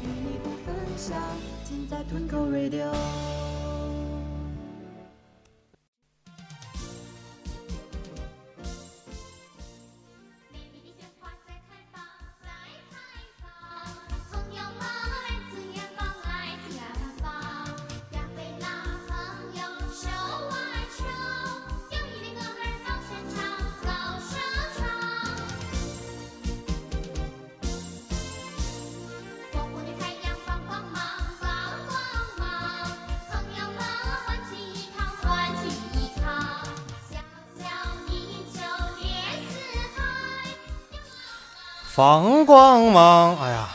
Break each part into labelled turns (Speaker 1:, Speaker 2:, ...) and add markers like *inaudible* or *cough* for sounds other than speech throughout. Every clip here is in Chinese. Speaker 1: 与你不分享，尽在 Twinkle Radio。
Speaker 2: 美丽的鲜花在开放，在开放。朋友们来自远方，来自远方。亚非拉朋友手挽手，友谊的歌儿高声唱，高声唱。火红的太阳放光芒，放光芒，朋友们欢庆一堂，欢庆一堂，小小一球连四海。
Speaker 3: 防光芒。哎呀，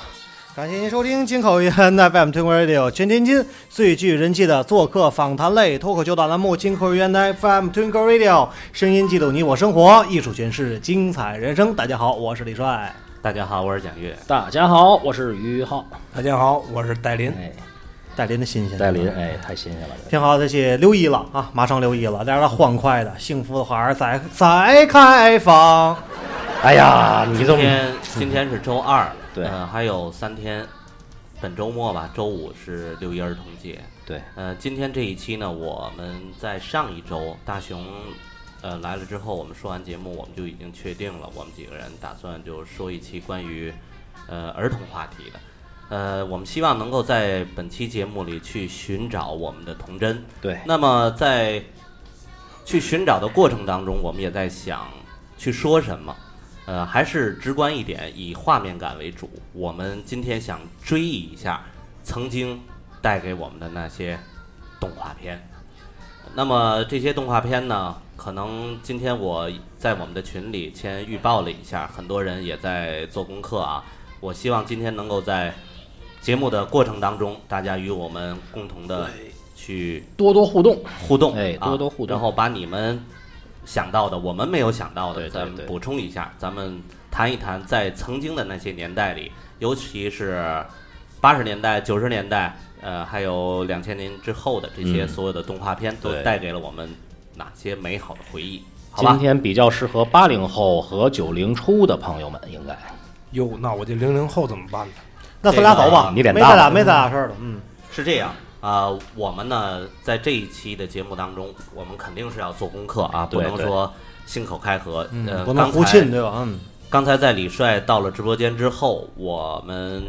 Speaker 3: 感谢您收听金口玉言 FM t w i n Radio 全天津最具人气的做客访谈类脱口秀大栏目《金口玉言 FM t w i n Radio》，声音记录你我生活，艺术诠释精彩人生。大家好，我是李帅。
Speaker 4: 大家好，我是蒋越。
Speaker 5: 大家好，我是于浩。
Speaker 6: 大家好，我是戴林。
Speaker 5: 哎，
Speaker 3: 戴林的新鲜，
Speaker 5: 戴林，哎，太新鲜了。这
Speaker 3: 挺好，这些六一了啊，马上六一了，大家欢快的、幸福的花儿再再开放。
Speaker 5: 哎呀，你这
Speaker 4: 今
Speaker 5: 么
Speaker 4: 天 *laughs* 今天是周二，
Speaker 5: *laughs* 对
Speaker 4: 呃，还有三天，本周末吧，周五是六一儿童节。
Speaker 5: 对，
Speaker 4: 呃，今天这一期呢，我们在上一周大熊，呃来了之后，我们说完节目，我们就已经确定了，我们几个人打算就说一期关于，呃儿童话题的。呃，我们希望能够在本期节目里去寻找我们的童真。
Speaker 5: 对
Speaker 4: 那么在去寻找的过程当中，我们也在想去说什么。呃，还是直观一点，以画面感为主。我们今天想追忆一下曾经带给我们的那些动画片。那么这些动画片呢，可能今天我在我们的群里先预报了一下，很多人也在做功课啊。我希望今天能够在节目的过程当中，大家与我们共同的去
Speaker 5: 多多互动。
Speaker 4: 互动，
Speaker 5: 哎
Speaker 4: 啊
Speaker 5: 多多互动
Speaker 4: 然后把你们想到的，我们没有想到的，
Speaker 5: 对对
Speaker 4: 咱们
Speaker 5: 对
Speaker 4: 补充一下，咱们谈一谈在曾经的那些年代里，尤其是八十年代、九十年代，呃，还有两千年之后的这些
Speaker 5: 嗯
Speaker 4: 所有的动画片，都
Speaker 5: 对
Speaker 4: 带给了我们哪些美好的回忆？好
Speaker 5: 今
Speaker 4: 吧，
Speaker 5: 天比较适合八零后和九零初的朋友们，应该
Speaker 6: 哟，那我这零零后怎么办呢？
Speaker 3: 那咱俩走吧，
Speaker 5: 啊你脸
Speaker 3: 没
Speaker 5: 大
Speaker 3: 咱俩
Speaker 5: 了
Speaker 3: 没咱俩事儿了，嗯，
Speaker 4: 是这样啊、我们呢在这一期的节目当中，我们肯定是要做功课啊，不
Speaker 5: 对
Speaker 4: 能
Speaker 5: 对
Speaker 4: 说信口开河，呃，
Speaker 3: 嗯不能
Speaker 4: 刚才
Speaker 3: 胡沁对吧？嗯，
Speaker 4: 刚才在李帅到了直播间之后，我们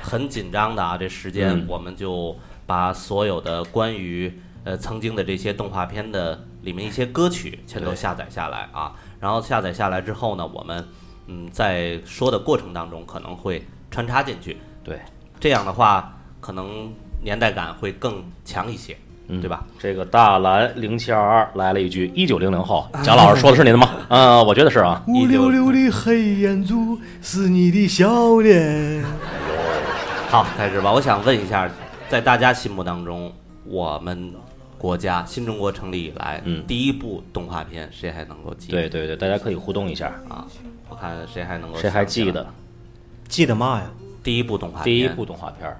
Speaker 4: 很紧张的啊，这时间、
Speaker 5: 嗯
Speaker 4: 我们就把所有的关于呃曾经的这些动画片的里面一些歌曲全都
Speaker 5: 对
Speaker 4: 下载下来啊，然后下载下来之后呢，我们嗯在说的过程当中可能会穿插进去，
Speaker 5: 对，
Speaker 4: 这样的话可能年代感会更强一些，
Speaker 5: 嗯
Speaker 4: 对吧？？
Speaker 5: 这个大蓝零七二二来了一句：“一九零零后，蒋老师说的是您
Speaker 4: *laughs*
Speaker 5: 的吗？”嗯，我觉得是啊。
Speaker 4: 一
Speaker 3: 乌
Speaker 4: 溜
Speaker 3: 溜
Speaker 4: 溜
Speaker 3: 溜的黑眼珠是你的笑脸。
Speaker 4: 好，开始吧。我想问一下，在大家心目当中，我们国家新中国成立以来，
Speaker 5: 嗯
Speaker 4: 第一部动画片谁还能够记得？
Speaker 5: 对对对，大家可以互动一下，
Speaker 4: 啊，我看谁还能够
Speaker 5: 谁还
Speaker 4: 想起来
Speaker 5: 记得
Speaker 3: 记得嘛呀？
Speaker 4: 第一部动画片？
Speaker 5: 第一部动画片儿？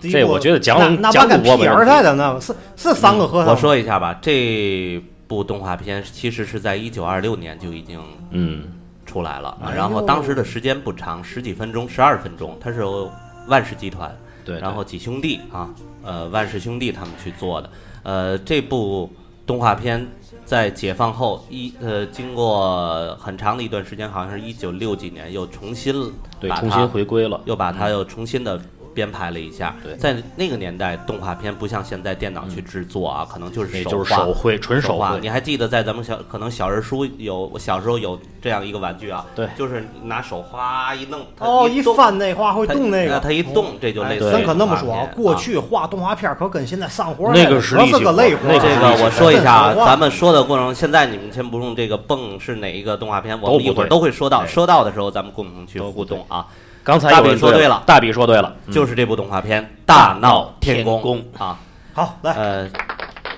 Speaker 3: 第一部
Speaker 5: 我觉得讲
Speaker 3: 那那
Speaker 5: 讲
Speaker 3: 把敢
Speaker 5: 古我没
Speaker 3: 屁
Speaker 5: 问
Speaker 3: 儿
Speaker 5: 题
Speaker 3: 太的那是是三个和
Speaker 4: 嗯
Speaker 3: 尚。
Speaker 4: 我说一下吧，这部动画片其实是在一九二六年就已经
Speaker 5: 嗯，
Speaker 4: 出来了，然后当时的时间不长，十几分钟、十二分钟，它是由万氏集团
Speaker 5: 对。对
Speaker 4: 然后几兄弟啊，呃，万氏兄弟他们去做的。呃，这部动画片在解放后一呃，经过很长的一段时间，好像是一九六几年又重新
Speaker 5: 对
Speaker 4: 把它
Speaker 5: 重新回归了，
Speaker 4: 又把它又重新的编排了一下。
Speaker 5: 对
Speaker 4: 在那个年代，动画片不像现在电脑去制作啊，可能就是
Speaker 5: 那
Speaker 4: 手
Speaker 5: 就是
Speaker 4: 画
Speaker 5: 手绘，纯
Speaker 4: 手
Speaker 5: 手
Speaker 4: 画，
Speaker 5: 绘
Speaker 4: 你。还记得在咱们小可能小人书有，我小时候有这样一个玩具啊，
Speaker 5: 对
Speaker 4: 就是拿手哗一弄，它
Speaker 3: 哦，
Speaker 4: 一
Speaker 3: 一
Speaker 4: 动
Speaker 3: 翻那画会
Speaker 4: 它
Speaker 3: 动那
Speaker 4: 啊
Speaker 3: 个。
Speaker 4: 它一动这就
Speaker 3: 哎
Speaker 4: 类似。
Speaker 3: 咱可那么说
Speaker 4: 啊
Speaker 3: 啊，，过去画动画片可跟现在上活儿
Speaker 5: 那
Speaker 3: 来
Speaker 5: 个
Speaker 3: 了
Speaker 5: 是
Speaker 3: 可
Speaker 5: 力气
Speaker 3: 个累
Speaker 5: 活
Speaker 3: 活
Speaker 5: 那
Speaker 3: 儿了。
Speaker 5: 个是
Speaker 4: 这
Speaker 5: 力
Speaker 4: 个
Speaker 5: 气
Speaker 4: 我
Speaker 5: 活
Speaker 4: 说一下啊
Speaker 3: 正常，话
Speaker 4: 咱们说的过程，现在你们先不用这个蹦是哪一个动画片，我
Speaker 5: 都
Speaker 4: 们一
Speaker 5: 不
Speaker 4: 会儿
Speaker 5: 对
Speaker 4: 都会说到，
Speaker 5: 哎
Speaker 4: 说到的时候咱们共同去
Speaker 5: 都不
Speaker 4: 互动啊。
Speaker 5: 刚才
Speaker 4: 大
Speaker 5: 有
Speaker 4: 笔
Speaker 5: 人
Speaker 4: 说对了
Speaker 5: 大笔说对了，嗯
Speaker 4: 就是这部动画片《大闹天宫
Speaker 5: 大闹》天
Speaker 4: 啊，
Speaker 3: 好，来，
Speaker 4: 呃，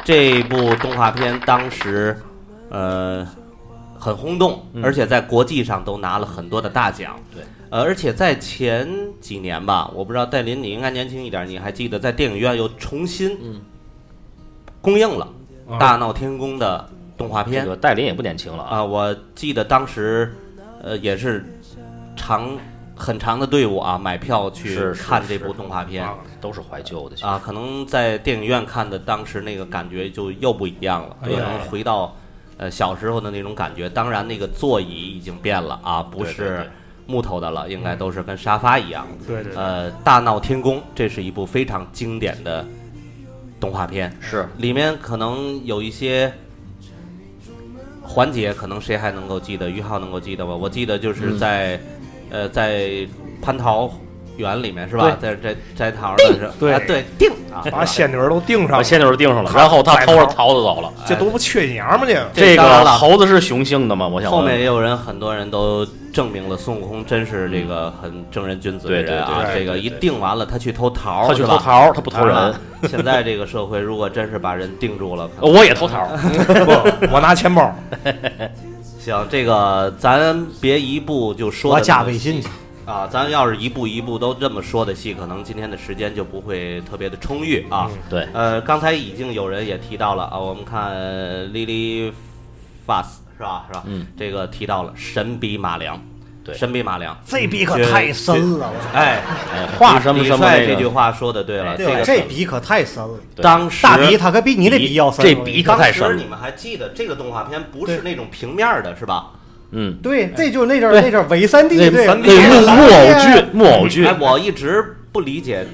Speaker 4: 这部动画片当时呃很轰动，而且在国际上都拿了很多的大奖。
Speaker 5: 对，
Speaker 4: 呃，而且在前几年吧，我不知道戴琳，你应该年轻一点，你还记得在电影院又重新公映了
Speaker 6: 啊
Speaker 4: 《大闹天宫》的动画
Speaker 5: 这
Speaker 4: 片
Speaker 5: 个戴琳也不年轻了啊，
Speaker 4: 啊。我记得当时呃也是长很长的队伍啊，买票去
Speaker 5: 是是
Speaker 4: 看这
Speaker 5: 是啊
Speaker 4: 部动画
Speaker 6: 啊
Speaker 4: 片。
Speaker 5: 都是怀旧的。其实
Speaker 4: 啊，可能在电影院看的当时那个感觉就又不一样了，
Speaker 6: 哎
Speaker 4: 可
Speaker 6: 呀
Speaker 4: 能回到呃小时候的那种感觉。当然，那个座椅已经变了啊，不
Speaker 5: 对对
Speaker 4: 是
Speaker 5: 对嗯
Speaker 4: 木头的了，应该都是跟沙发一样。
Speaker 6: 对对对，
Speaker 4: 呃，《大闹天宫》这是一部非常经典的动画片，
Speaker 5: 是
Speaker 4: 里面可能有一些环节，可能谁还能够记得？于浩能够记得吧？我记得
Speaker 5: 嗯
Speaker 4: 就是在、呃在蟠桃园里面是吧？在摘摘桃的时候，
Speaker 6: 对
Speaker 4: 啊、对定啊，
Speaker 6: 把仙女儿都盯上
Speaker 5: 把
Speaker 6: 了，
Speaker 5: 仙女儿盯上了，
Speaker 6: 他
Speaker 5: 然后他
Speaker 6: 宰
Speaker 5: 偷着
Speaker 6: 桃
Speaker 5: 桃子走了。
Speaker 4: 呃
Speaker 6: 这都不缺心眼儿吗？这个
Speaker 4: 这
Speaker 5: 这
Speaker 4: 当然
Speaker 5: 个
Speaker 4: 了
Speaker 5: 猴子是雄性的吗？我
Speaker 4: 啊
Speaker 5: 想
Speaker 4: 后
Speaker 5: 问
Speaker 4: 面也有人，很多人都证明了孙悟空真是这个很正人君子的
Speaker 5: 对
Speaker 4: 人啊。
Speaker 5: 对对对
Speaker 4: 这个
Speaker 5: 对
Speaker 4: 一定完了，他去偷桃儿，
Speaker 5: 他去
Speaker 4: 是
Speaker 5: 偷
Speaker 4: 吧
Speaker 5: 桃儿，他不偷人。
Speaker 4: 啊现在这个社会，如果真是把人定住了，可能
Speaker 5: 呃我也偷桃
Speaker 4: *laughs*
Speaker 5: 儿，
Speaker 6: *laughs* 不，我拿钱包，
Speaker 4: 行，这个咱别一步就说
Speaker 3: 我
Speaker 4: 的那
Speaker 3: 加
Speaker 4: 么
Speaker 3: 微信去。
Speaker 4: 啊，咱要是一步一步都这么说的细，可能今天的时间就不会特别的充裕啊。
Speaker 5: 对，
Speaker 4: 呃，刚才已经有人也提到了啊，我们看 Lily Fast 是吧？是吧？
Speaker 5: 嗯，
Speaker 4: 这个提到了神笔马良，
Speaker 5: 对
Speaker 4: 神笔马良。
Speaker 3: 这笔可太深了，我
Speaker 4: 哎，
Speaker 5: 哎画什么
Speaker 4: 李
Speaker 5: 什么
Speaker 4: 帅
Speaker 5: 那
Speaker 4: 这句
Speaker 5: 个，
Speaker 4: 话说的对了，
Speaker 5: 哎
Speaker 4: 这个
Speaker 3: 这笔可太深了。
Speaker 5: 对
Speaker 4: 当时
Speaker 3: 大笔他可比你的笔要深。
Speaker 5: 这
Speaker 3: 我跟你
Speaker 5: 笔
Speaker 3: 说
Speaker 5: 可
Speaker 4: 当
Speaker 5: 太深
Speaker 4: 时
Speaker 5: 了
Speaker 4: 你们还记得这个动画片不是那种平面儿的，是吧？
Speaker 5: 嗯，
Speaker 3: 对，这就是那阵儿那阵儿伪三 D
Speaker 5: 那
Speaker 3: 对哎
Speaker 5: 那木木偶剧，木偶剧
Speaker 4: 哎，，我一直不理解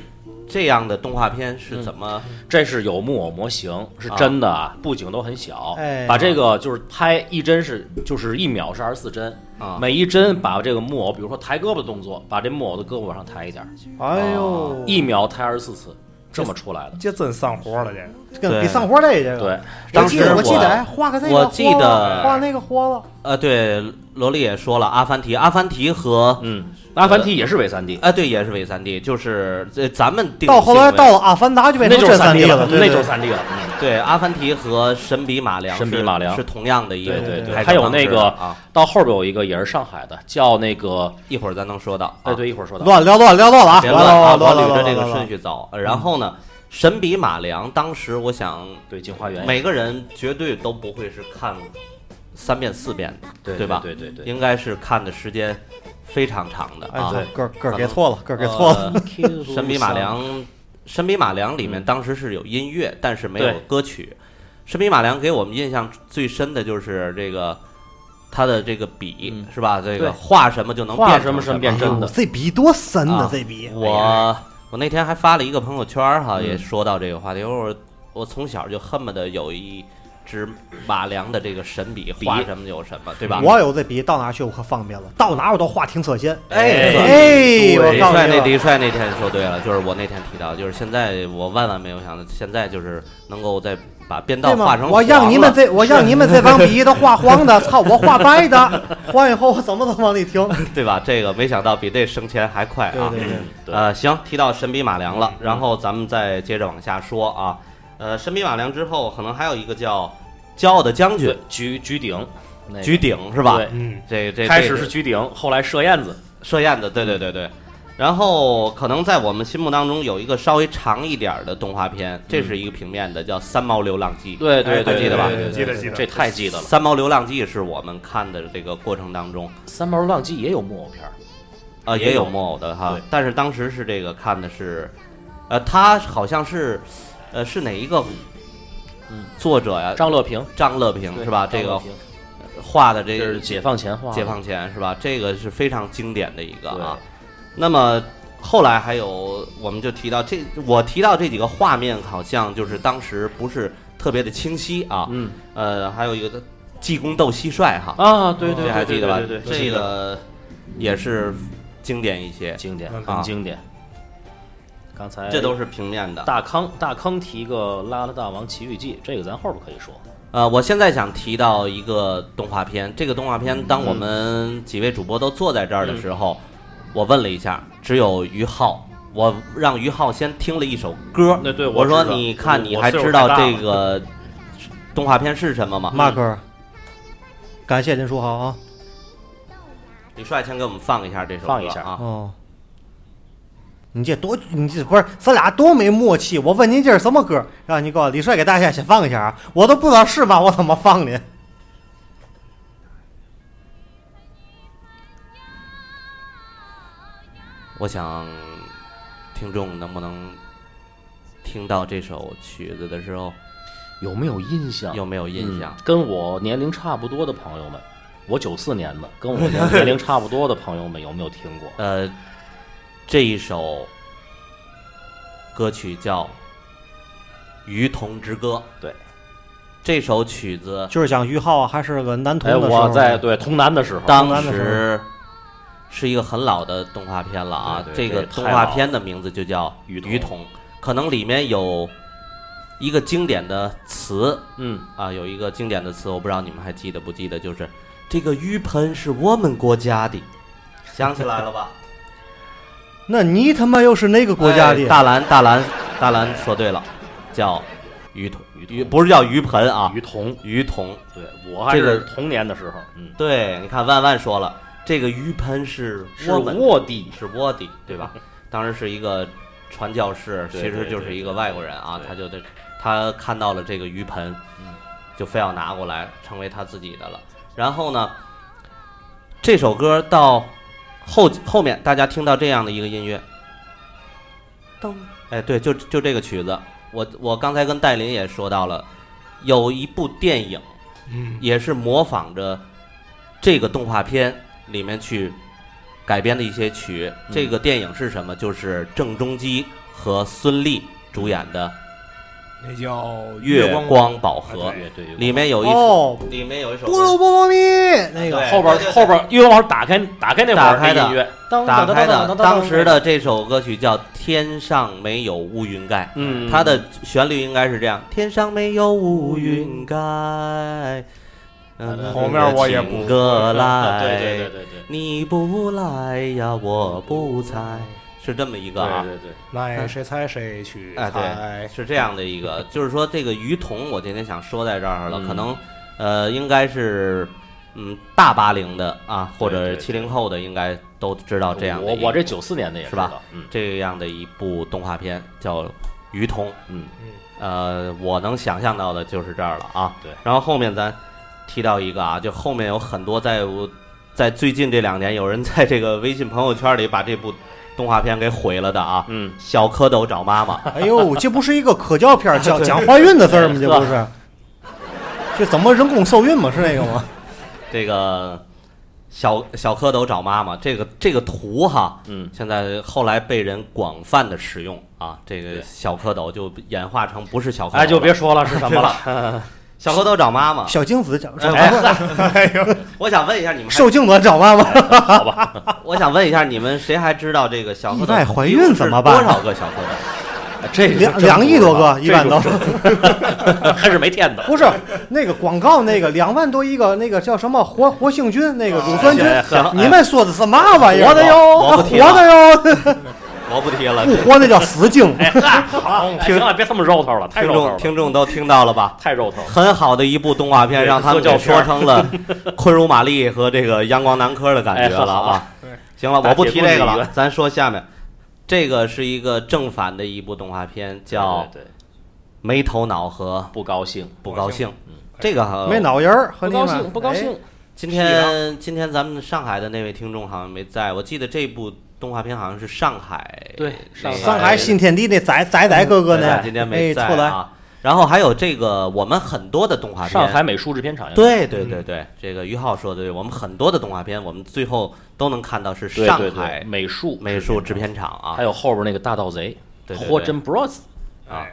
Speaker 4: 这样的动画片是怎么
Speaker 5: 这是有木偶模型，是真的啊，布景都很小
Speaker 3: 哎，
Speaker 5: 把这个就是拍一帧是就是一秒是二十四帧
Speaker 3: 嗯
Speaker 4: 啊，
Speaker 5: 每一帧把这个木偶，比如说抬胳膊的动作，把这木偶的胳膊往上抬一点儿，
Speaker 3: 哎
Speaker 4: 哦
Speaker 3: 呦，
Speaker 5: 一秒抬二十四次，这么出来的。
Speaker 6: 这真上活了，这个
Speaker 3: 跟比上活累这个。
Speaker 5: 对，
Speaker 3: 我
Speaker 4: 当
Speaker 3: 记
Speaker 4: 时
Speaker 3: 得
Speaker 4: 我
Speaker 3: 我记得哎，画个这个，
Speaker 4: 我记得
Speaker 3: 画那个豁了。
Speaker 4: 呃，对，萝莉也说了，阿凡提，阿凡提和
Speaker 5: 嗯，呃阿凡提也是伪三 D，
Speaker 4: 哎，对，也是伪三 D，就是呃，咱们定
Speaker 3: 到后来
Speaker 4: 性为
Speaker 3: 到了阿凡达就变
Speaker 5: 那
Speaker 3: 成
Speaker 5: 就是
Speaker 3: 真
Speaker 5: 三
Speaker 3: D
Speaker 5: 了，
Speaker 3: 对
Speaker 5: 那就是
Speaker 3: 对
Speaker 5: 三 D 了。嗯
Speaker 4: 对阿凡提和神笔马良是，
Speaker 5: 神笔马良
Speaker 4: 是同样的一种
Speaker 5: 对对对
Speaker 4: 拍摄
Speaker 5: 还有
Speaker 4: 方式
Speaker 5: 那个
Speaker 4: 啊，
Speaker 5: 到后边有一个也是上海的，叫那个，
Speaker 4: 一会儿咱能说到。啊
Speaker 5: 哎，对，一会儿说到，
Speaker 3: 乱聊乱聊到了啊，
Speaker 4: 别
Speaker 3: 乱
Speaker 4: 乱啊，
Speaker 3: 聊
Speaker 4: 我
Speaker 3: 乱
Speaker 4: 捋
Speaker 3: 聊
Speaker 4: 着这个顺。序走。
Speaker 3: 嗯
Speaker 4: 呃然后呢，神笔马良，当时我想，
Speaker 5: 对，镜花缘，
Speaker 4: 每个人绝对都不会是看三遍四遍的，
Speaker 5: 对
Speaker 4: 对吧
Speaker 5: 对对对，
Speaker 4: 应该是看的时间非常长的
Speaker 3: 哎
Speaker 4: 啊。，
Speaker 3: 个儿个儿给错了，个儿给错了。
Speaker 4: 呃神笔马良，神笔马良里面当时是有音乐，但是没有
Speaker 5: 嗯对
Speaker 4: 歌曲。神笔马良给我们印象最深的就是这个。他的这个笔、
Speaker 5: 嗯
Speaker 4: 是吧？这
Speaker 5: 对
Speaker 4: 个画什么就能
Speaker 5: 画
Speaker 4: 变
Speaker 5: 什么
Speaker 4: 成
Speaker 5: 什么变
Speaker 4: 成。
Speaker 5: 真的
Speaker 3: 哎呦这笔多深
Speaker 4: 啊
Speaker 3: 呢，这笔。
Speaker 4: 我我那天还发了一个朋友圈儿哈，
Speaker 5: 嗯
Speaker 4: 也说到这个话题。我说我从小就恨不得有一支马良的这个神笔，
Speaker 5: 笔
Speaker 4: 画什么有什么，对吧？
Speaker 3: 我有这笔，到哪去我可方便了，到哪我都画停车线。
Speaker 4: 哎
Speaker 3: 哎，我
Speaker 4: 李
Speaker 3: 告
Speaker 4: 帅那
Speaker 3: 诉你
Speaker 4: 李
Speaker 3: 了，
Speaker 4: 帅那天说对了，就是我那天提到，就是现在我万万没有想到，现在就是能够再把变道
Speaker 3: 对
Speaker 4: 画
Speaker 3: 吗
Speaker 4: 成？
Speaker 3: 我让
Speaker 4: 黄
Speaker 3: 你们
Speaker 4: 了
Speaker 3: 这，我让你们这帮逼都
Speaker 4: *laughs*
Speaker 3: 画黄的，操，我画白的，画以后我怎么都往里停。
Speaker 4: 对吧？这个没想到比这生钱还快啊！
Speaker 3: 对对对
Speaker 5: 对嗯
Speaker 4: 呃，行，提到神笔马良了，然后咱们再接着往下说啊。呃，神笔马良之后，可能还有一个叫《骄傲的将军
Speaker 5: 对，举举鼎，那》个
Speaker 4: 举鼎是吧？
Speaker 5: 对
Speaker 6: 嗯，
Speaker 4: 这这
Speaker 5: 开
Speaker 4: 这
Speaker 5: 始是举鼎，后来射燕子，
Speaker 4: 射燕子，对对对对。然后可能在我们心目当中有一个稍微长一点儿的动画片，这是一个平面的，叫《三毛流浪记》。
Speaker 5: 嗯对对
Speaker 6: 哎
Speaker 5: 对，
Speaker 4: 还记得吧
Speaker 5: 对对对
Speaker 6: 记得
Speaker 5: 对
Speaker 6: 记得
Speaker 5: 这太记得了。
Speaker 4: 三毛流浪记》是我们看的这个过程当中，
Speaker 5: 三毛浪迹也有木偶片儿，
Speaker 4: 啊，
Speaker 5: 呃也
Speaker 4: 也
Speaker 5: 有
Speaker 4: 有木偶的哈
Speaker 5: 对，
Speaker 4: 但是当时是这个看的是，呃，他好像是，呃，是哪一个
Speaker 5: 嗯
Speaker 4: 作者呀？
Speaker 5: 张乐平
Speaker 4: 张乐平
Speaker 5: 对
Speaker 4: 是吧？
Speaker 5: 张
Speaker 4: 这
Speaker 5: 乐
Speaker 4: 个
Speaker 5: 平
Speaker 4: 画的这
Speaker 5: 这
Speaker 4: 个
Speaker 5: 是解放前画的，
Speaker 4: 解放前是吧？这个是非常经典的一个
Speaker 5: 对
Speaker 4: 啊。那么后来还有，我们就提到这，我提到这几个画面，好像就是当时不是特别的清晰啊。
Speaker 5: 嗯
Speaker 4: 呃，还有一个济公斗蟋蟀哈，
Speaker 5: 啊，对对，
Speaker 4: 这还
Speaker 5: 对
Speaker 4: 记得吧？
Speaker 5: 对对，对
Speaker 4: 这个也是经典一些，
Speaker 5: 经典，
Speaker 4: 啊
Speaker 5: 很经典。刚才
Speaker 4: 这都是平面的。
Speaker 5: 哎大康大康提一个《拉拉大王奇遇记》，这个咱后边可以说。
Speaker 4: 呃，我现在想提到一个动画片，这个动画片
Speaker 5: 嗯
Speaker 4: 当我们几位主播都坐在这儿的时候，我问了一下，只有于浩，我让于浩先听了一首歌。
Speaker 5: 那对
Speaker 4: 我
Speaker 5: 知
Speaker 4: 说
Speaker 5: 道
Speaker 4: 你看，你
Speaker 5: 我
Speaker 4: 还
Speaker 5: 岁数
Speaker 4: 知道
Speaker 5: 太大
Speaker 4: 这
Speaker 5: 了
Speaker 4: 个动画片是什么吗？
Speaker 3: 马哥，感谢林书豪啊！
Speaker 4: 李帅先给我们放一下这首歌
Speaker 5: 放一下嗯
Speaker 4: 啊。
Speaker 3: 哦，你这多你这不是咱俩多没默契？我问您这是什么歌，让你给我李帅给大家先放一下啊！我都不知道是吧，我怎么放呢？
Speaker 4: 我想，听众能不能听到这首曲子的时候，
Speaker 5: 有没有印象？
Speaker 4: 有没有印象？
Speaker 5: 嗯跟我年龄差不多的朋友们，我九四年的，跟我年年龄差不多的朋友们有没有听
Speaker 4: *laughs*
Speaker 5: 过？
Speaker 4: 呃，这一首歌曲叫《于童之歌》。
Speaker 5: 对，
Speaker 4: 这首曲子
Speaker 3: 就是讲于浩啊还是个男童
Speaker 5: 哎，
Speaker 3: 的时候
Speaker 5: 我
Speaker 3: 呢，
Speaker 5: 在对童男的时候，
Speaker 4: 当
Speaker 3: 的时
Speaker 4: 时是一个很老的动画片了啊。
Speaker 5: 对对
Speaker 4: 这个
Speaker 5: 对
Speaker 4: 动
Speaker 5: 太
Speaker 4: 画
Speaker 5: 老
Speaker 4: 片的名字就叫《
Speaker 5: 于童
Speaker 4: 于童》，可能里面有一个经典的词
Speaker 5: 嗯，
Speaker 4: 啊，有一个经典的词，我不知道你们还记得不记得，就是这个浴盆是我们国家的，想起来了吧？
Speaker 3: *laughs* 那你他妈又是哪个国家
Speaker 4: 哎
Speaker 3: 的？
Speaker 4: 大蓝，大蓝，大蓝说对了，叫鱼桶，鱼不是叫鱼盆啊，
Speaker 5: 于童，
Speaker 4: 鱼桶。
Speaker 5: 对我还
Speaker 4: 这个
Speaker 5: 是童年的时候，嗯，
Speaker 4: 对，你看万万说了，这个鱼盆是
Speaker 5: 是
Speaker 4: 我们的
Speaker 5: 卧底，
Speaker 4: 是卧底，对 *laughs* 吧？当时是一个传教士，
Speaker 5: 对
Speaker 4: 其实就是一个外国人啊，
Speaker 5: 对嗯
Speaker 4: 他就得他看到了这个鱼盆，就非要拿过来成为他自己的了。然后呢，这首歌到后后面大家听到这样的一个音乐，噔，哎，对，就就这个曲子，我我刚才跟戴琳也说到了，有一部电影，
Speaker 6: 嗯，
Speaker 4: 也是模仿着这个动画片里面去改编的一些曲。这个电影是什么？就是郑中基和孙俪主演的
Speaker 6: 那叫
Speaker 4: 《月
Speaker 6: 嗯光
Speaker 4: 光宝盒》，
Speaker 5: 对对，
Speaker 4: 里面有一
Speaker 3: 哦，
Speaker 4: 里面有一首
Speaker 3: 菠萝菠萝蜜那个
Speaker 4: 对
Speaker 5: 后边
Speaker 4: 对对对
Speaker 5: 后边越往打开打开那会
Speaker 4: 打
Speaker 5: 儿
Speaker 4: 开的
Speaker 5: 那音乐，当
Speaker 4: 打开的，当时，
Speaker 5: 当
Speaker 4: 的这首歌曲叫《天上没有乌云盖》。
Speaker 5: 嗯，
Speaker 4: 它的旋律应该是这样：天上没有乌云盖，嗯
Speaker 6: 后面我也不
Speaker 4: 请哥来，
Speaker 5: *laughs* 对对对对对
Speaker 4: 你不来呀，我不猜，是这么一个啊
Speaker 5: 对，对对，
Speaker 6: 那谁猜谁去
Speaker 4: 哎，
Speaker 6: 猜
Speaker 4: 对，，是这样的一
Speaker 5: *laughs*
Speaker 4: 个，就是说这个于童，我今天想说在这儿了，
Speaker 5: 嗯
Speaker 4: 可能呃，应该是嗯大八零的啊，或
Speaker 5: 对
Speaker 4: 者
Speaker 5: 对对
Speaker 4: 七零后的应该都知哦道这样的
Speaker 5: 我
Speaker 4: 一个，
Speaker 5: 我这九四年的也
Speaker 4: 是吧
Speaker 5: 知道？嗯
Speaker 4: 这样的一部动画片叫《于童》，
Speaker 5: 嗯，
Speaker 4: 呃，我能想象到的就是这儿了啊。
Speaker 5: 对
Speaker 4: 然后后面咱提到一个啊，就后面有很多在我在最近这两年，有人在这个微信朋友圈里把这部动画片给毁了的啊。
Speaker 5: 嗯，
Speaker 4: 小蝌蚪找妈妈，
Speaker 3: 哎呦，这不是一个科教片儿，讲讲怀孕的事儿吗？这不是？ *laughs* 这怎么人工受孕吗？是那个 *laughs* 吗？
Speaker 4: 这个小小蝌蚪找妈妈，这个这个图哈，
Speaker 5: 嗯，
Speaker 4: 现在后来被人广泛的使用啊，这个小蝌蚪就演化成不是小蝌蚪了，
Speaker 5: 哎，就别说了 *laughs* 是什么了，
Speaker 4: *laughs* 小蝌蚪找妈妈。
Speaker 3: 小精子找
Speaker 4: 哎，
Speaker 5: *laughs*
Speaker 4: 我想问一下你们还，
Speaker 3: 受精卵找妈妈，
Speaker 4: 我想问一下你们，谁还知道这个小蝌
Speaker 3: 意
Speaker 4: 蚪
Speaker 3: 外怀孕怎么办
Speaker 4: 多少个小蝌蚪？
Speaker 5: 这个
Speaker 3: 两两亿多个，一般都 *laughs*
Speaker 5: *laughs* 还是没骗的。
Speaker 3: 不是那个广告那个两万多一个那个叫什么活活性菌那个乳酸菌
Speaker 5: 哎行，
Speaker 3: 你们说的是嘛玩意儿？
Speaker 4: 活的哟
Speaker 3: 啊
Speaker 4: 我不
Speaker 3: 活
Speaker 4: 提了
Speaker 3: 的哟，
Speaker 4: 我不提了。
Speaker 3: 不 *laughs* 活那叫死
Speaker 7: *laughs*
Speaker 3: 精。
Speaker 5: 哎，嗨好，哎行了，别这么肉头了，太
Speaker 4: 听
Speaker 5: 肉头
Speaker 4: 众
Speaker 5: 了，
Speaker 4: 听众都听到了吧？
Speaker 5: 太肉头了。
Speaker 4: 很好的一部动画片，
Speaker 5: 对
Speaker 4: 让他们
Speaker 5: 特效
Speaker 4: 给
Speaker 5: 片
Speaker 4: 说成了昆如玛丽和这个阳光男科的感觉了啊！行了，
Speaker 5: 大
Speaker 4: 我不提这个
Speaker 5: 铁棍子一
Speaker 4: 了
Speaker 5: 个，
Speaker 4: 咱说下面，这个是一个正反的一部动画片，叫《
Speaker 5: 对对对
Speaker 4: 没头脑和
Speaker 5: 不高兴，
Speaker 4: 不高兴》。这个好
Speaker 3: 没脑仁儿，和
Speaker 5: 不
Speaker 3: 你们
Speaker 5: 高兴，不高兴。
Speaker 4: 今
Speaker 6: 是
Speaker 4: 天今天咱们上海的那位听众好像没在，我记得这部动画片好像是上海
Speaker 5: 对
Speaker 4: 那个
Speaker 5: 哎
Speaker 3: 哎上海新天地那仔仔仔哥哥
Speaker 4: 对
Speaker 3: 呢？
Speaker 4: 今天没
Speaker 3: 哎，
Speaker 4: 在
Speaker 3: 错了，
Speaker 4: 啊。然后还有这个我们很多的动画片，
Speaker 5: 上海美术制片厂应该
Speaker 4: 对对
Speaker 5: 嗯
Speaker 4: 对对，这个于浩说的对，我们很多的动画片，我们最后都能看到是
Speaker 5: 对
Speaker 4: 上
Speaker 5: 对对
Speaker 4: 海
Speaker 5: 美术
Speaker 4: 美术制片厂啊，
Speaker 5: 还有后边那个大盗贼，
Speaker 4: 对对对
Speaker 5: 霍真 Bros，
Speaker 4: 啊，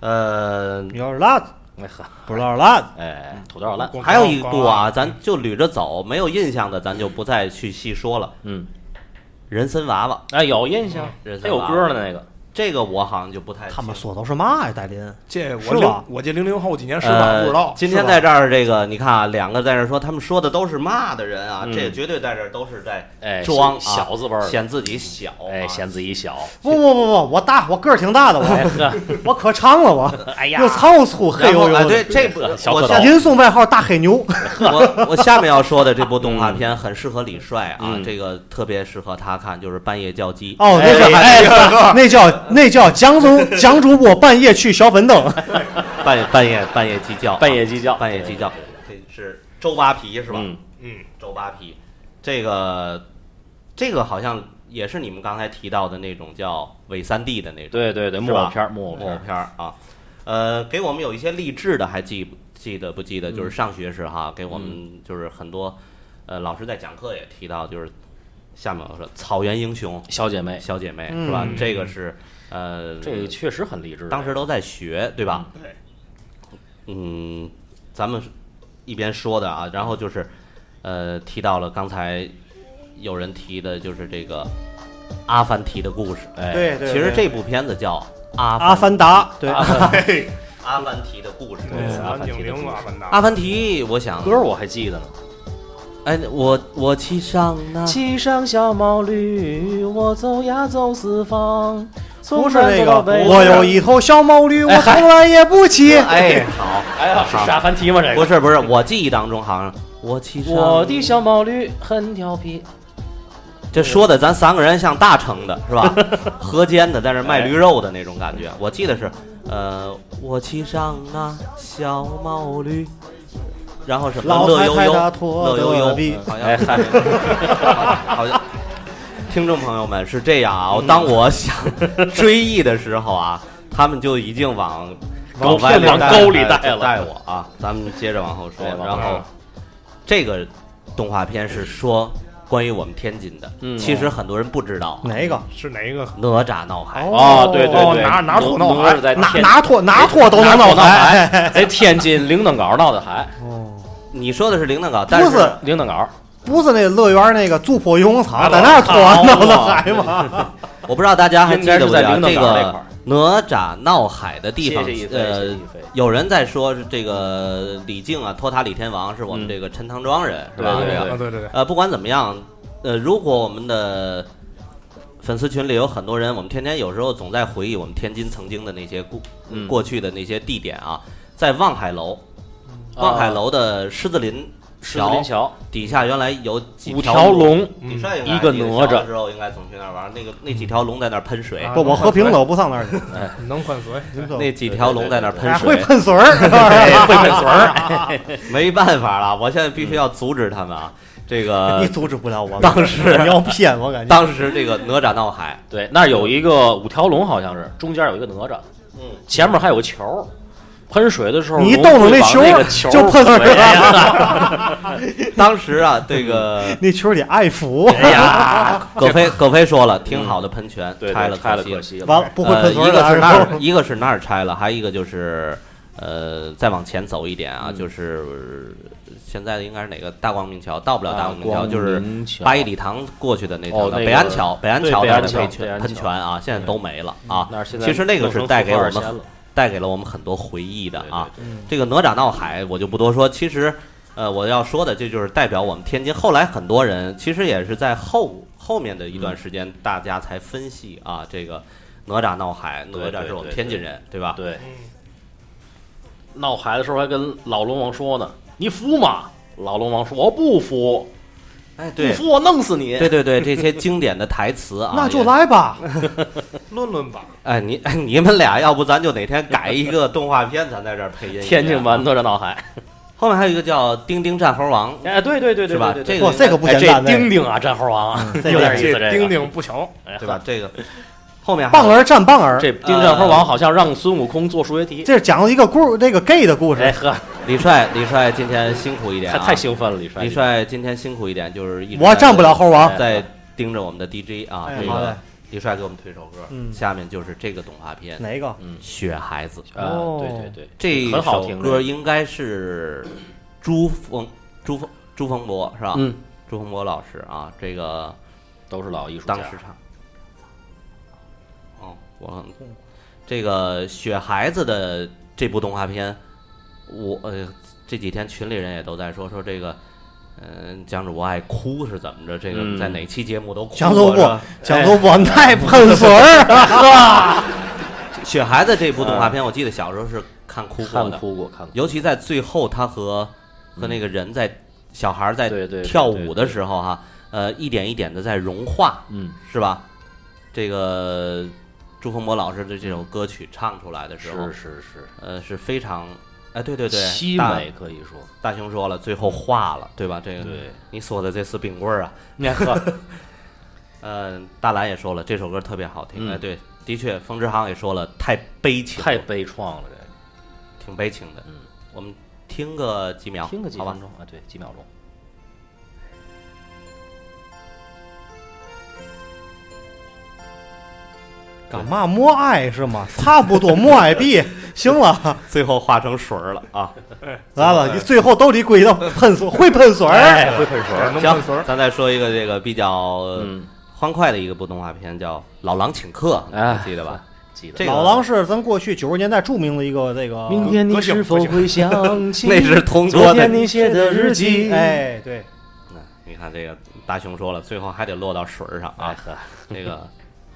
Speaker 4: 呃，
Speaker 3: 你要是辣子，
Speaker 5: 哎呵，
Speaker 3: 不是辣子，
Speaker 5: 哎，土豆烂，
Speaker 4: 还有一部啊，咱就捋着走，没有印象的咱就不再去细说了。
Speaker 5: 嗯，
Speaker 4: 人参娃娃
Speaker 5: 哎，有印象，
Speaker 4: 嗯人参
Speaker 5: 还有
Speaker 4: 娃
Speaker 5: 歌呢那个，
Speaker 4: 这个我好像就不太
Speaker 3: 他
Speaker 4: 清
Speaker 3: 们
Speaker 4: 楚
Speaker 3: 说都是嘛呀，戴林？
Speaker 6: 这
Speaker 3: 是
Speaker 6: 我
Speaker 3: 吧
Speaker 6: 零我这零零后几年生长
Speaker 4: 呃
Speaker 6: 不知道。
Speaker 4: 今天
Speaker 6: 是吧
Speaker 4: 在这儿，这个你看啊，两个在这儿说，他们说的都是骂的人啊，
Speaker 5: 嗯
Speaker 4: 这绝对在这儿都是在
Speaker 5: 哎
Speaker 4: 装啊
Speaker 5: 小字辈儿的
Speaker 4: 显自己小啊，
Speaker 5: 哎，嫌自己小，
Speaker 3: 不不不不，我大，我个儿挺大的，
Speaker 5: 哎
Speaker 3: 我
Speaker 5: 呵，
Speaker 3: 我可长了，我
Speaker 5: 哎呀
Speaker 3: 又，糙又粗，黑
Speaker 4: 然后
Speaker 5: 哎
Speaker 3: 黝
Speaker 4: 啊，
Speaker 3: 黝
Speaker 4: 对
Speaker 3: 的。
Speaker 4: 这部
Speaker 5: 小
Speaker 4: 我
Speaker 5: 蝌
Speaker 4: 下
Speaker 5: 蚪
Speaker 3: 人送外号大黑牛，
Speaker 4: *laughs* 我我下面要说的这部动画片很适合李帅啊，这个特别适合他看，就是《半夜叫鸡》
Speaker 3: 哦，那
Speaker 5: 哎
Speaker 3: 叫
Speaker 5: 哎
Speaker 3: 那叫那叫蒋总蒋主播半夜去小粉灯，
Speaker 4: 半夜半夜半夜鸡叫，啊
Speaker 5: 半夜鸡叫，
Speaker 4: 半夜鸡叫，这是周扒皮是吧？
Speaker 5: 嗯
Speaker 4: 嗯，周扒皮，这个这个好像也是你们刚才提到的那种叫伪三 D 的那种
Speaker 5: 对对对，
Speaker 4: 是
Speaker 5: 木
Speaker 4: 吧
Speaker 5: 偶片儿，木偶
Speaker 4: 木
Speaker 5: 片
Speaker 4: 偶
Speaker 5: 儿，
Speaker 4: 片儿啊，呃，给我们有一些励志的，还记不记得不记得？就是上学时哈，给我们就是很多呃老师在讲课也提到，就是下面我说草原英雄
Speaker 5: 小姐妹，
Speaker 4: 小姐妹是吧？这个是呃，
Speaker 5: 这个确实很励志，
Speaker 4: 当时都在学，对吧？
Speaker 6: 对，
Speaker 4: 嗯，咱们一边说的啊，然后就是，呃，提到了刚才有人提的，就是这个阿凡提的故事。哎，
Speaker 3: 对对
Speaker 4: 其实
Speaker 3: 对
Speaker 4: 这部片子叫《阿
Speaker 3: 阿凡达，对，
Speaker 4: 阿凡
Speaker 6: 嘿，
Speaker 4: 阿凡提的故事》
Speaker 6: 对，
Speaker 4: 阿
Speaker 6: 三
Speaker 4: 凡提
Speaker 6: 警
Speaker 4: 的故
Speaker 6: 铃
Speaker 4: 事。
Speaker 6: 啊，完蛋。
Speaker 4: 阿凡提，我想，
Speaker 5: 歌我还记得呢。
Speaker 4: 哎，我我骑上那
Speaker 5: 骑上小毛驴，我走呀走四方，
Speaker 3: 不
Speaker 5: 从
Speaker 3: 是那
Speaker 5: 南走
Speaker 3: 个
Speaker 5: 到，北。
Speaker 3: 我有一头小毛驴，我从来也不骑。
Speaker 4: 哎，好，
Speaker 5: *laughs* 哎呀，是阿凡提吗？这
Speaker 4: 不
Speaker 5: 个
Speaker 4: 是不是，我记忆当中好像我骑上
Speaker 5: 我的小毛驴很调皮，
Speaker 4: 这说的咱三个人像大城的是
Speaker 5: *laughs*
Speaker 4: 吧？河间的，在那
Speaker 5: 哎
Speaker 4: 卖驴肉的那种感觉。我记得是，呃，我骑上那小毛驴，然后什么
Speaker 3: 老
Speaker 4: 乐
Speaker 3: 太
Speaker 4: 悠
Speaker 3: 太
Speaker 4: 悠，
Speaker 3: 的驼
Speaker 4: 乐悠
Speaker 3: 的
Speaker 4: 悠嗯
Speaker 3: 臂，
Speaker 4: 好
Speaker 5: 哎
Speaker 4: 像好像好像。听众朋友们是这样
Speaker 5: 嗯
Speaker 4: 啊，当我想追忆的时候啊，他们就已经往
Speaker 5: 往
Speaker 4: 外面
Speaker 5: 往沟里带
Speaker 4: 带
Speaker 5: 了
Speaker 4: 带我啊。咱们接着往后说，
Speaker 5: 哎往
Speaker 4: 然
Speaker 5: 后
Speaker 4: 后这个动画片是说关于我们天津的，
Speaker 5: 嗯
Speaker 4: 其实很多人不知道
Speaker 3: 哪个？
Speaker 6: 是哪一个？
Speaker 4: 哪吒闹海。
Speaker 5: 啊，对对
Speaker 6: 哦
Speaker 5: 对，
Speaker 6: 拿拿土闹海
Speaker 5: 哪在
Speaker 3: 拿
Speaker 5: 天
Speaker 3: 拿拖拿拖都能闹
Speaker 5: 拿
Speaker 3: 台。
Speaker 5: 海，在天津铃铛杆闹的海，
Speaker 4: 你说的是铃铛稿，但
Speaker 3: 不是
Speaker 5: 铃铛杆
Speaker 3: 不是那乐园那个住破游泳场，
Speaker 5: 啊
Speaker 3: 在那儿拖
Speaker 5: 老
Speaker 3: 闹的
Speaker 5: 老
Speaker 3: 海吗？
Speaker 4: 我不知道大家还记得不记得啊
Speaker 5: 应该
Speaker 4: 这
Speaker 5: 是在铃铛港那块
Speaker 4: 个
Speaker 5: 儿
Speaker 4: 哪吒闹海的地方
Speaker 5: 谢谢一，飞谢谢
Speaker 4: 呃
Speaker 5: 一飞，
Speaker 4: 有人在说是这个李靖啊，托塔李天王是我们这个陈塘庄人，是吧？
Speaker 5: 嗯
Speaker 4: 这
Speaker 5: 对对
Speaker 4: 个
Speaker 6: 啊，对对对，
Speaker 4: 呃，不管怎么样，呃，如果我们的粉丝群里有很多人，我们天天有时候总在回忆我们天津曾经的那些过、
Speaker 5: 嗯
Speaker 4: 过去的那些地点啊，在望海楼，望海楼的狮子林
Speaker 5: 嗯啊狮子
Speaker 4: 桥 *laughs*
Speaker 5: 林桥，
Speaker 4: 底下原来有几
Speaker 5: 五条
Speaker 4: 龙。
Speaker 5: 龙，
Speaker 4: 李帅应该
Speaker 5: 一个
Speaker 4: 记得
Speaker 5: 哪
Speaker 4: 小的
Speaker 5: 吒
Speaker 4: 时候应该总去那儿玩，那个那几条龙在那儿喷水，
Speaker 6: 啊
Speaker 3: 不，我喝平了，我不上那儿去。
Speaker 6: 能换水。
Speaker 4: 那几条龙在那儿
Speaker 3: 哎
Speaker 4: 喷
Speaker 3: 会
Speaker 4: 水，
Speaker 3: 喷水儿，
Speaker 5: *laughs*
Speaker 3: 会喷水儿，
Speaker 4: 没办法了，我现在必须要阻止他们啊！这
Speaker 3: 你
Speaker 5: *laughs*
Speaker 4: 个
Speaker 3: 阻止不了我。
Speaker 4: 当时
Speaker 3: 你要骗我，感觉。
Speaker 4: 当时这个哪吒闹海，
Speaker 5: 对，那儿有一个五条龙，好像是中间有一个哪吒，
Speaker 4: 嗯，
Speaker 5: 前面还有个球儿，喷水的时候
Speaker 3: 你一
Speaker 5: 龙
Speaker 3: 动了
Speaker 5: 会
Speaker 3: 那
Speaker 5: 往
Speaker 3: 球
Speaker 5: 那
Speaker 3: 儿
Speaker 5: 个球
Speaker 3: 就
Speaker 5: 儿
Speaker 3: 喷水
Speaker 5: 回来
Speaker 3: 了
Speaker 4: 当时啊，这个
Speaker 3: 那球里爱抚，
Speaker 5: 哎呀，
Speaker 4: 葛飞，葛飞说了，挺好的喷泉
Speaker 5: 嗯对，
Speaker 4: 拆
Speaker 5: 了
Speaker 4: 了，
Speaker 5: 拆
Speaker 4: 了，
Speaker 5: 可惜了。
Speaker 3: 完了不会
Speaker 4: 呃，
Speaker 3: 喷
Speaker 4: 一
Speaker 3: 水儿
Speaker 4: 个
Speaker 3: 了。
Speaker 4: 是那
Speaker 3: 还
Speaker 4: 儿，一个是那儿拆了，还有一个就是，呃，再往前走一点
Speaker 5: 嗯
Speaker 4: 啊，就是呃现在应该是哪个大光明桥，到不了大光明
Speaker 5: 大
Speaker 4: 桥，
Speaker 5: 光明
Speaker 4: 就是
Speaker 5: 桥
Speaker 4: 八一礼堂过去的那条
Speaker 5: 哦那个
Speaker 4: 北安桥，北安
Speaker 5: 对
Speaker 4: 桥
Speaker 5: 北
Speaker 4: 那儿
Speaker 5: 安
Speaker 4: 的
Speaker 5: 桥
Speaker 4: 喷
Speaker 5: 北
Speaker 4: 泉
Speaker 5: 安
Speaker 4: 喷
Speaker 5: 桥嗯
Speaker 4: 泉啊，现在都没了啊
Speaker 5: 那儿现。在
Speaker 4: 其实那个是带给我
Speaker 5: 弄成
Speaker 4: 们
Speaker 5: 伏尔
Speaker 4: 带给了我们很多回忆的啊。这个哪吒闹海我就不多说，其实，呃，我要说的这就是代表我们天津。后来很多人其实也是在后后面的一
Speaker 5: 嗯
Speaker 4: 段时间，大家才分析啊，这个哪吒闹海，哪
Speaker 5: 对
Speaker 4: 吒
Speaker 5: 对
Speaker 4: 是我们
Speaker 5: 对
Speaker 4: 天津
Speaker 5: 对
Speaker 4: 人，对吧？
Speaker 5: 对，闹海的时候还跟老龙王说呢：“你服吗？”老龙王说：“我不服，
Speaker 4: 哎，
Speaker 5: 不
Speaker 4: 对。
Speaker 5: 服我弄死你。”
Speaker 4: 对对对，这些经典的台词啊，
Speaker 3: *laughs* 那就
Speaker 4: 也
Speaker 3: 来吧，
Speaker 6: 论论吧，
Speaker 4: 哎，你 *laughs* 你们俩，要不咱就哪天改一个动画片，咱在这儿配音乐啊。
Speaker 5: 天津版哪吒闹海，
Speaker 4: 后面还有一个叫《丁丁战猴王》，
Speaker 5: 哎，对对对对，
Speaker 4: 是吧
Speaker 5: 对
Speaker 4: 这
Speaker 5: 对
Speaker 4: 个
Speaker 3: 哇，这可不
Speaker 5: 哎
Speaker 3: 简
Speaker 5: 这
Speaker 3: 单。
Speaker 4: 嗯
Speaker 5: 丁丁啊，战猴王啊，有点意思，
Speaker 6: 这
Speaker 5: 这个 *laughs*
Speaker 6: 钉钉不巧，
Speaker 5: 哎
Speaker 4: 对吧？？这个后面还有
Speaker 3: 棒儿战棒儿，
Speaker 5: 这丁占和王好像让孙悟空做数学题。
Speaker 3: 这是讲了一个故那个 gay 的故
Speaker 5: 哎
Speaker 3: 事，
Speaker 5: 呵，
Speaker 4: 李帅，李帅今天辛苦一点、
Speaker 5: 太
Speaker 4: 啊，
Speaker 5: 太兴奋了，李帅。
Speaker 4: 李帅今天辛苦一点，就是一直
Speaker 3: 我
Speaker 4: 在
Speaker 3: 占不了猴王。
Speaker 4: 在盯着我们的 DJ 啊。
Speaker 3: 哎
Speaker 4: 这
Speaker 3: 好嘞
Speaker 4: 个李帅给我们推首歌，
Speaker 3: 嗯
Speaker 4: 下面就是这个动画片《
Speaker 3: 哪一个？
Speaker 4: 雪孩子》
Speaker 5: 啊，
Speaker 3: 哦
Speaker 5: 对对对，
Speaker 4: 这
Speaker 5: 很好
Speaker 4: 首
Speaker 5: 听。
Speaker 4: 歌应该是朱峰朱峰朱峰博是吧？
Speaker 5: 嗯，
Speaker 4: 朱峰博老师啊，这个
Speaker 5: 都是老艺术家。
Speaker 4: 当时唱。哦，我很这个《雪孩子》的这部动画片，我呃这几天群里人也都在说说这个，嗯、蒋主播爱哭是怎么着？这个
Speaker 5: 嗯
Speaker 4: 在哪期节目都哭
Speaker 3: 讲说
Speaker 4: 过是
Speaker 3: 过
Speaker 4: 吧。，
Speaker 3: 讲说我太喷水儿了，
Speaker 4: 雪孩子》这部动画片，我记得小时候是看哭过
Speaker 5: 看
Speaker 4: 的，
Speaker 5: 哭过，看哭。
Speaker 4: 尤其在最后他和和那个人在、小孩在
Speaker 5: 嗯对对对
Speaker 4: 跳
Speaker 5: 对
Speaker 4: 舞的时候哈、呃，一点一点的在融化，
Speaker 5: 嗯，
Speaker 4: 是吧？这个朱逢博老师的这首歌曲唱出来的时候，
Speaker 5: 是是是，
Speaker 4: 呃，是非常，哎，对对对，
Speaker 5: 凄
Speaker 4: 大
Speaker 5: 美可以说。
Speaker 4: 大雄说了，最后化了，对吧？这个
Speaker 5: 对，
Speaker 4: 你说的这是冰棍儿啊。
Speaker 5: 那呵，
Speaker 4: *laughs* 嗯、大蓝也说了，这首歌特别好听。
Speaker 5: 嗯
Speaker 4: 哎，对，的确，风之航也说了，太悲情了，
Speaker 5: 太悲怆了，这
Speaker 4: 挺悲情的。
Speaker 5: 嗯，
Speaker 4: 我们听个几秒，
Speaker 5: 听个几
Speaker 4: 好吧
Speaker 5: 分？钟啊，对，几秒钟。
Speaker 3: 干嘛默哀是吗？差不多默哀毕，行了，
Speaker 4: 最后化成水儿了
Speaker 5: *laughs*
Speaker 4: 啊！
Speaker 3: 完了，最后都得归到喷水，会喷水儿。
Speaker 5: 哎，会喷水儿。
Speaker 6: 能
Speaker 4: 行
Speaker 6: 喷水儿，
Speaker 4: 咱再说一个这个比较
Speaker 5: 嗯，
Speaker 4: 欢快的一个部动画片，叫《老狼请客》，
Speaker 5: 哎
Speaker 4: 你记得吧？
Speaker 5: 记得。
Speaker 4: 这个
Speaker 3: 老狼是咱过去九十年代著名的一个这个，
Speaker 5: 明天你
Speaker 6: 歌星
Speaker 5: 是否
Speaker 6: 歌星
Speaker 5: 会想起？
Speaker 4: 那是同桌
Speaker 5: 昨
Speaker 4: 的
Speaker 5: 天你写的日记。
Speaker 3: 哎，对，
Speaker 4: 嗯你看这个大雄说了，最后还得落到水儿上
Speaker 5: 哎
Speaker 4: 啊。
Speaker 5: 呵，
Speaker 4: 这个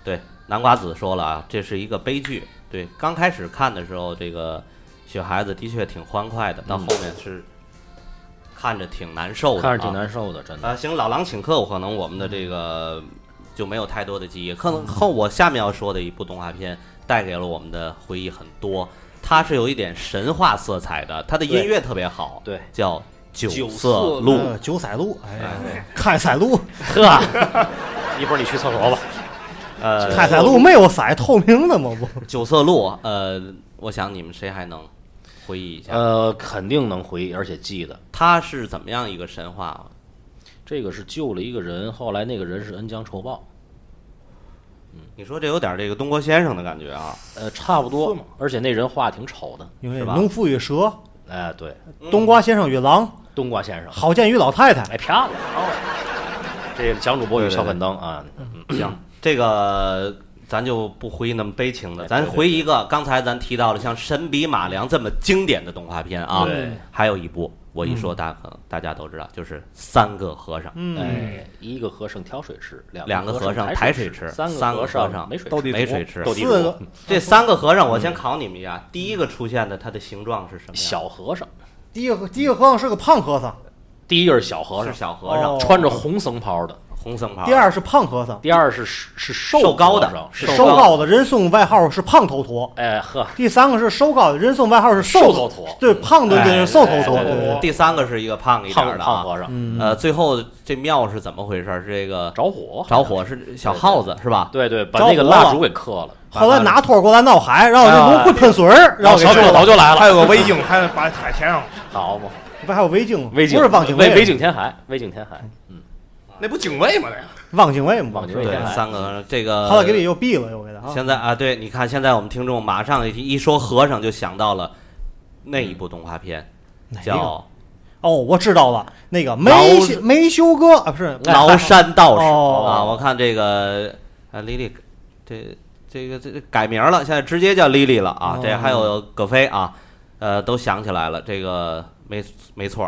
Speaker 4: 对南瓜子说了啊，这是一个悲剧。对，刚开始看的时候，这个雪孩子的确挺欢快的，到后面是看着挺难受的、啊，
Speaker 5: 看着挺难受的，真的。
Speaker 4: 啊，行，老狼请客，我可能我们的
Speaker 5: 嗯
Speaker 4: 这个就没有太多的记忆。可能后我下面要说的一部动画片，带给了我们的回忆很多。它是有一点神话色彩的，它的音乐特别好，
Speaker 5: 对
Speaker 4: 叫《九
Speaker 5: 九
Speaker 4: 色
Speaker 5: 色
Speaker 4: 鹿》。
Speaker 3: 呃九彩鹿，哎，看彩鹿，
Speaker 5: 呵， *laughs* 一会儿你去厕所吧。哎
Speaker 4: 呃，
Speaker 3: 看彩鹿没有彩，透明的嘛不？
Speaker 4: 九色鹿，呃，我想你们谁还能回忆一下？
Speaker 5: 呃，肯定能回忆，而且记得。
Speaker 4: 它是怎么样一个神话？
Speaker 5: 这个是救了一个人，后来那个人是恩将仇报，
Speaker 4: 你说这有点这个东郭先生的感觉啊，
Speaker 5: 呃，差不
Speaker 6: 是
Speaker 5: 多
Speaker 6: 吗。
Speaker 5: 而且那人画挺丑的，
Speaker 3: 因为
Speaker 4: 是吧
Speaker 3: 农夫与蛇，
Speaker 5: 哎，对，
Speaker 3: 冬瓜先生与狼，
Speaker 5: 冬瓜先生，
Speaker 3: 郝建与老太太，
Speaker 5: 哎，漂亮。这个蒋主播与小粉灯啊，
Speaker 4: 行，嗯这个咱就不回忆那么悲情的，
Speaker 5: 对
Speaker 4: 咱
Speaker 5: 对对
Speaker 4: 回忆一个刚才咱提到了像《神笔马良》这么经典的动画片啊
Speaker 5: 对，
Speaker 4: 还有一部我一说大家可能大家都知道，就是《三个和尚》，
Speaker 5: 哎，一个和尚挑水吃，
Speaker 4: 两
Speaker 5: 个
Speaker 4: 个
Speaker 5: 和
Speaker 4: 和尚
Speaker 5: 抬
Speaker 4: 抬水
Speaker 5: 吃，
Speaker 4: 吃，
Speaker 5: 三
Speaker 4: 三
Speaker 5: 和
Speaker 4: 个和尚
Speaker 5: 没水
Speaker 6: 斗地
Speaker 5: 吃。
Speaker 6: 主
Speaker 4: 没水吃。
Speaker 5: 斗地
Speaker 3: 四个
Speaker 5: 主，
Speaker 4: 这三个和尚，我先考你们一下，第一个出现的他的形状是什么样？
Speaker 5: 小和尚，
Speaker 3: 第一个第一个和尚是个胖和尚，
Speaker 5: 第一个是小和
Speaker 4: 是
Speaker 5: 尚，
Speaker 4: 小和尚
Speaker 3: 哦，
Speaker 5: 穿着红僧袍的，
Speaker 4: 红僧袍。
Speaker 3: 第二是胖和尚，
Speaker 5: 第二是是
Speaker 4: 瘦高的
Speaker 5: 和尚
Speaker 4: 是
Speaker 3: 收高的人送外号是胖头陀。
Speaker 5: 哎呵，
Speaker 3: 第三个是收高的人送外号是
Speaker 5: 瘦
Speaker 3: 头
Speaker 5: 头陀
Speaker 3: 对，胖墩墩是瘦头陀，
Speaker 5: 哎
Speaker 3: 对对对
Speaker 4: 第三个是一个胖一点
Speaker 5: 胖
Speaker 4: 的
Speaker 5: 胖
Speaker 4: 啊，
Speaker 5: 和尚
Speaker 4: 呃，最后这庙是怎么回事？是这个
Speaker 5: 着火，
Speaker 4: 着火是小耗子是吧？
Speaker 5: 对对，把
Speaker 3: 着
Speaker 5: 那个
Speaker 3: 火
Speaker 5: 蜡
Speaker 3: 了
Speaker 5: 烛给磕了，
Speaker 3: 后来拿托过来闹海，
Speaker 5: 啊
Speaker 3: 然后这龙会喷水儿，然后给
Speaker 5: 小
Speaker 3: 救
Speaker 5: 狗头
Speaker 3: 了。
Speaker 5: 就来
Speaker 6: 还
Speaker 5: 了，
Speaker 6: 有个围巾，还把海填上了，
Speaker 5: 好嘛，
Speaker 3: 不还有魏精吗？
Speaker 5: 魏景
Speaker 3: 不是汪精
Speaker 5: 魏
Speaker 3: 卫，
Speaker 5: 魏景天海，魏景天海，嗯，
Speaker 6: 那不警卫吗？那个
Speaker 3: 汪精卫吗？
Speaker 5: 汪精卫嗯
Speaker 4: 对，三个和尚这个
Speaker 3: 后来给你又毙了，又给他啊。
Speaker 4: 现在啊，对，你看现在我们听众马上一一说和尚就想到了那一部动画片，
Speaker 3: 嗯一个
Speaker 4: 叫
Speaker 3: 哦，我知道了，那个
Speaker 4: 老
Speaker 3: 梅修梅修哥啊，不是
Speaker 5: 哎
Speaker 4: 《 *laughs* 崂山道士》
Speaker 3: 哦
Speaker 4: 啊。我看这个啊，丽丽，这这个这这改名了，现在直接叫丽丽了啊
Speaker 3: 哦。
Speaker 4: 这还有葛飞啊，呃，都想起来了，这个没没错，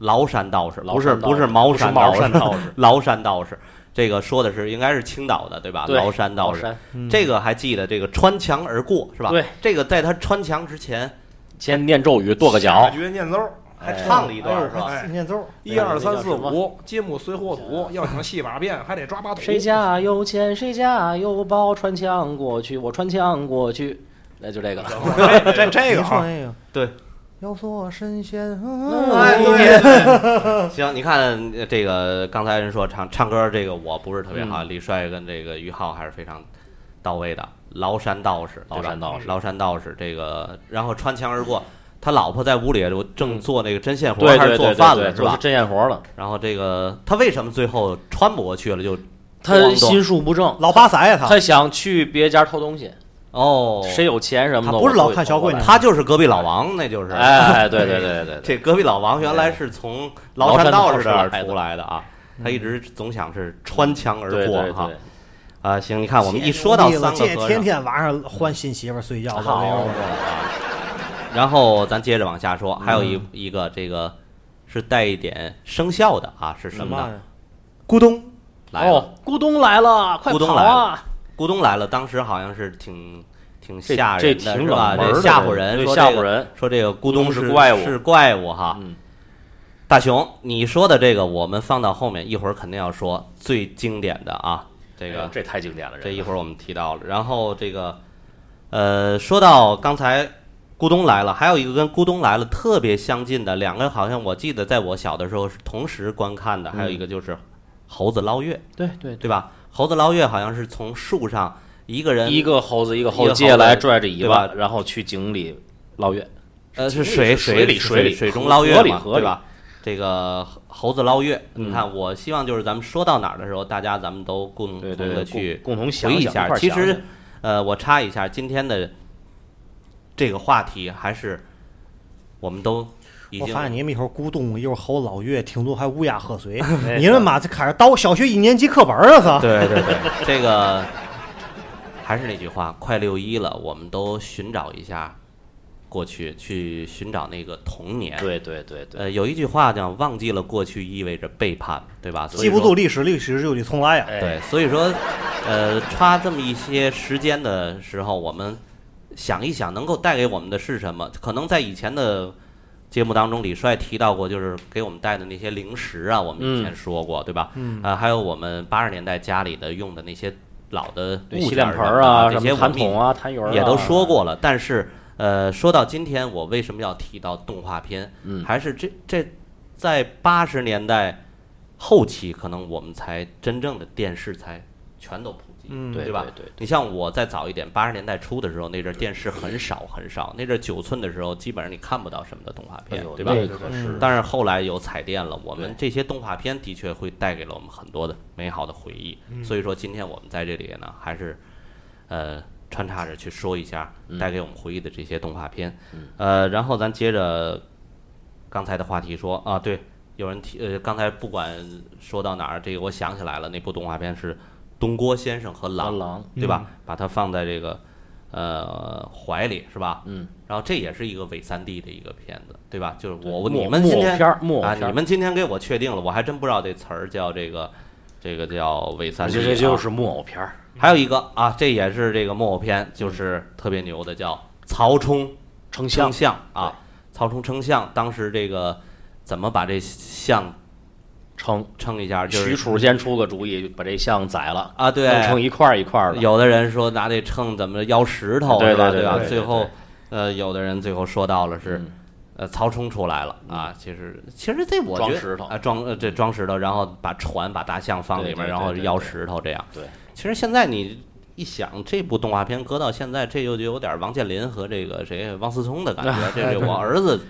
Speaker 4: 崂山道士，不是
Speaker 5: 崂山道士
Speaker 4: 不是茅山
Speaker 5: 不是茅
Speaker 4: 士
Speaker 5: 山道 *laughs* 士，
Speaker 4: 崂山道士。这个说的是应该是青岛的对吧？
Speaker 5: 对
Speaker 4: 崂山道
Speaker 5: 崂
Speaker 4: 士
Speaker 5: 山，嗯
Speaker 4: 这个还记得这个穿墙而过是吧？
Speaker 5: 对，
Speaker 4: 这个在他穿墙之前，
Speaker 5: 先念咒语跺个脚
Speaker 6: 感，觉念奏儿，
Speaker 4: 还唱了一
Speaker 3: 哎
Speaker 4: 段
Speaker 3: 呦
Speaker 4: 是吧？
Speaker 3: 我念咒，
Speaker 6: 一二三四五，金木水火土，要想戏法变，还得抓把土。
Speaker 5: 谁家有钱谁家有宝，穿墙过去，我穿墙过去，那就这个了。
Speaker 6: 这这这个
Speaker 3: 你说
Speaker 6: 啊，
Speaker 3: 那个
Speaker 4: 对，
Speaker 3: 要做神仙
Speaker 4: 哎，
Speaker 5: 嗯
Speaker 3: 啊，
Speaker 4: 对对对，行，你看呃这
Speaker 5: 嗯
Speaker 4: 个刚才人说唱唱歌这个我不是特别好，李帅跟这个于浩还是非常到位的，崂山道士，对吧
Speaker 5: 崂山道士
Speaker 4: 崂山道士这个，然后穿墙而过，他老婆在屋里就正做那个针线活
Speaker 5: 对
Speaker 4: 还
Speaker 5: 嗯对
Speaker 4: 是做
Speaker 5: 对
Speaker 4: 饭
Speaker 5: 对对，
Speaker 4: 了是
Speaker 5: 就是
Speaker 4: 吧？
Speaker 5: 针线活了。
Speaker 4: 然后这个他为什么最后穿不过去了就
Speaker 5: 他心术不正，
Speaker 3: 老八塞呀他
Speaker 5: 他想去别家偷东西，
Speaker 4: 哦，
Speaker 5: 谁有钱什么
Speaker 3: 他
Speaker 5: 的，
Speaker 3: 不是
Speaker 5: 我
Speaker 3: 老
Speaker 5: 会
Speaker 3: 看小鬼
Speaker 5: 偷过来
Speaker 4: 他就是隔壁老王，那就是
Speaker 5: 哎，对
Speaker 4: *laughs*
Speaker 5: 对对对对，
Speaker 4: 这隔壁老王原来是从崂山道士这儿出来的啊，嗯他一直总想是穿墙而
Speaker 5: 对
Speaker 4: 过
Speaker 5: 对
Speaker 4: 哈
Speaker 5: 对，
Speaker 4: 啊，行，你看我们一说到
Speaker 3: 这
Speaker 4: 三个
Speaker 3: 这
Speaker 4: 和
Speaker 3: 天
Speaker 4: 尚，
Speaker 3: 天晚上换新媳妇儿睡觉的，这
Speaker 4: 好
Speaker 3: 样的，
Speaker 4: 然后咱接着往下说，还有一
Speaker 3: 嗯
Speaker 4: 一个这个是带一点生肖的啊，是什
Speaker 3: 什
Speaker 4: 么
Speaker 3: 么
Speaker 4: 呢？咕咚来了，
Speaker 5: 哦，咕咚来了，快
Speaker 4: 咕咚
Speaker 5: 跑
Speaker 4: 来
Speaker 5: 啊！
Speaker 4: 咕咚来了，当时好像是挺挺
Speaker 5: 这
Speaker 4: 吓
Speaker 5: 这
Speaker 4: 人的，
Speaker 5: 挺
Speaker 4: 是吧？
Speaker 5: 冷门
Speaker 4: 这
Speaker 5: 的
Speaker 4: 吓
Speaker 5: 这
Speaker 4: 唬
Speaker 5: 个
Speaker 4: 人，
Speaker 5: 对
Speaker 4: 说
Speaker 5: 吓
Speaker 4: 这
Speaker 5: 唬
Speaker 4: 个
Speaker 5: 人，
Speaker 4: 说这个咕
Speaker 5: 咚
Speaker 4: 咚
Speaker 5: 是怪物
Speaker 4: 是怪物哈。
Speaker 5: 嗯，
Speaker 4: 大熊，你说的这个我们放到后面，一会儿肯定要说最经典的啊，这
Speaker 5: 这
Speaker 4: 个
Speaker 5: 哎这太经典了，
Speaker 4: 这一
Speaker 5: 个
Speaker 4: 会儿我们提到了。然后这个，呃，说到刚才咕咚来了，还有一个跟咕咚来了特别相近的，两个好像我记得在我小的时候是同时观看的，还有一
Speaker 5: 嗯
Speaker 4: 个就是猴子捞月，
Speaker 5: 对对
Speaker 4: 对吧？猴子捞月好像是从树上一个人
Speaker 5: 一个猴子一个
Speaker 4: 一
Speaker 5: 猴
Speaker 4: 个
Speaker 5: 子接下
Speaker 4: 猴
Speaker 5: 来
Speaker 4: 子
Speaker 5: 拽着尾
Speaker 4: 对
Speaker 5: 巴
Speaker 4: 吧，
Speaker 5: 然后去井里捞月，
Speaker 4: 呃，是
Speaker 5: 井
Speaker 4: 水
Speaker 5: 里是水
Speaker 4: 里
Speaker 5: 里
Speaker 4: 水
Speaker 5: 水里
Speaker 4: 水中
Speaker 5: 河
Speaker 4: 捞月
Speaker 5: 河里
Speaker 4: 嘛，
Speaker 5: 河
Speaker 4: 对
Speaker 5: 里
Speaker 4: 吧？这个猴猴子捞月，你
Speaker 5: 嗯
Speaker 4: 看，我希望就是咱们说到哪儿的时候，大家咱们都共
Speaker 5: 对
Speaker 4: 同
Speaker 5: 对
Speaker 4: 的
Speaker 5: 对，
Speaker 4: 去
Speaker 5: 共共同想
Speaker 4: 回忆
Speaker 5: 想
Speaker 4: 下
Speaker 5: 一。块儿
Speaker 4: 其
Speaker 5: 想
Speaker 4: 实
Speaker 5: 想，
Speaker 4: 呃，我插一下，今天的这个话题还是我们都已
Speaker 3: 我
Speaker 4: 经
Speaker 3: 发现你们一会儿咕咚，一会儿吼老岳，听众还乌鸦喝水，
Speaker 5: *laughs* 哎
Speaker 3: 你们妈这开始倒小学一年级课本儿啊！操，
Speaker 4: 对对对，这个还是那句话， *laughs* 快六一了，我们都寻找一下过去，去寻找那个童年。
Speaker 5: *laughs* 对对对对，
Speaker 4: 呃，有一句话叫“忘记了过去意味着背叛”，对吧？所以
Speaker 3: 记不
Speaker 4: 说
Speaker 3: 住历史，历史就得重来呀。啊
Speaker 5: 哎
Speaker 4: 对，所以说，呃，差这么一些时间的时候，我们想一想，能够带给我们的是什么？可能在以前的节目当中，李帅提到过，就是给我们带的那些零食啊，我们以前说过，对吧？嗯。呃，还有我们八十年代家里的用的那些老的
Speaker 5: 对
Speaker 4: 物
Speaker 5: 洗
Speaker 4: 件
Speaker 5: 脸
Speaker 4: 儿
Speaker 5: 盆儿
Speaker 4: 啊，
Speaker 5: 啊，
Speaker 4: 这
Speaker 5: 什
Speaker 4: 些
Speaker 5: 么
Speaker 4: 我
Speaker 5: 痰
Speaker 4: 们
Speaker 5: 桶啊，痰盂儿啊
Speaker 4: 也都说过了，但是呃，说到今天，我为什么要提到动画片？
Speaker 5: 嗯
Speaker 4: 还是这这在八十年代后期，可能我们才真正的电视才全都普及，
Speaker 3: 嗯
Speaker 5: 对
Speaker 4: 吧？
Speaker 5: 对对对
Speaker 4: 你像我再早一点，八十年代初的时候，那阵儿电视很少很少，那阵儿九寸的时候，基本上你看不到什么的动画
Speaker 5: 哎
Speaker 4: 片，
Speaker 5: 呦，
Speaker 4: 对吧？
Speaker 5: 那可是
Speaker 4: 但是嗯后来有彩电了，我们这
Speaker 5: 对
Speaker 4: 些动画片的确会带给了我们很多的美好的回忆。
Speaker 5: 嗯
Speaker 4: 所以说，今天我们在这里呢，还是呃穿插着去说一下
Speaker 5: 嗯
Speaker 4: 带给我们回忆的这些动画片。呃，然后咱接着刚才的话题说啊，对，有人提呃，刚才不管说到哪儿，这个我想起来了，那部动画片是《东郭先生和狼》，
Speaker 5: 和狼嗯
Speaker 4: 对吧？把它放在这个呃怀里是吧？
Speaker 5: 嗯，
Speaker 4: 然后这也是一个伪三 D 的一个片子，对吧？就是我
Speaker 5: 对
Speaker 4: 你
Speaker 5: 木
Speaker 4: 们
Speaker 5: 木
Speaker 4: 今
Speaker 5: 偶
Speaker 4: 天
Speaker 5: 片儿木偶
Speaker 4: 啊，
Speaker 5: 片儿
Speaker 4: 你们今天给我确定了，我还真不知道这词儿叫这个这个叫伪三 D，
Speaker 5: 这
Speaker 4: 啊、
Speaker 5: 这就是木偶片儿，
Speaker 4: 还有一个啊，这也是这个木偶片，就是特别牛的叫曹冲称
Speaker 5: 丞相
Speaker 4: 象啊，曹冲称象，当时这个怎么把这象
Speaker 5: 称
Speaker 4: 称一啊下，就
Speaker 5: 许
Speaker 4: 是
Speaker 5: 褚先出个主意，把这象宰了
Speaker 4: 啊对
Speaker 5: 弄成一块儿一块儿的。
Speaker 4: 有的人说拿这秤怎么摇石头
Speaker 5: 对
Speaker 4: 是吧？
Speaker 5: 对对
Speaker 4: 吧
Speaker 5: 对？对
Speaker 4: 最后
Speaker 5: 对，
Speaker 4: 呃，有的人最后说到了是
Speaker 5: 嗯，
Speaker 4: 呃，曹冲出来了啊。其实其实这我觉
Speaker 5: 装
Speaker 4: 得
Speaker 5: 石头
Speaker 4: 啊，装呃这装石头，然后把船把大象放里
Speaker 5: 对
Speaker 4: 面，
Speaker 5: 对
Speaker 4: 然后
Speaker 5: 对对
Speaker 4: 摇
Speaker 5: 对
Speaker 4: 石头这样。
Speaker 5: 对，
Speaker 4: 其实现在你一想，这部动画片搁到现在，这又就有点王健林和这个谁汪思聪的感
Speaker 5: *laughs*
Speaker 4: 觉。这是我儿子，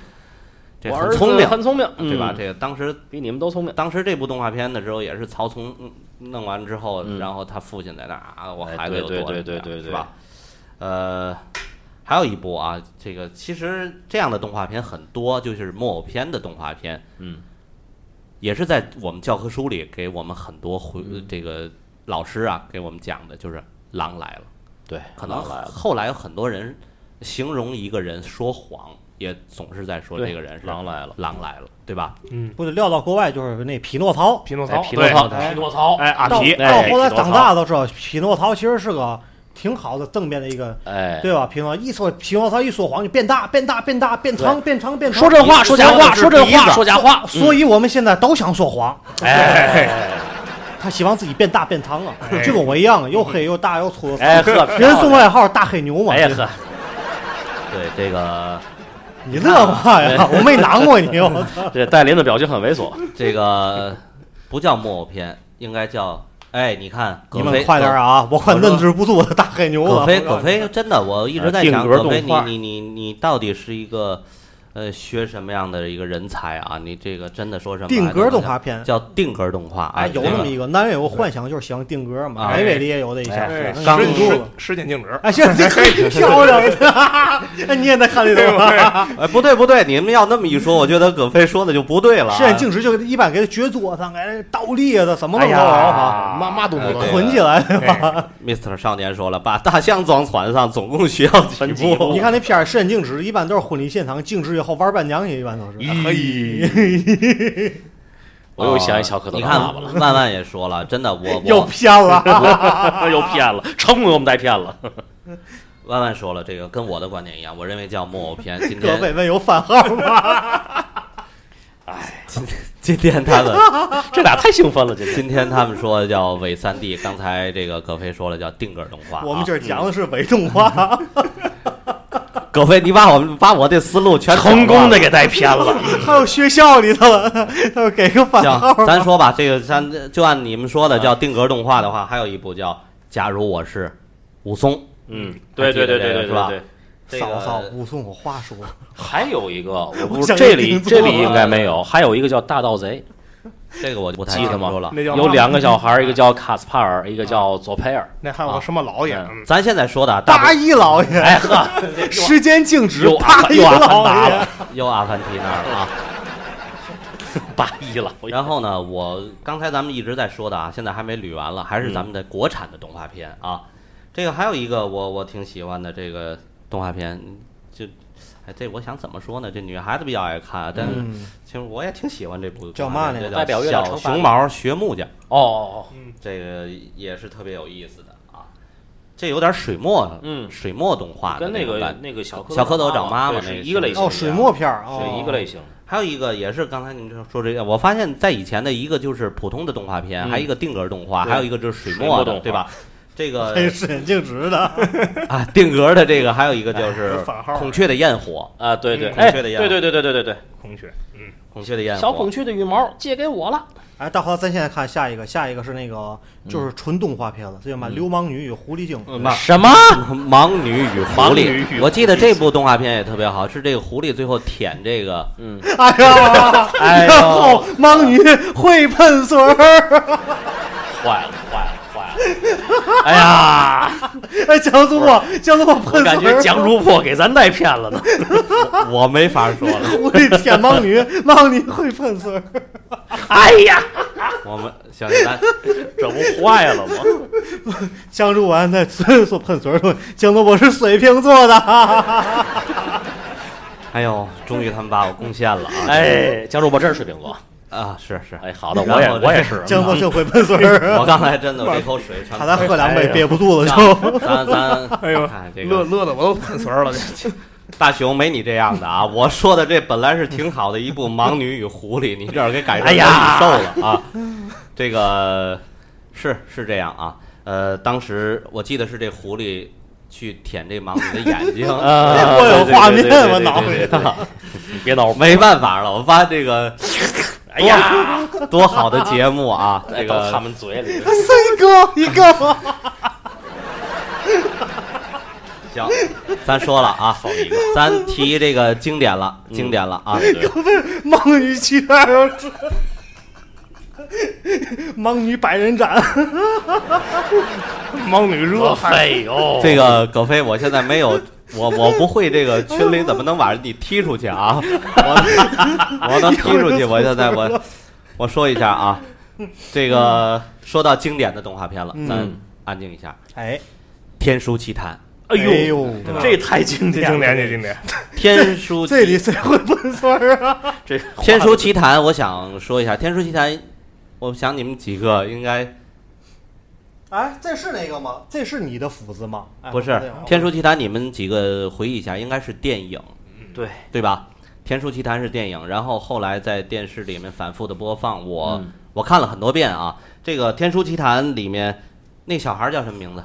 Speaker 4: 这
Speaker 5: 我
Speaker 4: 很
Speaker 5: 儿子
Speaker 4: 聪明，
Speaker 5: 很聪明，
Speaker 4: 对吧？
Speaker 5: 嗯
Speaker 4: 这个当时
Speaker 5: 比你们都聪明。
Speaker 4: 当时这部动画片的时候，也是曹冲嗯弄完之后，
Speaker 5: 嗯
Speaker 4: 然后他父亲在那儿啊，我
Speaker 5: 哎
Speaker 4: 孩子
Speaker 5: 对
Speaker 4: 有
Speaker 5: 对
Speaker 4: 多
Speaker 5: 对
Speaker 4: 厉害
Speaker 5: 对对
Speaker 4: 是
Speaker 5: 对
Speaker 4: 吧？呃，还有一部啊，这个其实这样的动画片很多，就是木偶片的动画片，
Speaker 5: 嗯，
Speaker 4: 也是在我们教科书里给我们很多回、
Speaker 5: 嗯
Speaker 4: 这个老师啊给我们讲的，就是狼来了。
Speaker 5: 对，
Speaker 4: 可能
Speaker 5: 狼来了。
Speaker 4: 后来有很多人形容一个人说谎，也总是在说
Speaker 5: 对
Speaker 4: 这个人是
Speaker 5: 狼来了
Speaker 4: 狼来了，对吧？
Speaker 5: 嗯
Speaker 3: 不得撂到国外就是那匹诺曹，
Speaker 6: 匹诺
Speaker 5: 哎
Speaker 6: 曹，
Speaker 5: 匹诺曹，
Speaker 6: 对
Speaker 5: 匹诺曹，
Speaker 6: 哎阿
Speaker 3: 到
Speaker 6: 皮，
Speaker 3: 到
Speaker 5: 哎
Speaker 3: 后来
Speaker 5: 匹诺
Speaker 3: 长大都知道，匹诺曹其实是个挺好的正面的一个，
Speaker 5: 哎，
Speaker 3: 对吧？匹诺一说匹诺曹一说谎就变大，变大，变大，变长，变长，变长。
Speaker 5: 说真话，说假话，说真话，说假话。嗯
Speaker 3: 所以我们现在都想说谎，
Speaker 5: 哎，
Speaker 3: 他希望自己变大变长啊，就跟我一样，又黑又大又粗又长。
Speaker 5: 嗯哎呵
Speaker 3: 人送外号大黑牛嘛。
Speaker 5: 哎呀呵，
Speaker 4: 对这个。
Speaker 3: 你乐嘛
Speaker 5: 哎
Speaker 3: 呀？我没难过你，我操！
Speaker 5: 这戴琳的表情很猥琐。
Speaker 4: 这个不叫木偶片，应该叫哎，你看，葛
Speaker 3: 你
Speaker 4: 飞嗯
Speaker 3: 们快点儿啊！我快论之不足的大黑牛
Speaker 4: 葛
Speaker 3: 了。
Speaker 4: 飞，葛飞，真的，我
Speaker 3: 啊
Speaker 4: 一直在想，
Speaker 5: 定格
Speaker 4: 葛飞，
Speaker 5: 动
Speaker 4: 你
Speaker 5: 画
Speaker 4: 你你你到底是一个，呃，学什么样的一个人才啊？你这个真的说什么
Speaker 3: 定格动画片
Speaker 4: 叫定格动画啊？
Speaker 3: 哎，有那么一
Speaker 4: 个
Speaker 3: 个南伟，我幻想就是喜欢定格嘛，
Speaker 4: 啊
Speaker 3: 北纬里也有这一下，
Speaker 6: 哎，
Speaker 3: 那
Speaker 6: 时
Speaker 3: 你住
Speaker 6: 时
Speaker 3: 了。
Speaker 6: 时间静止，
Speaker 3: 哎，
Speaker 5: *laughs*
Speaker 3: 现在很漂亮，哎，你也在看里头吗？
Speaker 4: 哎，不对不对，你们要那么一说，我觉得葛飞说的就不对了啊。
Speaker 3: 实验静止就一般给他撅桌上，哎，倒立的什么
Speaker 5: 哎
Speaker 3: 都有啊，
Speaker 5: 呀，
Speaker 8: 嘛嘛都没
Speaker 4: 哎对
Speaker 8: 有。
Speaker 3: 捆起来。
Speaker 6: 哎
Speaker 4: Mr. 少年说了，把大象装船上总共需要几
Speaker 5: 分几
Speaker 4: 步
Speaker 5: 步？
Speaker 3: 你看那片儿实验静止，一般都是婚礼现场静止以后玩伴娘去，一般都是。
Speaker 6: 哎
Speaker 8: 咦，
Speaker 5: 我又想起小蝌蚪
Speaker 4: 你
Speaker 5: 当
Speaker 4: 看
Speaker 5: 爸爸，了，
Speaker 4: 万万也说了，真的，
Speaker 3: *laughs*
Speaker 4: 我
Speaker 3: *laughs* 又
Speaker 4: 我
Speaker 3: 偏了，
Speaker 5: *laughs* 又骗了，成功给我们带偏了。
Speaker 4: 万万说了，这个跟我的观点一样，我认为叫木偶
Speaker 3: *laughs*
Speaker 4: 片。今
Speaker 3: 葛
Speaker 4: 天
Speaker 3: 伟问有番号
Speaker 5: *laughs*
Speaker 3: 吗？
Speaker 4: *laughs* 今天他们 *laughs*
Speaker 5: 这俩太兴奋了，今天
Speaker 4: 今天他们说叫伪三 D，刚才这个葛飞说了叫定格动画啊、
Speaker 3: 我们今儿讲的是伪动画，
Speaker 4: 葛飞，你把我们把我的思路全
Speaker 5: 成功的
Speaker 4: 给
Speaker 5: 给带偏了。
Speaker 3: 还有学校里头了，他说给个番号
Speaker 4: 叫 *laughs*
Speaker 3: 吧。
Speaker 4: 咱说吧，这个咱就按你们说的叫定格动画的话，还有一部叫《假如我是武松》，
Speaker 5: 嗯， *laughs* 对对对对对
Speaker 4: 是吧
Speaker 5: 对。这
Speaker 3: 嫂
Speaker 5: 个
Speaker 3: 嫂，武松，我话 *laughs* 说，
Speaker 5: 还有一个，我不
Speaker 3: 我
Speaker 5: 是
Speaker 3: 想着
Speaker 5: 这里
Speaker 3: 定做
Speaker 5: 这里应该没有，还有一个叫大盗贼，
Speaker 4: 这个我就不太
Speaker 5: 记
Speaker 4: 清
Speaker 5: 得吗
Speaker 4: 楚了。
Speaker 6: 那叫
Speaker 5: 有
Speaker 6: 嘛
Speaker 5: 两个小孩儿，一个
Speaker 3: 啊
Speaker 5: 叫卡斯帕尔，一个叫佐佩尔。
Speaker 8: 那还有个什么老爷？嗯
Speaker 4: 咱现在说的啊大
Speaker 3: 大
Speaker 4: 部
Speaker 3: 一老爷，
Speaker 5: 哎呵，啊
Speaker 3: 时间静止
Speaker 5: 又，
Speaker 3: *laughs*
Speaker 5: 阿
Speaker 3: 大
Speaker 5: 凡
Speaker 3: 一
Speaker 5: 又阿凡
Speaker 3: 老
Speaker 5: 达
Speaker 3: 爷 *laughs*
Speaker 5: 了，，
Speaker 4: 又阿凡提那儿了啊。
Speaker 5: 八一哦了。
Speaker 4: 然后呢，我刚才咱们一直在说的啊，现在还没捋完了，还是咱们的国产的动画片啊。这个还有一个我我挺喜欢的这个动画片，就哎这我想怎么说呢？这女孩子比较爱看，但是其实我也挺喜欢这部动画片。
Speaker 3: 叫嘛呢
Speaker 4: 这
Speaker 5: 代表月亮
Speaker 4: 嗯小
Speaker 5: 惩罚
Speaker 4: 熊猫学木匠，
Speaker 5: 哦哦哦，
Speaker 4: 这个也是特别有意思的啊。这有点水墨，
Speaker 5: 嗯
Speaker 4: 水墨动画的
Speaker 5: 跟那
Speaker 4: 种
Speaker 5: 个
Speaker 4: 感觉。
Speaker 5: 那个小
Speaker 4: 小蝌蚪找妈妈
Speaker 5: 妈
Speaker 4: 那
Speaker 5: 是
Speaker 4: 个
Speaker 5: 一个类型的，
Speaker 3: 哦，水墨片儿哦，
Speaker 5: 是一个类型。
Speaker 4: 还有一个也是刚才您说这个，我发现在以前的一个就是普通的动画片，
Speaker 5: 嗯
Speaker 4: 还有一个定格动画，
Speaker 5: 对
Speaker 4: 还有一个就是水
Speaker 5: 水墨
Speaker 4: 的，
Speaker 5: 动画
Speaker 4: 对吧？这
Speaker 5: *laughs*
Speaker 4: 个
Speaker 3: 还有时间哎静止的，
Speaker 4: 啊，定格的这个，还有一个就是
Speaker 8: 哎反号
Speaker 4: 孔雀的焰火，
Speaker 5: 啊，对对，
Speaker 4: 嗯孔
Speaker 5: 哎，
Speaker 4: 雀的
Speaker 5: 对对
Speaker 4: 样子
Speaker 5: 对对对对对对，
Speaker 8: 孔雀，嗯，
Speaker 4: 孔雀的焰火，
Speaker 5: 小孔雀的羽毛借给我了。
Speaker 3: 哎，大花，咱现在看下一个，下一个是那个就是纯动画片了，这叫嘛？流氓女与狐狸精。
Speaker 5: 什么？
Speaker 4: 盲女与狐
Speaker 5: 盲女与狐
Speaker 4: 狸。
Speaker 5: 狸
Speaker 4: 我记得这部动画片也特别好，是这个狐狸最后舔这个，
Speaker 5: 嗯
Speaker 3: 哎呀，
Speaker 5: 哎呦
Speaker 3: 然后盲女会喷水儿，
Speaker 5: 坏了坏了坏了！哎呀，
Speaker 3: 哎，江苏波，江苏波
Speaker 5: 我
Speaker 3: 喷
Speaker 5: 感
Speaker 3: 水
Speaker 5: 觉
Speaker 3: 儿，
Speaker 5: 蒋主播给咱带偏了呢。
Speaker 4: *laughs* 我没法说
Speaker 5: *laughs*
Speaker 4: 了。
Speaker 3: 狐狸舔盲女，盲女会喷水儿。
Speaker 5: 哎呀，
Speaker 4: 我们小林丹，
Speaker 5: 这不坏了吗？
Speaker 3: 江主完在说喷水儿说，江苏波是水瓶座的，
Speaker 4: 哎呦，终于他们把我攻陷了啊！
Speaker 5: 哎，蒋主播真是水瓶座。
Speaker 4: 啊，是是，
Speaker 5: 哎，好的，
Speaker 4: 然后
Speaker 5: 我也
Speaker 4: 这
Speaker 5: 我也是。嗯
Speaker 3: 江苏就会喷水
Speaker 4: *laughs*
Speaker 3: 儿。
Speaker 4: 我刚才真的我这口水全
Speaker 3: 他再喝两杯
Speaker 5: 哎呀
Speaker 3: 憋不住了就。
Speaker 4: 咱咱咱，
Speaker 6: 哎呦
Speaker 4: 看这个
Speaker 6: 乐乐的我都喷水儿了，这
Speaker 4: 大熊没你这样的啊！ *laughs* 我说的这本来是挺好的一部《盲女与狐狸》，你这儿给改成
Speaker 5: 哎
Speaker 4: 《
Speaker 5: 呀
Speaker 4: 兽》了啊！这个是是这样啊，呃，当时我记得是这狐狸去舔这盲女的眼睛，
Speaker 5: 啊
Speaker 3: 我有
Speaker 5: 对对
Speaker 3: 画
Speaker 5: 对
Speaker 3: 面
Speaker 5: 对对
Speaker 3: 我
Speaker 5: 对
Speaker 3: 脑
Speaker 5: 对
Speaker 3: 里
Speaker 5: 对对你别
Speaker 4: *laughs*
Speaker 5: 闹，
Speaker 4: 没办法了，我发现这个
Speaker 5: 哎呀，
Speaker 4: 多好的节目啊！
Speaker 5: 哎
Speaker 4: 这
Speaker 5: 到他
Speaker 4: 个
Speaker 5: 们嘴里。
Speaker 3: 三哥一个，
Speaker 4: 行，咱说了啊，咱提这个经典了，经典了啊！
Speaker 3: 盲女去那儿， *laughs* 盲女百人斩，
Speaker 6: 盲女热嗨，
Speaker 5: 哎
Speaker 4: *laughs*
Speaker 5: 呦，
Speaker 4: 这个葛飞，我现在没有，我我不会这
Speaker 3: *laughs*
Speaker 4: 个群里怎么能把你踢出去啊？ *laughs* 我我能踢出去，我现在我我说一下啊，这个说到经典的动画片了，咱安静一下，
Speaker 3: 嗯哎，
Speaker 4: 《天书奇谭
Speaker 5: 哎
Speaker 3: 哎
Speaker 5: 呦，
Speaker 3: 呦，
Speaker 5: 这太经
Speaker 6: 这
Speaker 5: 典了，
Speaker 6: 经典这经典，》，
Speaker 4: 《天书
Speaker 3: 这 *laughs* 里谁会喷水儿啊？
Speaker 5: 这
Speaker 4: 《天书奇谭》，我想说一下，《天书奇谭》，我想你们几个应该
Speaker 3: 哎，这是那个吗？这是你的斧子吗？
Speaker 5: 啊
Speaker 3: 哎
Speaker 4: 不是《天书奇谭》，你们几个回忆一下，应该是电影，
Speaker 5: 对
Speaker 4: 对吧？《天书奇谭》是电影，然后后来在电视里面反复的播放，我、
Speaker 5: 嗯
Speaker 4: 我看了很多遍啊。这个《天书奇谭》里面那小孩叫什么名字？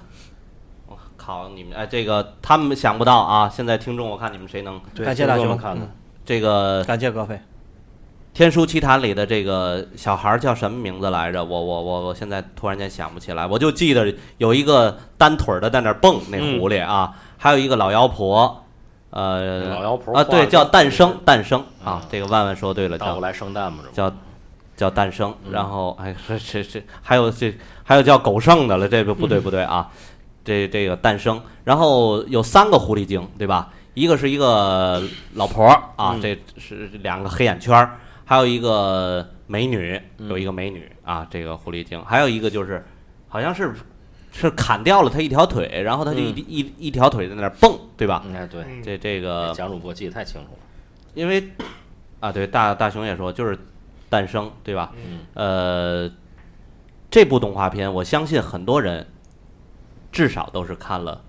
Speaker 4: 我考你们，哎，这个他们想不到啊！现在听众，我看你们谁能
Speaker 5: 对，
Speaker 3: 感谢大
Speaker 5: 这
Speaker 3: 熊
Speaker 5: 个我们看看
Speaker 4: 这个
Speaker 3: 感谢葛飞，
Speaker 4: 天书奇谭》里的这个小孩儿叫什么名字来着？我我我我现在突然间想不起来，我就记得有一个单腿儿的在那儿蹦那狐狸啊，还有一个老妖婆，呃，
Speaker 5: 老妖婆
Speaker 4: 啊，对，
Speaker 5: 画
Speaker 4: 叫
Speaker 5: 的
Speaker 4: 诞生诞生啊，这个万万说对了，
Speaker 5: 倒
Speaker 4: 叫
Speaker 5: 过来生蛋嘛，这不
Speaker 4: 叫叫诞生，然后哎，这这这还有这还有叫狗剩的了，这个不对不对啊，这这个诞生，然后有三个狐狸精，对吧？一个是一个老婆儿啊，这是两个黑眼圈儿，还有一个美女，有一个美女啊，这个狐狸精，还有一个就是好像是是砍掉了她一条腿，然后她就一、一一条腿在那儿蹦，对吧？
Speaker 5: 应该对。
Speaker 4: 这这个
Speaker 5: 讲主播记得太清楚了，
Speaker 4: 因为啊，对大大雄也说，就是诞生，对吧？
Speaker 6: 嗯
Speaker 4: 呃，这部动画片，我相信很多人至少都是看了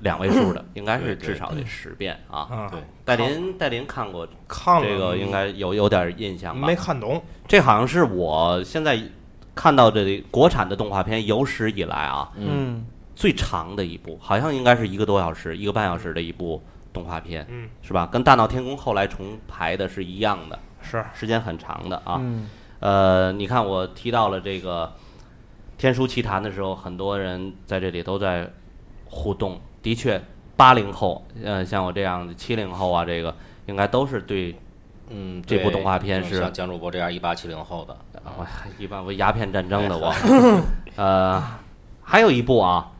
Speaker 4: 两位数的，应该是至少得十遍啊。
Speaker 6: 啊，
Speaker 5: 对，
Speaker 4: 戴林，戴林看过
Speaker 6: 看了嗯
Speaker 4: 这个，应该有有点印象吧
Speaker 6: 没？看懂，
Speaker 4: 这好像是我现在看到这国产的动画片有史以来啊，
Speaker 3: 嗯，
Speaker 4: 最长的一部，好像应该是一个多小时、一个半小时的一部动画片，
Speaker 6: 嗯，
Speaker 4: 是吧？跟《大闹天宫》后来重排的是一样的，
Speaker 6: 是
Speaker 4: 时间很长的啊。呃，你看我提到了这个《天书奇谭》的时候，很多人在这里都在互动。的确，八零后，呃，像我这样的七零后啊，这个应该都是对
Speaker 5: 嗯，
Speaker 4: 这部
Speaker 5: 对
Speaker 4: 动画片
Speaker 5: 嗯
Speaker 4: 是
Speaker 5: 像蒋主播这样一八七零后的，
Speaker 4: 啊我一般我鸦片战争
Speaker 3: 哎
Speaker 4: 的我， *laughs* 呃，还有一部啊，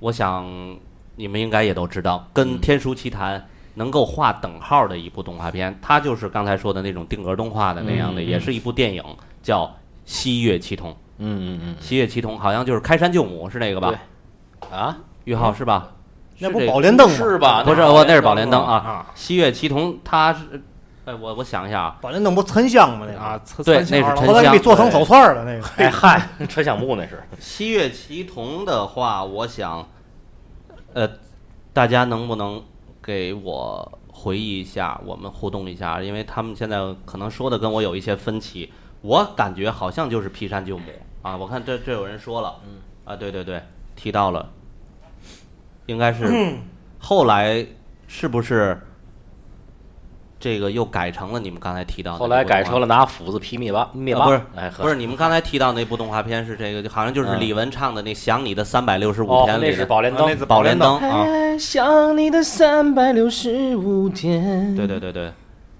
Speaker 4: 我想你们应该也都知道，
Speaker 3: 嗯
Speaker 4: 跟《天书奇谭》能够划等号的一部动画片，它就是刚才说的那种定格动画的那
Speaker 3: 嗯
Speaker 4: 样的，也是一部电影，叫《西岳奇童》。
Speaker 5: 嗯嗯
Speaker 4: 西岳奇童好像就是开山救母是那个吧？
Speaker 5: 嗯啊，
Speaker 4: 玉浩是吧？
Speaker 3: 嗯那
Speaker 4: 是
Speaker 3: 不
Speaker 4: 这
Speaker 3: 宝莲灯吗？
Speaker 5: 是吧？
Speaker 4: 不是我那是宝莲灯啊。
Speaker 6: 啊
Speaker 4: 西岳奇童它是，哎我我想一下啊，
Speaker 3: 宝莲灯不是沉香吗？那个，
Speaker 6: 啊，参
Speaker 4: 对
Speaker 6: 参加
Speaker 4: 那是
Speaker 6: 了
Speaker 4: 陈
Speaker 3: 后来给
Speaker 4: 香
Speaker 3: 做成手串儿了那个。
Speaker 5: 哎嗨，陈响木那是，
Speaker 4: 呃西岳奇童的话，我想，呃，大家能不能给我回忆一下，我们互动一下，因为他们现在可能说的跟我有一些分歧，我感觉好像就是劈山救母啊。我看这这有人说了，嗯，啊，对对对，提到了，应该是、后来是不是这个又改成了你们刚才提到的
Speaker 5: 后来
Speaker 4: 那部动画
Speaker 5: 改成了拿斧子劈灭霸，灭霸
Speaker 4: 啊不是
Speaker 5: 哎呵
Speaker 4: 不是，你们刚才提到那部动画片是这个，就好像就是
Speaker 5: 嗯
Speaker 4: 李玟唱的那《想你的三百六十五
Speaker 5: 哦
Speaker 4: 天》，
Speaker 5: 那
Speaker 4: 里
Speaker 5: 是
Speaker 4: 的
Speaker 5: 宝莲
Speaker 6: 啊那
Speaker 5: 灯，
Speaker 6: 次
Speaker 4: 宝莲灯啊，
Speaker 5: 哎，想你的三百六十五天。
Speaker 4: 对对对对，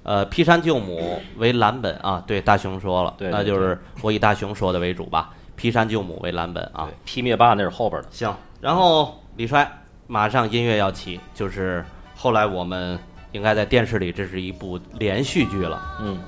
Speaker 4: 呃，劈山救母为蓝本啊，对大雄说了，
Speaker 5: 对对
Speaker 4: 那就是我以大雄说的为主吧，劈山救母为蓝本啊
Speaker 5: 对，，劈灭霸那是后边的。
Speaker 4: 行，然后李帅马上音乐要起，就是后来我们应该在电视里这是一部连续剧了，
Speaker 5: 嗯，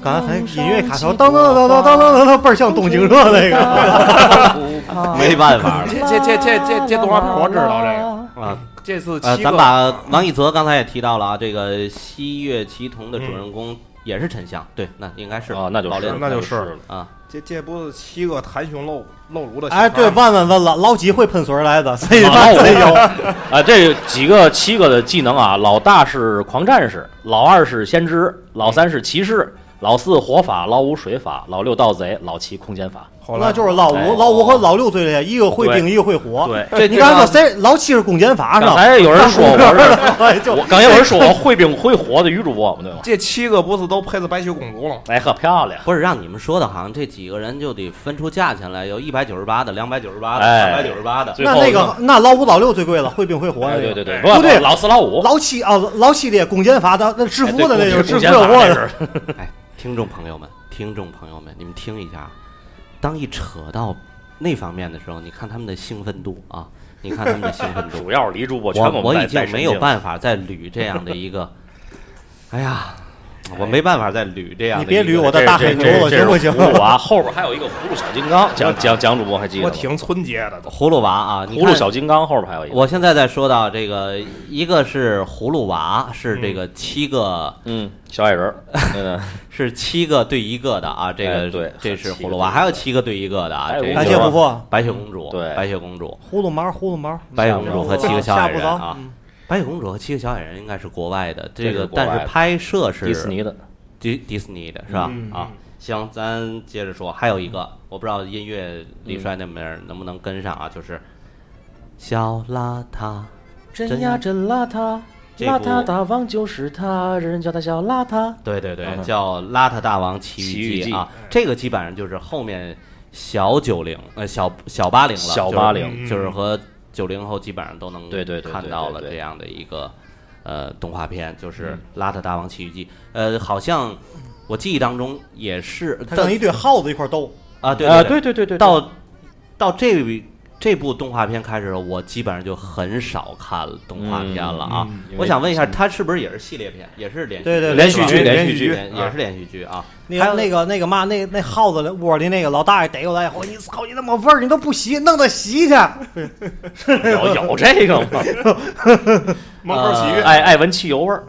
Speaker 3: 刚才音乐卡头，当当当当当当当当，倍儿像东京热那个。
Speaker 4: 没办法了
Speaker 6: 这这这这这这动画片我知道这个，
Speaker 4: 啊，
Speaker 6: 这次
Speaker 4: 呃，
Speaker 6: 七
Speaker 4: 咱
Speaker 6: 个
Speaker 4: 把
Speaker 5: 啊
Speaker 4: 王一泽刚才也提到了啊，这个《西岳奇童》的主
Speaker 3: 嗯
Speaker 4: 人公也是沉香，对，那应该是
Speaker 5: 啊，那就
Speaker 4: 宝
Speaker 5: 是
Speaker 4: 莲
Speaker 6: 那就
Speaker 5: 了
Speaker 6: 是。
Speaker 4: 啊，
Speaker 6: 这这不是七个谭雄露露乳的小孩
Speaker 3: 哎，
Speaker 6: 儿
Speaker 3: 对，
Speaker 6: 吗
Speaker 3: 万万问了，老几会喷水儿来的？谁 *laughs*
Speaker 5: 老
Speaker 3: 谁有？
Speaker 5: *laughs* 啊，这几个七个的技能啊，老大是狂战士，老二是先知，老三是骑士，老四火法，老五水法，老六盗贼，老七空间法。
Speaker 6: 后来
Speaker 3: 那就是老
Speaker 5: 哎
Speaker 3: 五、老五和老六最厉害，一个会冰，
Speaker 5: 对
Speaker 3: 一个会火。
Speaker 5: 对
Speaker 4: 这
Speaker 3: 你刚才说谁？老七是弓箭法是
Speaker 5: 刚
Speaker 3: 吧？
Speaker 5: 才有人说我是，
Speaker 3: 哎就
Speaker 5: 我刚才有人说我会冰会火的女主播，不对吗？
Speaker 6: 这七个不是都配着白雪公主了吗？
Speaker 5: 哎呵，漂亮！
Speaker 4: 不是让你们说的，好像这几个人就得分出价钱来，有一百九十八的、两百九十八的、三
Speaker 5: 哎
Speaker 4: 百九十八的。
Speaker 5: 最
Speaker 3: 那
Speaker 5: 后
Speaker 3: 那个那老五老六最贵了，会冰会火
Speaker 5: 哎
Speaker 3: 那
Speaker 5: 对
Speaker 3: 个。
Speaker 5: 对对，
Speaker 3: 不对
Speaker 5: 老四老五，
Speaker 3: 老七啊，老七的弓箭法的那制
Speaker 5: 哎
Speaker 3: 服的
Speaker 5: 对
Speaker 3: 那个
Speaker 5: 弓
Speaker 3: 制服
Speaker 5: 箭
Speaker 3: 的
Speaker 5: 法
Speaker 3: 货
Speaker 5: 那
Speaker 3: 的
Speaker 5: 是
Speaker 4: 哎，听众朋友们，听众朋友们，你们听一下，啊当一扯到那方面的时候，你看他们的兴奋度啊，你看他们的兴奋
Speaker 5: *laughs*
Speaker 4: 度
Speaker 5: 主，要是离主播全
Speaker 4: 我
Speaker 5: 我
Speaker 4: 我
Speaker 5: 们
Speaker 4: 已
Speaker 5: 带带
Speaker 4: 经
Speaker 5: 神
Speaker 4: 没有
Speaker 5: 经
Speaker 4: 办法再捋这样的一
Speaker 5: *laughs*
Speaker 4: 个，哎呀，我没办法再捋这样的
Speaker 3: 你
Speaker 4: 一个。
Speaker 3: 别捋我的大黑牛了，
Speaker 5: 这是
Speaker 3: 行不行？
Speaker 5: 葫芦娃后边还有一个葫芦小金刚，
Speaker 3: *laughs*
Speaker 5: 讲讲讲主播还记得
Speaker 6: 我
Speaker 5: 吗？
Speaker 6: 挺纯洁的都。
Speaker 4: 葫芦娃啊，你
Speaker 5: 葫芦
Speaker 4: 看
Speaker 5: 小金刚后边还有一个，
Speaker 4: 我现在在说到这个，一个是葫芦娃，是这个七个，
Speaker 5: 嗯，小矮人 *laughs* 儿，嗯，
Speaker 4: 是七个对一个的啊，这个
Speaker 5: 哎对
Speaker 4: 这是
Speaker 5: 七个
Speaker 4: 葫
Speaker 5: 哎
Speaker 4: 芦娃，
Speaker 5: 对一个
Speaker 4: 还有七个对一个的啊，
Speaker 5: 白
Speaker 4: 这个
Speaker 5: 雪
Speaker 3: 感
Speaker 5: 公
Speaker 3: 谢
Speaker 5: 主
Speaker 3: 琥珀，
Speaker 4: 白雪公主，
Speaker 5: 对
Speaker 4: 白雪公主，
Speaker 3: 葫芦毛，葫芦毛，
Speaker 4: 白雪公主和七个小矮人
Speaker 3: 吓
Speaker 4: 啊
Speaker 3: 不着，
Speaker 4: 白雪公主和七个小矮人应该是国外的，这
Speaker 5: 嗯这
Speaker 4: 个
Speaker 5: 是国外
Speaker 4: 但
Speaker 5: 的
Speaker 4: 是拍摄是
Speaker 5: 迪士尼的，
Speaker 4: 迪迪士尼的是吧？
Speaker 5: 嗯
Speaker 4: 啊，行，咱接着说，还有一个，我不知道音乐
Speaker 5: 嗯
Speaker 4: 李帅那边能不能跟上啊，就是小邋遢，真呀
Speaker 5: 真邋遢，
Speaker 4: 这
Speaker 5: 邋
Speaker 4: 部
Speaker 5: 遢大王就是他，人人叫他小邋遢。
Speaker 4: 对对对，
Speaker 5: 嗯
Speaker 4: 叫《邋遢大王奇
Speaker 5: 奇
Speaker 4: 遇
Speaker 5: 遇
Speaker 4: 记
Speaker 5: 记》哎
Speaker 4: 啊，这个基本上就是后面小九零呃小小八零了，
Speaker 5: 小
Speaker 4: 就是
Speaker 5: 80
Speaker 4: 就是和九零后基本上都能
Speaker 5: 嗯对对对对
Speaker 4: 看到了
Speaker 5: 对对
Speaker 4: 这样的一个呃动画片，就是《
Speaker 5: 嗯
Speaker 4: 邋遢大王奇遇记》。呃，好像我记忆当中也是，
Speaker 3: 他跟一堆耗子一块儿斗，
Speaker 4: 啊，对
Speaker 5: 啊
Speaker 4: 对
Speaker 5: 对对对对对
Speaker 4: 到到这这部动画片开始，我基本上就很少看动画片了啊
Speaker 5: 嗯嗯。因为
Speaker 4: 我想问一下，它是不是也是系列片，也是连续
Speaker 3: 对
Speaker 4: 剧
Speaker 3: 对对连续
Speaker 4: 是吧
Speaker 5: 剧连
Speaker 3: 续剧
Speaker 4: 连也是连续剧啊？
Speaker 3: 那
Speaker 4: 还有
Speaker 3: 个那个那个嘛，那那耗子窝里那个老大爷逮过来，我你操你那么味儿，你都不洗，弄到洗去。
Speaker 5: 有有这个 *laughs* 吗？
Speaker 8: 猫头喜
Speaker 5: 爱爱闻汽油味儿，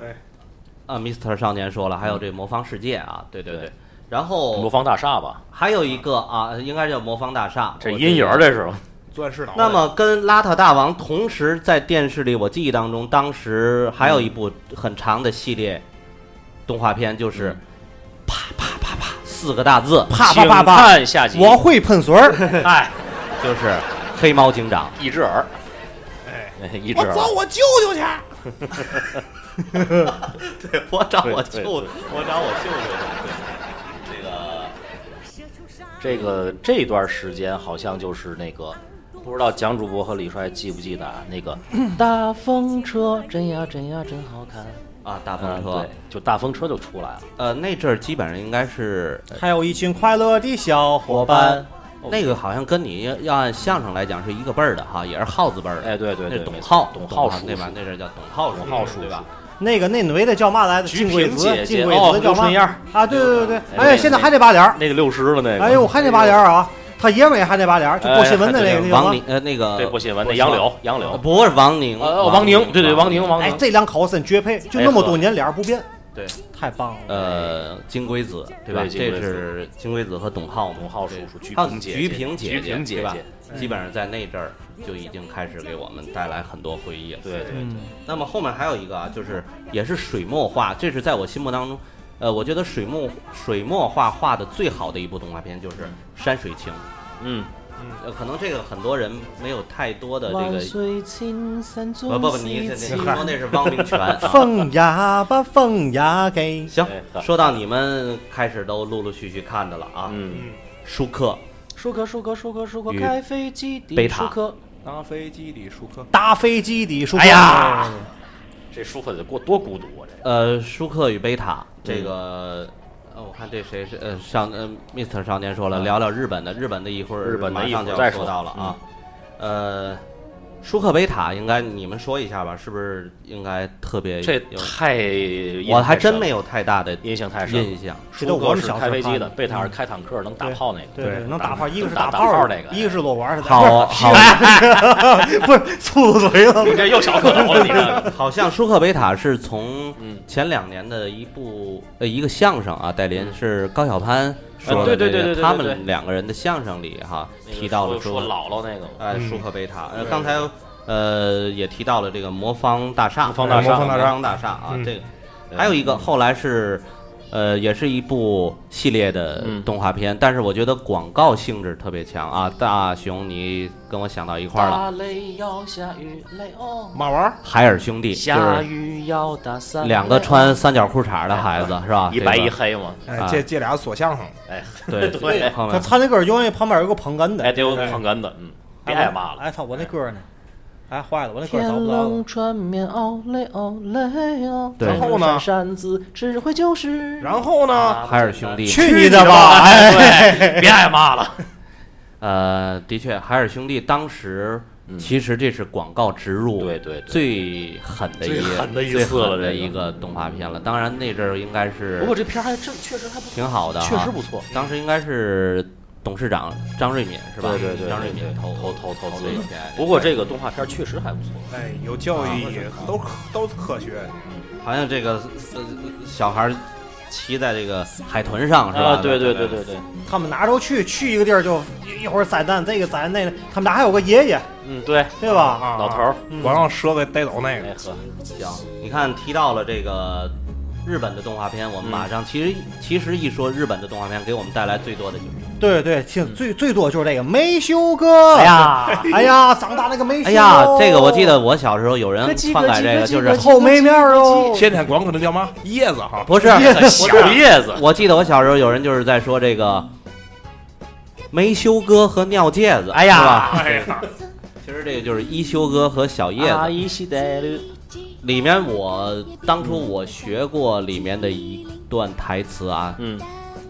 Speaker 4: 啊，Mr. 少年说了，还有这魔方世界啊，对对对。然
Speaker 5: 魔
Speaker 4: 后
Speaker 5: 方大厦吧，
Speaker 4: 还有一个啊，应该叫魔方大厦，
Speaker 5: 这
Speaker 4: 我
Speaker 5: 阴影儿这是。
Speaker 6: 钻石脑袋。
Speaker 4: 那么跟邋遢大王同时在电视里，我记忆当中，当时还有一部很长的系列动画片，就是
Speaker 5: 嗯
Speaker 4: “啪啪啪啪”四个大字，
Speaker 3: 啪啪
Speaker 5: 请
Speaker 3: 啪啪
Speaker 5: 看下集。
Speaker 3: 我会喷水儿，
Speaker 5: 哎，
Speaker 4: 就是黑猫警
Speaker 5: *laughs*
Speaker 4: 长。
Speaker 5: 一只耳，哎，一只耳。
Speaker 6: 我舅舅去。
Speaker 4: 对我找
Speaker 5: 我
Speaker 4: 我
Speaker 5: 舅
Speaker 4: 舅，
Speaker 5: 舅
Speaker 4: 我找我舅舅。这个
Speaker 5: 这个这段时间好像就是那个，不知道蒋主播和李帅记不记得啊？那个大风车，真呀真呀真好看。
Speaker 4: 啊，大风
Speaker 5: 嗯，
Speaker 4: 车
Speaker 5: 对，，就大风车就出来了。
Speaker 4: 呃，那阵儿基本上应该是
Speaker 3: 还有一群快乐的小伙伴。
Speaker 4: 那个好像跟你要要按相声来讲是一个辈儿的哈，也是耗子辈儿的。
Speaker 5: 哎对对对
Speaker 4: 那
Speaker 5: 没
Speaker 4: 董
Speaker 5: 错
Speaker 4: 浩，
Speaker 5: 董浩
Speaker 4: 浩
Speaker 5: 叔
Speaker 4: 对吧
Speaker 5: 叔？
Speaker 4: 那阵儿叫董浩叔，
Speaker 5: 董浩叔
Speaker 4: 对吧？
Speaker 3: 那个那女的叫嘛来着？
Speaker 5: 菊
Speaker 3: 金龟
Speaker 5: 萍
Speaker 3: 子
Speaker 5: 姐，姐
Speaker 3: 金龟
Speaker 5: 哦
Speaker 3: 子叫
Speaker 5: 刘
Speaker 3: 嘛
Speaker 5: 春燕儿？
Speaker 3: 啊，对对对对。
Speaker 5: 哎对
Speaker 3: 哎，现在还得拔帘儿。
Speaker 5: 那个六十了那个。
Speaker 3: 哎呦，还得拔帘儿啊！他爷们儿也还得拔帘儿，就播新闻的那
Speaker 5: 哎
Speaker 3: 个那个
Speaker 4: 王
Speaker 3: 嘛
Speaker 4: 宁，。呃，那个
Speaker 5: 对，不新闻那杨柳，杨柳
Speaker 4: 呃，不是王宁，啊
Speaker 5: 呃，王宁，对对，王宁，。王
Speaker 3: 哎，
Speaker 5: 宁，
Speaker 3: 这两口子真绝配，就那么多年脸儿不
Speaker 5: 哎
Speaker 3: 变，哎
Speaker 4: 对，
Speaker 3: 太棒了。
Speaker 4: 呃，金龟子，对吧？
Speaker 5: 对金龟
Speaker 4: 这
Speaker 5: 子
Speaker 4: 是金龟子和董浩嘛，
Speaker 5: 董浩叔
Speaker 4: 对
Speaker 5: 叔菊
Speaker 4: 还有
Speaker 5: 萍姐
Speaker 4: 菊
Speaker 5: 姐
Speaker 4: 萍姐
Speaker 5: 菊萍姐
Speaker 4: 对吧
Speaker 5: 姐？
Speaker 4: 基本上在那阵儿就已经开始给我们带来很多回忆了。
Speaker 5: 对对
Speaker 3: 嗯，
Speaker 4: 那么后面还有一个啊，就是也是水墨画，这是在我心目当中，呃，我觉得水墨水墨画画的最好的一部动画片就是《山水情》。
Speaker 5: 嗯，
Speaker 4: 呃，可能这个很多人没有太多的这个，
Speaker 9: 水青山
Speaker 4: 不
Speaker 9: 总
Speaker 4: 不不，你你你说那是汪明荃啊。
Speaker 3: 风呀把风呀给。
Speaker 4: 行
Speaker 5: 哎，好
Speaker 4: 说到你们开始都陆陆续续看的了啊，
Speaker 5: 嗯，
Speaker 4: 舒克
Speaker 9: 舒克舒克舒克舒克
Speaker 4: 与
Speaker 9: 开飞机的
Speaker 4: 贝
Speaker 9: 舒
Speaker 4: 塔
Speaker 9: 克，
Speaker 6: 当飞机里舒克，
Speaker 3: 搭飞机的舒克
Speaker 5: 哎呀，这舒克得过多孤独啊！这
Speaker 4: 呃，舒克与贝塔
Speaker 9: 嗯
Speaker 4: 这个，呃，我看这谁是呃上呃，Mr 少年说了，聊聊日本的，日本的一会儿
Speaker 5: 嗯日本的
Speaker 4: 马
Speaker 5: 一会儿
Speaker 4: 上就
Speaker 5: 再
Speaker 4: 要
Speaker 5: 说嗯
Speaker 4: 到了啊，呃，舒克贝塔应该你们说一下吧，是不是应该特别
Speaker 5: 这
Speaker 4: 有？
Speaker 5: 太印
Speaker 4: 我还
Speaker 5: 太深
Speaker 4: 真没
Speaker 5: 了
Speaker 4: 有太大的
Speaker 5: 印象太深了
Speaker 4: 印象，
Speaker 3: 这都
Speaker 5: 舒
Speaker 3: 我
Speaker 5: 克
Speaker 3: 们
Speaker 5: 是
Speaker 3: 小时候
Speaker 5: 开飞机
Speaker 3: 看嗯
Speaker 5: 的，贝塔是开坦克，能打炮那个。嗯
Speaker 3: 对对，能打炮，一个是
Speaker 5: 打
Speaker 3: 炮
Speaker 5: 炮
Speaker 3: 儿
Speaker 5: 那个
Speaker 3: 一个是裸玩儿的，
Speaker 5: *laughs*
Speaker 4: 好哦
Speaker 5: 啊
Speaker 4: 好，
Speaker 3: *laughs* 不是粗鲁嘴了。
Speaker 5: 你这 *laughs* 又小可头了，你啊
Speaker 3: *laughs*
Speaker 4: *laughs*
Speaker 5: 这。
Speaker 4: 好像舒克贝塔是从
Speaker 5: 嗯
Speaker 4: 前两年的一部呃一个相声啊，戴林是高晓攀说的
Speaker 5: 嗯
Speaker 4: 这
Speaker 5: 对对对
Speaker 4: 个，
Speaker 5: 对对
Speaker 4: 他
Speaker 5: 对对
Speaker 4: 们两个人的相声里哈提到了
Speaker 5: 说姥姥那个
Speaker 3: 啊
Speaker 5: 嘛，
Speaker 4: 哎
Speaker 8: 嗯
Speaker 4: 舒克贝塔，呃刚才呃也提到了这个魔方大厦，魔
Speaker 5: 方大厦
Speaker 4: 魔
Speaker 5: 魔
Speaker 4: 方
Speaker 5: 方
Speaker 4: 大
Speaker 5: 大
Speaker 4: 厦
Speaker 5: 厦
Speaker 4: 啊，
Speaker 8: 嗯
Speaker 4: 这个还有一个后来是。呃，也是一部系列的
Speaker 5: 嗯
Speaker 4: 动画片，但是我觉得广告性质特别强啊！大熊，你跟我想到一块儿了，
Speaker 9: 雷要下雨雷哦，
Speaker 6: 马玩儿
Speaker 4: 海尔兄弟就是
Speaker 9: 下雨要打伞，
Speaker 4: 两个穿三角裤衩的孩子是吧？
Speaker 5: 一白
Speaker 4: 这个
Speaker 5: 一黑嘛。
Speaker 6: 哎
Speaker 4: 啊，
Speaker 6: 这这俩锁相声，
Speaker 5: 哎，
Speaker 4: 对
Speaker 5: 啊 *laughs* 对，
Speaker 4: 后
Speaker 3: 他
Speaker 4: 面
Speaker 3: 唱那歌儿永远旁边有个捧哏的，
Speaker 5: 哎，得有捧哏的，嗯，别挨骂了。
Speaker 3: 哎操，我那歌儿呢？哎，坏了，我那歌儿
Speaker 9: 天
Speaker 3: 找不着了
Speaker 9: 冷。穿棉袄嘞哦嘞哦，
Speaker 4: 对
Speaker 6: 然后呢
Speaker 9: 扇子智慧就是，
Speaker 6: 然后呢，
Speaker 4: 海尔兄弟，
Speaker 3: 去你的吧！
Speaker 5: 哎，
Speaker 3: 哎，
Speaker 5: 对，别挨骂
Speaker 9: *laughs*
Speaker 5: 了。
Speaker 4: 呃，的确，海尔兄弟当时其实这是广告植入
Speaker 5: 嗯对对对
Speaker 4: 最狠的一
Speaker 5: 最狠的一
Speaker 4: 最
Speaker 5: 次
Speaker 4: 狠
Speaker 5: 了
Speaker 4: 的
Speaker 5: 这个
Speaker 4: 一个动画片了。当然那阵儿应该是
Speaker 5: 不过这片儿还真确实还不错，
Speaker 4: 挺好的哈，
Speaker 5: 确实不错。
Speaker 4: 当时应该是董事长张瑞敏是吧？
Speaker 5: 对对对
Speaker 4: 张瑞敏
Speaker 5: 对对
Speaker 4: 投
Speaker 5: 投
Speaker 4: 投
Speaker 5: 投投
Speaker 4: 投
Speaker 5: 资
Speaker 4: 的
Speaker 5: 了
Speaker 4: 钱。
Speaker 5: 不过这个动画片确实还不错。
Speaker 6: 哎，有教育意义，都科都科学。
Speaker 4: 好像这个呃小孩儿骑在这个海豚上是吧？
Speaker 5: 啊，对对对对对，
Speaker 3: 他们哪儿都去，去一个地儿就一一会儿宰蛋这个宰那个，他们俩还有个爷爷，
Speaker 5: 嗯，对，
Speaker 3: 对吧？
Speaker 6: 啊，
Speaker 5: 老头儿，
Speaker 6: 我让蛇给逮走那
Speaker 5: 哎
Speaker 6: 个，
Speaker 5: 呵，
Speaker 4: 行，你看提到了这个日本的动画片，我们马上、其实其实一说日本的动画片，给我们带来最多的就是
Speaker 3: 对对，听最最多就是这个没修哥。
Speaker 4: 哎呀
Speaker 3: 哎呀，长大那个没修。
Speaker 4: 哎呀，这个我记得我小时候有人篡改这个，就是
Speaker 3: 后没面儿哦。
Speaker 6: 天天管可能叫嘛叶子哈，
Speaker 4: 不是
Speaker 6: 叶子
Speaker 4: 不是
Speaker 6: 小叶子，
Speaker 4: 我记得我小时候有人就是在说这个没修哥和尿介子，哎呀，
Speaker 6: 哎呀，
Speaker 4: 其实这个就是一修哥和小叶子。
Speaker 5: 依稀带绿，
Speaker 4: 里面我当初我学过里面的一段台词啊，
Speaker 5: 嗯，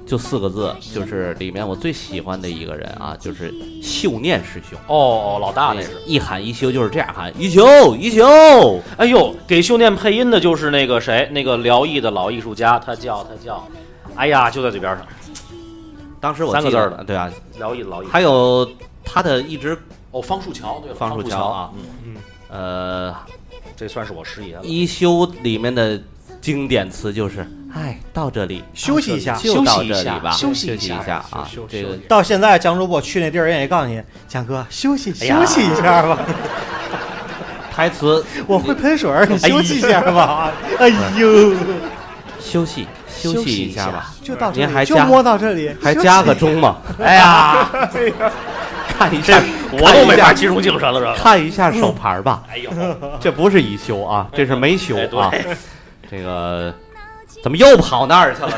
Speaker 4: 就四个字，就是里面我最喜欢的一个人啊，就是秀念师兄。
Speaker 5: 哦，老大那是。
Speaker 4: 一喊一休就是这样喊一休一休，
Speaker 5: 哎呦，给秀念配音的就是那个谁，那个辽艺的老艺术家，他叫他叫，哎呀，就在嘴边上，
Speaker 4: 当时我
Speaker 5: 三个
Speaker 4: 记得
Speaker 5: 字儿的
Speaker 4: 对啊，
Speaker 5: 辽艺的老艺术家。
Speaker 4: 还有他的一直
Speaker 5: 哦，方树桥，对了，
Speaker 4: 方
Speaker 5: 树
Speaker 4: 树
Speaker 5: 桥
Speaker 4: 桥啊，
Speaker 5: 嗯，
Speaker 4: 呃
Speaker 5: 这算是我师爷了。
Speaker 4: 一休里面的经典词就是，哎，到这里
Speaker 3: 休息一下
Speaker 4: 就到这
Speaker 5: 休息一
Speaker 4: 里
Speaker 5: 下
Speaker 4: 吧，
Speaker 5: 休
Speaker 4: 休
Speaker 5: 息一下
Speaker 4: 一下啊
Speaker 6: 休，
Speaker 4: 这
Speaker 6: 休
Speaker 4: 个
Speaker 6: 息
Speaker 3: *laughs* 到现在，江主播去那地儿，人也告诉你，江哥休息
Speaker 5: 哎
Speaker 3: 休
Speaker 5: 呀
Speaker 3: 息一下吧，
Speaker 4: *laughs* 台词
Speaker 3: 我会喷水儿，你
Speaker 4: 哎
Speaker 3: 休息一下
Speaker 4: *laughs*
Speaker 3: 吧。哎呦，
Speaker 4: 休息休息一下吧，
Speaker 3: 就到这
Speaker 4: 您还
Speaker 3: 里，就
Speaker 4: 加
Speaker 3: 摸到这里，
Speaker 4: 还
Speaker 3: 休息
Speaker 4: 加个钟吗？
Speaker 5: 哎呀，
Speaker 4: 看一
Speaker 5: 这
Speaker 4: 下，
Speaker 5: 我都没法记住精神了，这个。
Speaker 4: 看一下手牌吧，
Speaker 5: 哎呦，
Speaker 4: 这不是一休啊，这是没休
Speaker 5: 哎 *laughs*
Speaker 4: 啊
Speaker 5: 对，
Speaker 4: 这个。怎么又跑那儿去了？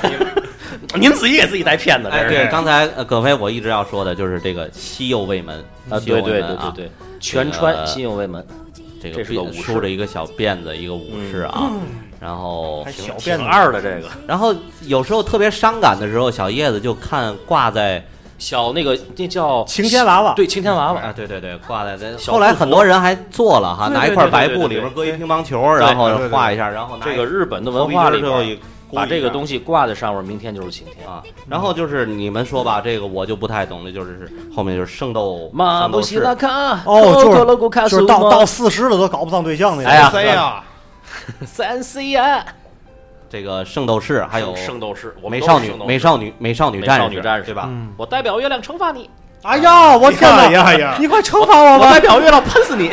Speaker 4: 你
Speaker 5: 您自己给自己带偏的，
Speaker 4: *laughs* 哎，
Speaker 5: 这
Speaker 4: 对，
Speaker 5: 是。
Speaker 4: 刚才呃葛飞我一直要说的就是这个西右卫门
Speaker 5: 啊，
Speaker 4: 西右
Speaker 5: 对
Speaker 4: 卫
Speaker 5: 对
Speaker 4: 门
Speaker 5: 对对
Speaker 4: 啊，
Speaker 5: 对，全川新右卫门，
Speaker 4: 这
Speaker 5: 这
Speaker 4: 个
Speaker 5: 是个
Speaker 4: 辫
Speaker 5: 武士嗯
Speaker 4: 梳着一个小辫子，一个武士啊，然后
Speaker 3: 还小
Speaker 5: 挺
Speaker 3: 辫子，
Speaker 5: 二的这个
Speaker 4: 然后有时候特别伤感的时候，小叶子就看挂在
Speaker 5: 小那个那叫
Speaker 3: 晴天娃娃，
Speaker 5: 对晴天娃
Speaker 4: 啊，
Speaker 5: 娃，
Speaker 4: 对对对，挂在这。
Speaker 5: 小
Speaker 4: 后来
Speaker 5: 护符
Speaker 4: 很多人还做了哈，
Speaker 5: 对对
Speaker 4: 拿一块白布里边搁一乒乓球，然后
Speaker 6: 对对对
Speaker 4: 画一下，然后拿
Speaker 5: 哎这个
Speaker 4: 一
Speaker 5: 日本的文化
Speaker 4: 头皮筋儿
Speaker 5: 里
Speaker 4: 最后
Speaker 5: 边
Speaker 4: 一箍
Speaker 5: 把这个
Speaker 4: 一下
Speaker 5: 东西挂在上面，明天就是晴天。
Speaker 4: 啊，然后就是你们说吧，这个我就不太懂的，就是后面就是圣斗
Speaker 5: 马
Speaker 4: 圣
Speaker 5: 布
Speaker 4: 斗
Speaker 5: 西
Speaker 4: 士
Speaker 5: 拉卡
Speaker 3: 哦，
Speaker 5: 克洛古
Speaker 3: 就
Speaker 5: 卡
Speaker 3: 是就
Speaker 5: 苏
Speaker 3: 是
Speaker 5: 莫
Speaker 3: 到到四十了都搞不上对象那个。
Speaker 5: 哎呀
Speaker 6: 谁呀？
Speaker 5: 三 C 呀，
Speaker 4: 这个圣斗士，还有
Speaker 5: 圣斗士，我们
Speaker 4: 美
Speaker 5: 都
Speaker 4: 少
Speaker 5: 是
Speaker 4: 女
Speaker 5: 圣斗士
Speaker 4: 美少女美少女
Speaker 5: 美
Speaker 4: 战士
Speaker 5: 少女战士
Speaker 4: 对吧？
Speaker 3: 嗯，
Speaker 5: 我代表月亮惩罚你，
Speaker 3: 哎呀，我天哪！
Speaker 6: 哎呀哎呀
Speaker 3: 你快惩罚我
Speaker 5: 我代
Speaker 3: 吧！
Speaker 5: 表月亮喷死你。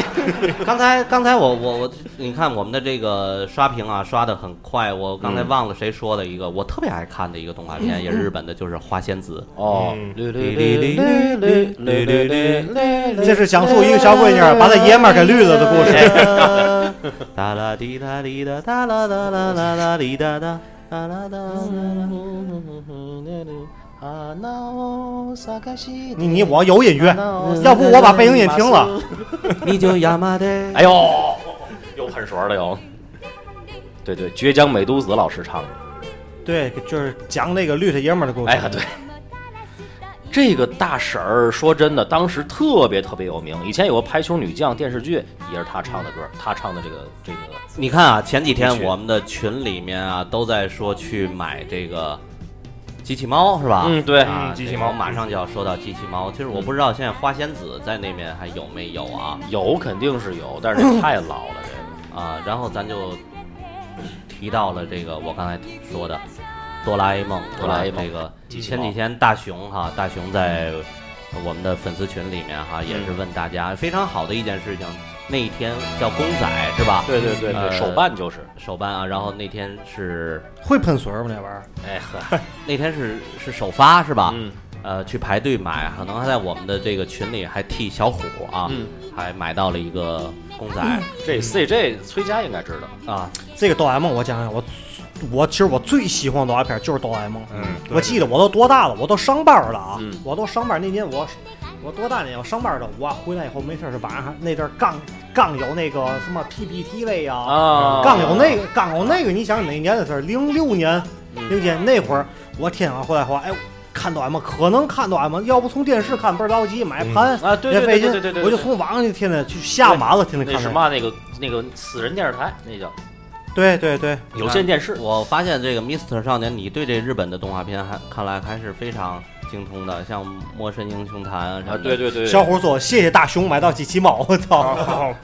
Speaker 4: 刚才刚才我我我，你看我们的这个刷屏啊，刷的很快。我刚才
Speaker 5: 嗯
Speaker 4: 忘了谁说的一个，我特别爱看的一个动画
Speaker 5: *laughs*
Speaker 4: 片，也是日本的，就是《花仙子
Speaker 5: 哦，
Speaker 3: 这是讲述一个小闺女儿把她爷们儿给绿了的故事。》。
Speaker 4: *laughs* 哒啦滴哒滴哒哒啦哒啦啦啦滴哒哒哒啦哒啦。
Speaker 3: 你你我有音乐，要啊不我把背景音停
Speaker 7: *laughs*
Speaker 3: 了。
Speaker 4: 你就亚麻的，
Speaker 5: 哎呦，又喷水了又。对对，倔强美都子老师唱的。
Speaker 3: 对，就是讲那个绿他爷们儿的故事。
Speaker 5: 哎呀，对，这个大婶儿说真的，当时特别特别有名。以前有个《排球女将》电视剧，也是她唱的歌，她唱的这个这个。
Speaker 4: 你看啊，前几
Speaker 5: 我
Speaker 4: 天
Speaker 5: 去
Speaker 4: 我们的群里面啊，都在说去买这个机器猫是吧？
Speaker 5: 嗯，对，
Speaker 4: 啊，
Speaker 6: 机器
Speaker 4: 这个
Speaker 6: 猫
Speaker 4: 马上就要说到机器猫。其实我不知道现在花仙子在那边还有没有啊？
Speaker 5: 有肯定是有，但是这太老了，这
Speaker 4: 啊，然后咱就提到了这个我刚才说的哆啦 A 梦，
Speaker 5: 哆啦 A 梦
Speaker 4: 这个
Speaker 5: 机器
Speaker 4: 前
Speaker 5: 猫
Speaker 4: 几天大熊哈，大熊在我们的粉丝群里面哈，也是
Speaker 5: 嗯
Speaker 4: 问大家非常好的一件事情。那一天叫公仔是吧？
Speaker 5: 个。对对对
Speaker 4: 呃
Speaker 5: 对，手办就是。
Speaker 4: 手办啊，然后那天是
Speaker 3: 会喷水吗？那玩意儿？
Speaker 5: 哎呵，
Speaker 4: 那天是是首发是吧？
Speaker 5: 嗯，
Speaker 4: 呃，去排队买，可能还在我们的这个群里还替小虎啊，
Speaker 5: 嗯
Speaker 4: 还买到了一个公仔、
Speaker 5: 这 CJ 崔佳应该知道。
Speaker 4: 啊，
Speaker 3: 这个哆啦 A 梦，我讲讲我，我其实我最喜欢的哆啦 A 片就是哆啦 A 梦。
Speaker 6: 嗯，
Speaker 3: 我记得我都多大了，我都上班了啊！
Speaker 5: 嗯
Speaker 3: 我都上班那年我我多大年？我上班了，我回来以后没事儿是晚上那阵儿刚刚有那个什么 PPTV 呀、
Speaker 5: 啊
Speaker 3: 刚有那个刚有那个，你想哪年的事儿？零六年，
Speaker 5: 嗯
Speaker 3: 零年那会儿，我天啊，回来话，哎，看哆啦 A 梦可能看哆啦 A 梦，要不从电视看倍儿着急，买盘
Speaker 5: 啊，对
Speaker 3: 也
Speaker 5: 对
Speaker 3: 费
Speaker 5: 对
Speaker 3: 劲
Speaker 5: 对对对，，
Speaker 3: 我就从网上就天天去下满了，天天
Speaker 5: 那
Speaker 3: 看
Speaker 5: 什
Speaker 3: 个
Speaker 5: 么那个那个死人电视台，那叫
Speaker 3: 对对对，
Speaker 5: 有线电视。
Speaker 4: 我发现这个 Mister 少年，你对这日本的动画片还看来还是非常精通的，像《魔神英雄坛》啊什么
Speaker 5: 啊，
Speaker 4: 的
Speaker 5: 对对对，
Speaker 3: 小虎说：“谢谢大熊买到机器猫。”我操！
Speaker 6: 哦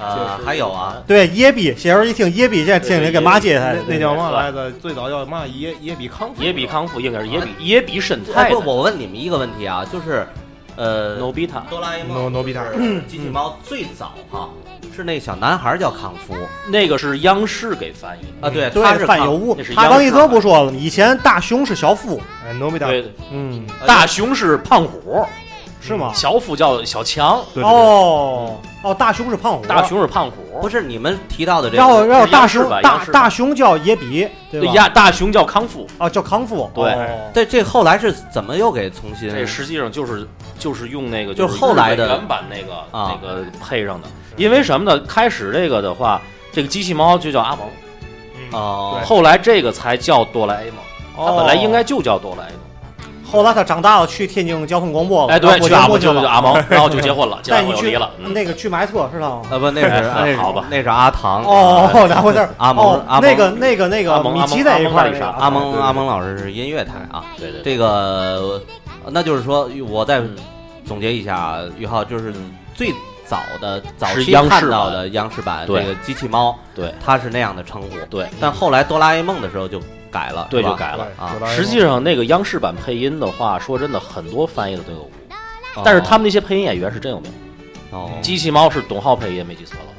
Speaker 4: 呃，还有啊，
Speaker 3: 对，耶比，小时候一听耶比，这听着给骂街他。
Speaker 6: 那那叫嘛来着？最早叫嘛？野野比康复，
Speaker 5: 野比康复应该是野比野比神
Speaker 4: 哎
Speaker 5: 太
Speaker 4: 不，
Speaker 5: 的，
Speaker 4: 我问你们一个问题啊，就是呃
Speaker 5: ，No b i t a
Speaker 4: 哆啦 A 梦
Speaker 6: No- 嗯 Nobita
Speaker 4: 是机器猫最早哈是那小男孩叫康夫
Speaker 5: 那个是央视给翻译
Speaker 4: 啊，对，他
Speaker 3: 对，
Speaker 4: 是
Speaker 3: 反
Speaker 4: 康
Speaker 3: 有误
Speaker 5: 那是。
Speaker 3: 他
Speaker 5: 央
Speaker 3: 刚
Speaker 5: 视
Speaker 3: 一泽不说了吗？以前大雄是小夫，
Speaker 6: 哎，诺比达，
Speaker 5: 对，
Speaker 3: 嗯，
Speaker 4: 呃
Speaker 5: 大雄是胖虎，
Speaker 3: 是吗？
Speaker 5: 小虎叫小强，
Speaker 6: 对对对
Speaker 3: 哦哦，大雄是胖虎，
Speaker 5: 大雄是胖虎，
Speaker 4: 不是你们提到的这
Speaker 3: 然后
Speaker 4: 个
Speaker 3: 然后大
Speaker 5: 是
Speaker 3: 雄
Speaker 5: 吧央
Speaker 3: 大
Speaker 5: 视
Speaker 3: 大雄叫野比，对
Speaker 5: 对
Speaker 3: 吧？
Speaker 5: 呀，大雄叫康复，
Speaker 3: 啊，叫康夫，
Speaker 5: 对
Speaker 3: 哦
Speaker 4: 这这后来是怎么又给重新
Speaker 5: 这实际上就是就是用那个
Speaker 4: 就是
Speaker 5: 是
Speaker 4: 后来的
Speaker 5: 日本原版那个、
Speaker 4: 啊
Speaker 5: 那个配上的，因为什么呢？开始这个的话，这个机器猫就叫阿蒙，
Speaker 4: 哦
Speaker 5: 后来这个才叫哆啦 A 梦，它啊本来
Speaker 3: 哦
Speaker 5: 应该就叫哆啦 A 梦，
Speaker 3: 后来他长大了，去天津交通广播了，
Speaker 5: 哎，对，去阿
Speaker 3: 阿
Speaker 5: 蒙
Speaker 3: 波
Speaker 5: 就叫
Speaker 3: 了。
Speaker 5: 阿蒙，然后就
Speaker 3: *laughs*
Speaker 5: 结婚了，结
Speaker 3: 带
Speaker 5: 完
Speaker 3: 你
Speaker 5: 婚又
Speaker 3: 去
Speaker 5: 离了，嗯
Speaker 3: 那个去埋特知
Speaker 5: *laughs*
Speaker 3: 道吗？
Speaker 4: 呃不那是那是
Speaker 5: 好吧
Speaker 4: 那是阿唐
Speaker 3: 哦，两回事儿。
Speaker 4: 阿蒙
Speaker 3: 哦
Speaker 4: 阿蒙
Speaker 3: 那个那个那
Speaker 5: 阿
Speaker 3: 个
Speaker 5: 蒙
Speaker 3: 米
Speaker 5: 阿蒙
Speaker 3: 奇在一块儿
Speaker 5: 阿蒙
Speaker 3: 那
Speaker 5: 那啥
Speaker 3: 个
Speaker 4: 阿蒙
Speaker 6: 对
Speaker 4: 阿蒙老师是音乐台啊，
Speaker 5: 对对对，
Speaker 4: 这个呃那就是说我再
Speaker 5: 嗯
Speaker 4: 总结一下啊，于浩就是最早的早
Speaker 5: 是
Speaker 4: 期
Speaker 5: 央视
Speaker 4: 看到
Speaker 5: 版
Speaker 4: 的央视版这
Speaker 5: 对
Speaker 4: 个机器猫，
Speaker 5: 对
Speaker 4: 它是那样的称呼，
Speaker 5: 对
Speaker 4: 但后来哆啦 A 梦的时候就改了，
Speaker 5: 对
Speaker 4: 是吧
Speaker 5: 就改了。
Speaker 4: 啊
Speaker 6: 对
Speaker 5: 实际，上，那个央视版配音的话，说真的，很多翻译的都有误，
Speaker 4: 哦
Speaker 5: 但是他们那些配音演员是真有名。
Speaker 4: 哦，
Speaker 5: 机器猫是董浩配音，没记错的话。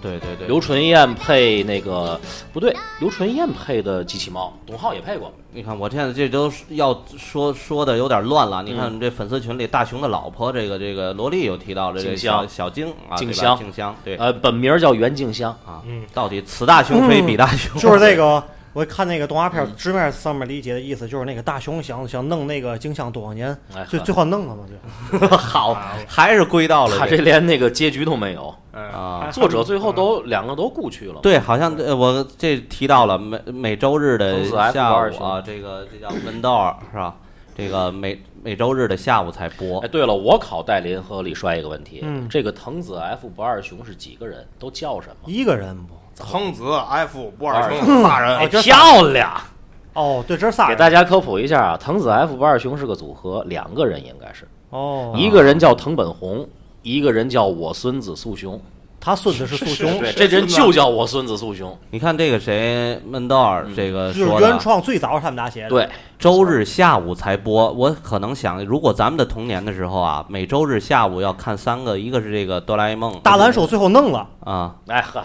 Speaker 4: 对对对，
Speaker 5: 刘纯燕配那个不对，刘纯燕配的机器猫，董浩也配过。
Speaker 4: 你看我现在这都是要说说的有点乱了。你
Speaker 5: 嗯
Speaker 4: 看这粉丝群里大雄的老婆，这个这个萝莉有提到这个
Speaker 5: 静
Speaker 4: 小
Speaker 5: 香
Speaker 4: 小静啊，
Speaker 5: 静
Speaker 4: 对吧
Speaker 5: 香
Speaker 4: 静香对
Speaker 5: 呃，本名叫袁
Speaker 3: *laughs*
Speaker 5: 静香，
Speaker 4: 啊
Speaker 6: 嗯，
Speaker 4: 到底此大雄非彼大雄，
Speaker 3: 嗯就是这
Speaker 5: *laughs*
Speaker 3: 个。我看那个动画片
Speaker 5: 嗯
Speaker 3: 儿直面上面理解的意思，就是那个大雄想想弄那个静香多少年，
Speaker 5: 哎，
Speaker 3: 最最后弄了嘛就。
Speaker 4: 好， *laughs* 还是归到了
Speaker 5: 他这
Speaker 4: 这
Speaker 5: 连那个结局都没
Speaker 3: *laughs*
Speaker 5: 有，
Speaker 6: 哎
Speaker 4: 啊。
Speaker 5: 作者最后
Speaker 6: 嗯
Speaker 5: 都两个都故去了。
Speaker 4: 对，好像呃我这提到了每每周日的
Speaker 5: 从此 F
Speaker 4: 下
Speaker 5: 二
Speaker 4: 午啊，
Speaker 5: 兄
Speaker 4: 这个这叫文道儿是吧？这个每每周日的下午才播
Speaker 5: 哎，，对了，我考戴林和李帅一个问题，
Speaker 3: 嗯
Speaker 5: 这个藤子 F 不二雄是几个人？都叫什么？
Speaker 3: 一个人不？
Speaker 6: 亨子 F 不二雄仨人，
Speaker 5: 哎，
Speaker 3: 这
Speaker 5: 漂亮！
Speaker 3: 哦，对，这是仨
Speaker 5: 给
Speaker 3: 人。
Speaker 5: 大家科普一下啊，藤子 F 不二雄是个组合，两个人应该是，
Speaker 3: 哦，
Speaker 5: 一个人叫藤本弘，一个人叫我孙子素雄。
Speaker 3: 他孙哦子是素雄，
Speaker 5: 对，这人就叫我孙子素雄。
Speaker 4: 你看这个谁闷道尔
Speaker 5: 嗯
Speaker 4: 这个
Speaker 3: 就是
Speaker 4: 说的
Speaker 3: 原创最早是他们俩写的。
Speaker 5: 对，
Speaker 4: 周日下午才播。我可能想，如果咱们的童年的时候啊，每周日下午要看三个，一个是这个哆啦 A 梦，
Speaker 3: 大蓝手最后弄了，
Speaker 4: 啊，
Speaker 5: 哎呵，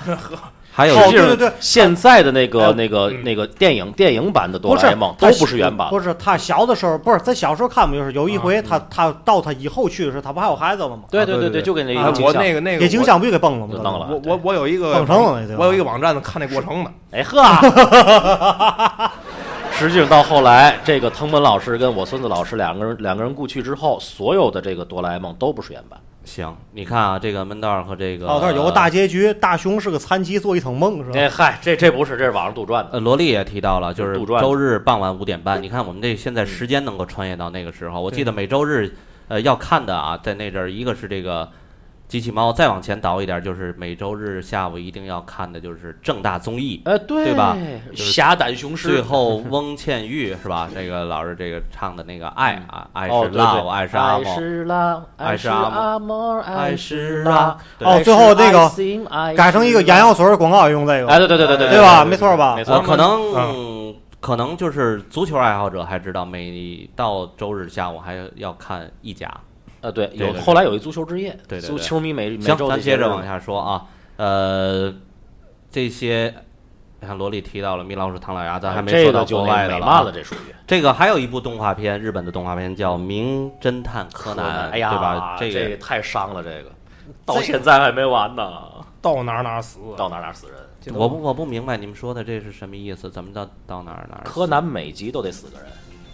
Speaker 4: 还有
Speaker 3: 哦
Speaker 5: 实际上
Speaker 3: 对对对
Speaker 5: 现在的那个、
Speaker 3: 哎
Speaker 5: 那个、那个电影电影版的哆
Speaker 3: 不
Speaker 5: 啦
Speaker 3: 是
Speaker 5: A 梦都
Speaker 3: 他
Speaker 5: 不是原版
Speaker 3: 不，是他小的时候，不是咱小时候看不就是有一回他他到他以后去的时候，他不还有孩子了吗？
Speaker 5: 对
Speaker 6: 对
Speaker 5: 对
Speaker 6: 对
Speaker 5: 就给那个
Speaker 3: 啊
Speaker 5: 景
Speaker 6: 我
Speaker 5: 象
Speaker 6: 那个那个
Speaker 3: 给景象不就给崩了吗？
Speaker 5: 就弄哎了
Speaker 6: 我我我有一个
Speaker 3: 蹦成了对吧
Speaker 6: 我有一个网站看那过程的，
Speaker 5: 哎呵，啊
Speaker 4: *laughs*
Speaker 5: 实际上到后来，这个藤本老师跟我孙子老师两个人两个人故去之后，所有的这个哆啦 A 梦都不是原版。
Speaker 4: 行，你看啊，这个闷道尔和这个
Speaker 3: 哦，但是有个大结局，大雄是个残疾，做一场梦是吧？
Speaker 5: 哎嗨，这这不是，这是网上杜撰的。
Speaker 4: 呃萝莉也提到了，就是
Speaker 5: 杜撰的嗯
Speaker 4: 周日傍晚五点半。你看我们这现在时间能够穿越到那个时候，我记得每周日呃要看的啊，在那阵儿一个是这个。机器猫再往前倒一点，就是每周日下午一定要看的，就是正大综艺。
Speaker 5: 呃，对
Speaker 4: 对吧？就是
Speaker 5: 侠胆雄
Speaker 4: 最
Speaker 5: 狮， *laughs*
Speaker 4: 后，翁倩玉是吧？这个老师这个唱的那个爱啊，爱是
Speaker 5: 哦，对
Speaker 4: love，
Speaker 5: 对，
Speaker 4: 爱是阿
Speaker 5: 爱
Speaker 4: 莫，
Speaker 5: 是 love，
Speaker 4: 爱
Speaker 5: 爱
Speaker 4: 是
Speaker 5: 是
Speaker 4: 阿
Speaker 5: 阿莫，爱
Speaker 4: 是
Speaker 5: 是
Speaker 4: love
Speaker 5: love。
Speaker 4: 对
Speaker 3: 哦最后那个
Speaker 5: 个
Speaker 3: 改成一个眼药水的广告也用这个。
Speaker 5: 哎，对对对对对，
Speaker 3: 对吧没错吧
Speaker 5: 没
Speaker 4: 我
Speaker 5: 错，
Speaker 4: 呃哦可
Speaker 5: 嗯
Speaker 4: 能可能就是足球爱好者还知道，每到周日下午还要看意甲。
Speaker 5: 呃，对，
Speaker 4: 对
Speaker 5: 有
Speaker 4: 对
Speaker 5: 后来有一足球之夜，
Speaker 4: 对对对
Speaker 5: 足球迷每每
Speaker 4: 行
Speaker 5: 周，
Speaker 4: 咱接着往
Speaker 5: 下。
Speaker 4: 下说啊，呃，这些。你看，萝莉提到了米老鼠、唐老鸭，咱还没
Speaker 5: 哎这
Speaker 4: 说
Speaker 5: 个
Speaker 4: 到
Speaker 5: 就
Speaker 4: 国外的
Speaker 5: 美
Speaker 4: 了
Speaker 5: 漫
Speaker 4: 啊
Speaker 5: 了，。这属于
Speaker 4: 这个还有一部动画片，日本的动画片叫《名侦探柯南》，
Speaker 5: 哎呀，
Speaker 4: 对吧？
Speaker 5: 这
Speaker 4: 个
Speaker 5: 太伤了，这个到现在还没完呢，
Speaker 6: 到哪儿哪儿死，
Speaker 5: 到哪儿哪儿死人。
Speaker 4: 我不我不明白你们说的这是什么意思？怎么到到哪儿哪儿？
Speaker 5: 柯南每集都得死个人，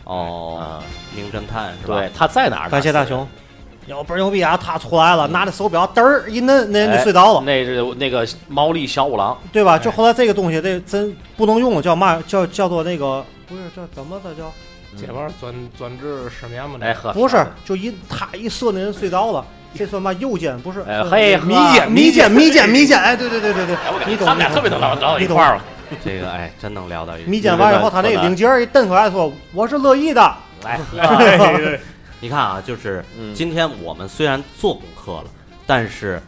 Speaker 4: 哦，名侦探是吧？
Speaker 5: 对，他在哪儿？
Speaker 3: 感谢大雄，要倍儿牛逼啊！他出来了，拿着手表嘚儿一摁，那
Speaker 5: 哎，
Speaker 3: 人就睡着了，
Speaker 5: 那是那个毛利小五郎，
Speaker 3: 对吧？就后来这个东西，这真不能用了，叫嘛？叫叫做那个不是叫怎么的叫？
Speaker 6: 这玩意儿专专治失眠嘛？
Speaker 5: 哎呵，
Speaker 3: 不是，就一他一射那人睡着了，这算嘛右肩不是？呃
Speaker 5: 哎嘿呵
Speaker 3: 迷奸迷奸迷奸迷奸！哎，对对对对对
Speaker 5: 哎，我，感
Speaker 3: 你
Speaker 5: 觉
Speaker 3: 懂
Speaker 5: 他们俩特别能聊聊到一
Speaker 3: 你懂
Speaker 5: 块儿了。
Speaker 4: 这个哎，真能聊到一起
Speaker 3: 迷奸完以后，他那个领结儿一蹬出来，说：“我是乐意的。
Speaker 5: 哎呵，
Speaker 4: 你看啊，就是
Speaker 5: 嗯
Speaker 4: 今天我们虽然做功课了，但是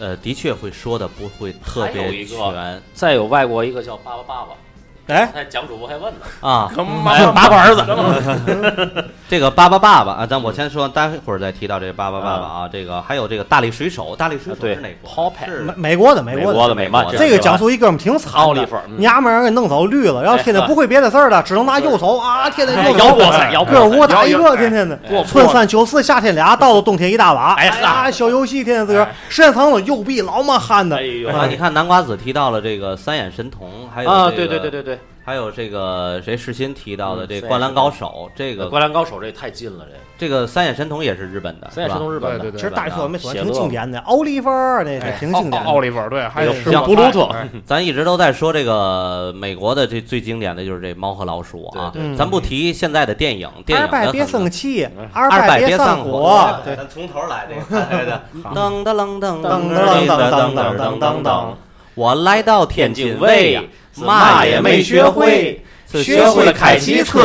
Speaker 4: 呃，的确会说的不会特
Speaker 5: 还有
Speaker 4: 别
Speaker 5: 一个
Speaker 4: 全。
Speaker 5: *laughs* 再有外国一个叫《爸爸爸爸》，
Speaker 3: 哎，
Speaker 5: 那蒋主播还问呢
Speaker 4: 啊，
Speaker 5: 哎八个儿子，
Speaker 4: 这个巴巴爸爸啊，咱
Speaker 5: 嗯
Speaker 4: 我先说，待会儿再提到这个巴巴爸爸啊，这个还有这个大力水手，大力水手
Speaker 5: 对
Speaker 4: 是哪国？是
Speaker 3: 美美国的美
Speaker 5: 美
Speaker 3: 国
Speaker 5: 国
Speaker 3: 的
Speaker 5: 的美漫
Speaker 4: 这
Speaker 3: 这个讲述一哥们儿挺惨
Speaker 5: 奥利
Speaker 3: 的
Speaker 5: 弗，嗯
Speaker 3: 你丫们让人给弄走绿了，然后天天
Speaker 5: 哎
Speaker 3: 不会别的字儿了，只能拿右手啊，天天右手
Speaker 5: 摇过
Speaker 6: 哎
Speaker 5: 塞摇过
Speaker 3: 个
Speaker 5: 塞
Speaker 3: 哎窝打一个，天天的
Speaker 5: 哎过
Speaker 3: 春三秋四，夏天俩，到了冬天一大把。
Speaker 5: 哎呀 *laughs*
Speaker 3: 呀，小游戏天天自个儿时间长了右臂老么憨的
Speaker 5: 哎，呦
Speaker 4: 啊，你看南瓜子提到了这个三眼神童，还有
Speaker 5: 啊，
Speaker 4: 这
Speaker 5: 对对
Speaker 4: 个
Speaker 5: 对对对，
Speaker 4: 还有这个谁世新提到的
Speaker 5: 嗯
Speaker 4: 这《
Speaker 5: 三
Speaker 4: 灌
Speaker 5: 眼
Speaker 4: 篮
Speaker 5: 神
Speaker 4: 高
Speaker 5: 童呃
Speaker 4: 手》，这
Speaker 5: 《
Speaker 4: 个
Speaker 5: 灌篮高手》这太近了，这个
Speaker 4: 这个三眼神童也是日本的，
Speaker 5: 三眼
Speaker 4: 是
Speaker 5: 神
Speaker 4: 吧
Speaker 5: 童日本的啊
Speaker 6: 对对
Speaker 3: 其
Speaker 6: 对
Speaker 3: 实大学我们喜欢挺
Speaker 5: 写乐
Speaker 3: 经典的，奥利弗儿这是
Speaker 6: 哎
Speaker 3: 挺经典
Speaker 6: 奥奥
Speaker 3: 的。
Speaker 6: 利弗对，还有
Speaker 4: 像
Speaker 5: 布鲁特
Speaker 6: 哎
Speaker 4: 嗯咱一直都在说这个美国的这最经典的就是这猫和老鼠啊，
Speaker 5: 对
Speaker 3: 对对
Speaker 4: 咱不提现在的电影，电
Speaker 3: 二
Speaker 4: 影的
Speaker 3: 百
Speaker 4: 很
Speaker 3: 别
Speaker 4: 多
Speaker 3: 生气，
Speaker 5: 嗯
Speaker 4: 二
Speaker 3: 二百
Speaker 4: 别
Speaker 3: 上
Speaker 4: 火
Speaker 3: 火，，对，
Speaker 4: 咱从头来这个，对对 *laughs* 噔噔噔噔噔
Speaker 3: 噔噔噔噔噔噔，
Speaker 4: 我来到天
Speaker 5: 天
Speaker 4: 津
Speaker 5: 津
Speaker 4: 卫
Speaker 5: 卫
Speaker 4: 呀
Speaker 5: 呀，
Speaker 4: 嘛也没学会，，是
Speaker 3: 学会了凯奇策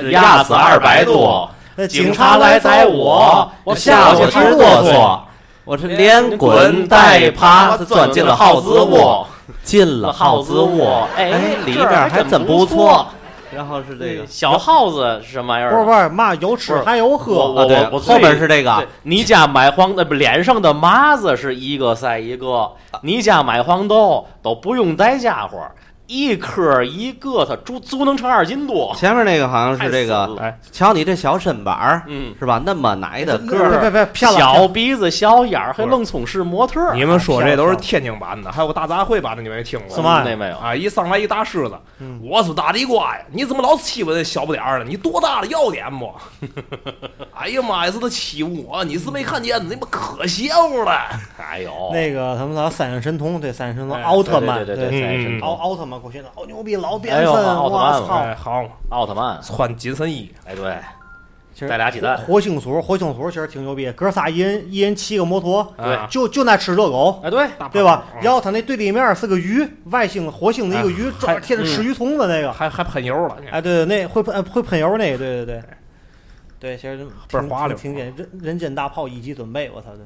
Speaker 4: 是压死200多，
Speaker 3: 那
Speaker 5: 警察来逮我，我吓我直哆嗦，
Speaker 4: 我是连滚
Speaker 5: 滚
Speaker 4: 带
Speaker 5: 带
Speaker 4: 爬
Speaker 5: 爬
Speaker 4: 钻
Speaker 5: 钻
Speaker 4: 进
Speaker 5: 进
Speaker 4: 了
Speaker 5: 了
Speaker 4: 耗
Speaker 5: 耗
Speaker 4: 子
Speaker 5: 子
Speaker 4: 窝
Speaker 5: 窝，
Speaker 4: 进了耗子窝，哎
Speaker 5: 哎，
Speaker 4: 里
Speaker 5: 这
Speaker 4: 边
Speaker 5: 儿还
Speaker 4: 还
Speaker 5: 真
Speaker 4: 真不
Speaker 5: 不
Speaker 4: 错
Speaker 5: 错。哎
Speaker 4: 然后是这
Speaker 5: 这
Speaker 4: 个
Speaker 5: 个，小耗子是什么玩意
Speaker 3: 不是
Speaker 5: 儿
Speaker 3: 不？是，嘛有吃还有喝，
Speaker 5: 我
Speaker 4: 啊对
Speaker 5: 我我
Speaker 4: 后边是这个啊
Speaker 5: 对，你家买黄的不脸上的麻子是一个赛一个，你家买黄豆都不用带家伙，一颗一个，它足足能成二斤多。
Speaker 4: 前面那个好像是这
Speaker 5: 太
Speaker 4: 个
Speaker 5: 死，了
Speaker 6: 哎
Speaker 4: 瞧你这小身板儿，
Speaker 5: 嗯，
Speaker 4: 是吧？那么奶的个
Speaker 3: 别别
Speaker 4: 儿，
Speaker 3: 别骗了，
Speaker 5: 小鼻子小眼儿，还愣充是模特
Speaker 6: *laughs*
Speaker 5: 儿，
Speaker 6: 你们说这都是天津版的，还有个大杂烩版的，你们也听过
Speaker 3: 是吗
Speaker 5: 那没有？嗯
Speaker 6: 啊！一上来一大狮子，我是大地瓜呀！你怎么老欺负那小不点儿呢？你多大了要脸不？ *laughs* 哎呀妈呀，是他欺负我！你是没看见，你们可邪乎了！
Speaker 5: 哎呦，
Speaker 3: 那个他们说三眼神童，对三眼神童
Speaker 6: 哎
Speaker 3: 奥特曼，
Speaker 5: 对对对对三眼神
Speaker 6: 嗯
Speaker 3: 奥
Speaker 5: 童
Speaker 3: 奥特曼过去了，哦牛逼，老变
Speaker 5: 哎
Speaker 3: 身，
Speaker 5: 呦奥特
Speaker 3: 我
Speaker 5: 曼
Speaker 3: 操！
Speaker 6: 哎，好，
Speaker 5: 奥特曼，
Speaker 6: 穿紧身衣，
Speaker 5: 哎对，
Speaker 3: 其实
Speaker 5: 带俩鸡蛋
Speaker 3: 火星鼠，火星鼠其实挺牛逼，哥仨一人一人骑个摩托，
Speaker 5: 对
Speaker 6: 啊
Speaker 3: 就就那吃热狗，
Speaker 5: 哎对，
Speaker 3: 对吧？
Speaker 6: 嗯
Speaker 3: 然后他那对立面是个鱼，外星火星的一个鱼，抓着天天吃鱼虫子那个，
Speaker 6: 还还喷油了，
Speaker 3: 哎，对对，那会喷呃会喷油那个，对对对，对，其实挺
Speaker 6: 倍儿滑溜
Speaker 3: 挺简人人间大炮一级准备，我操的，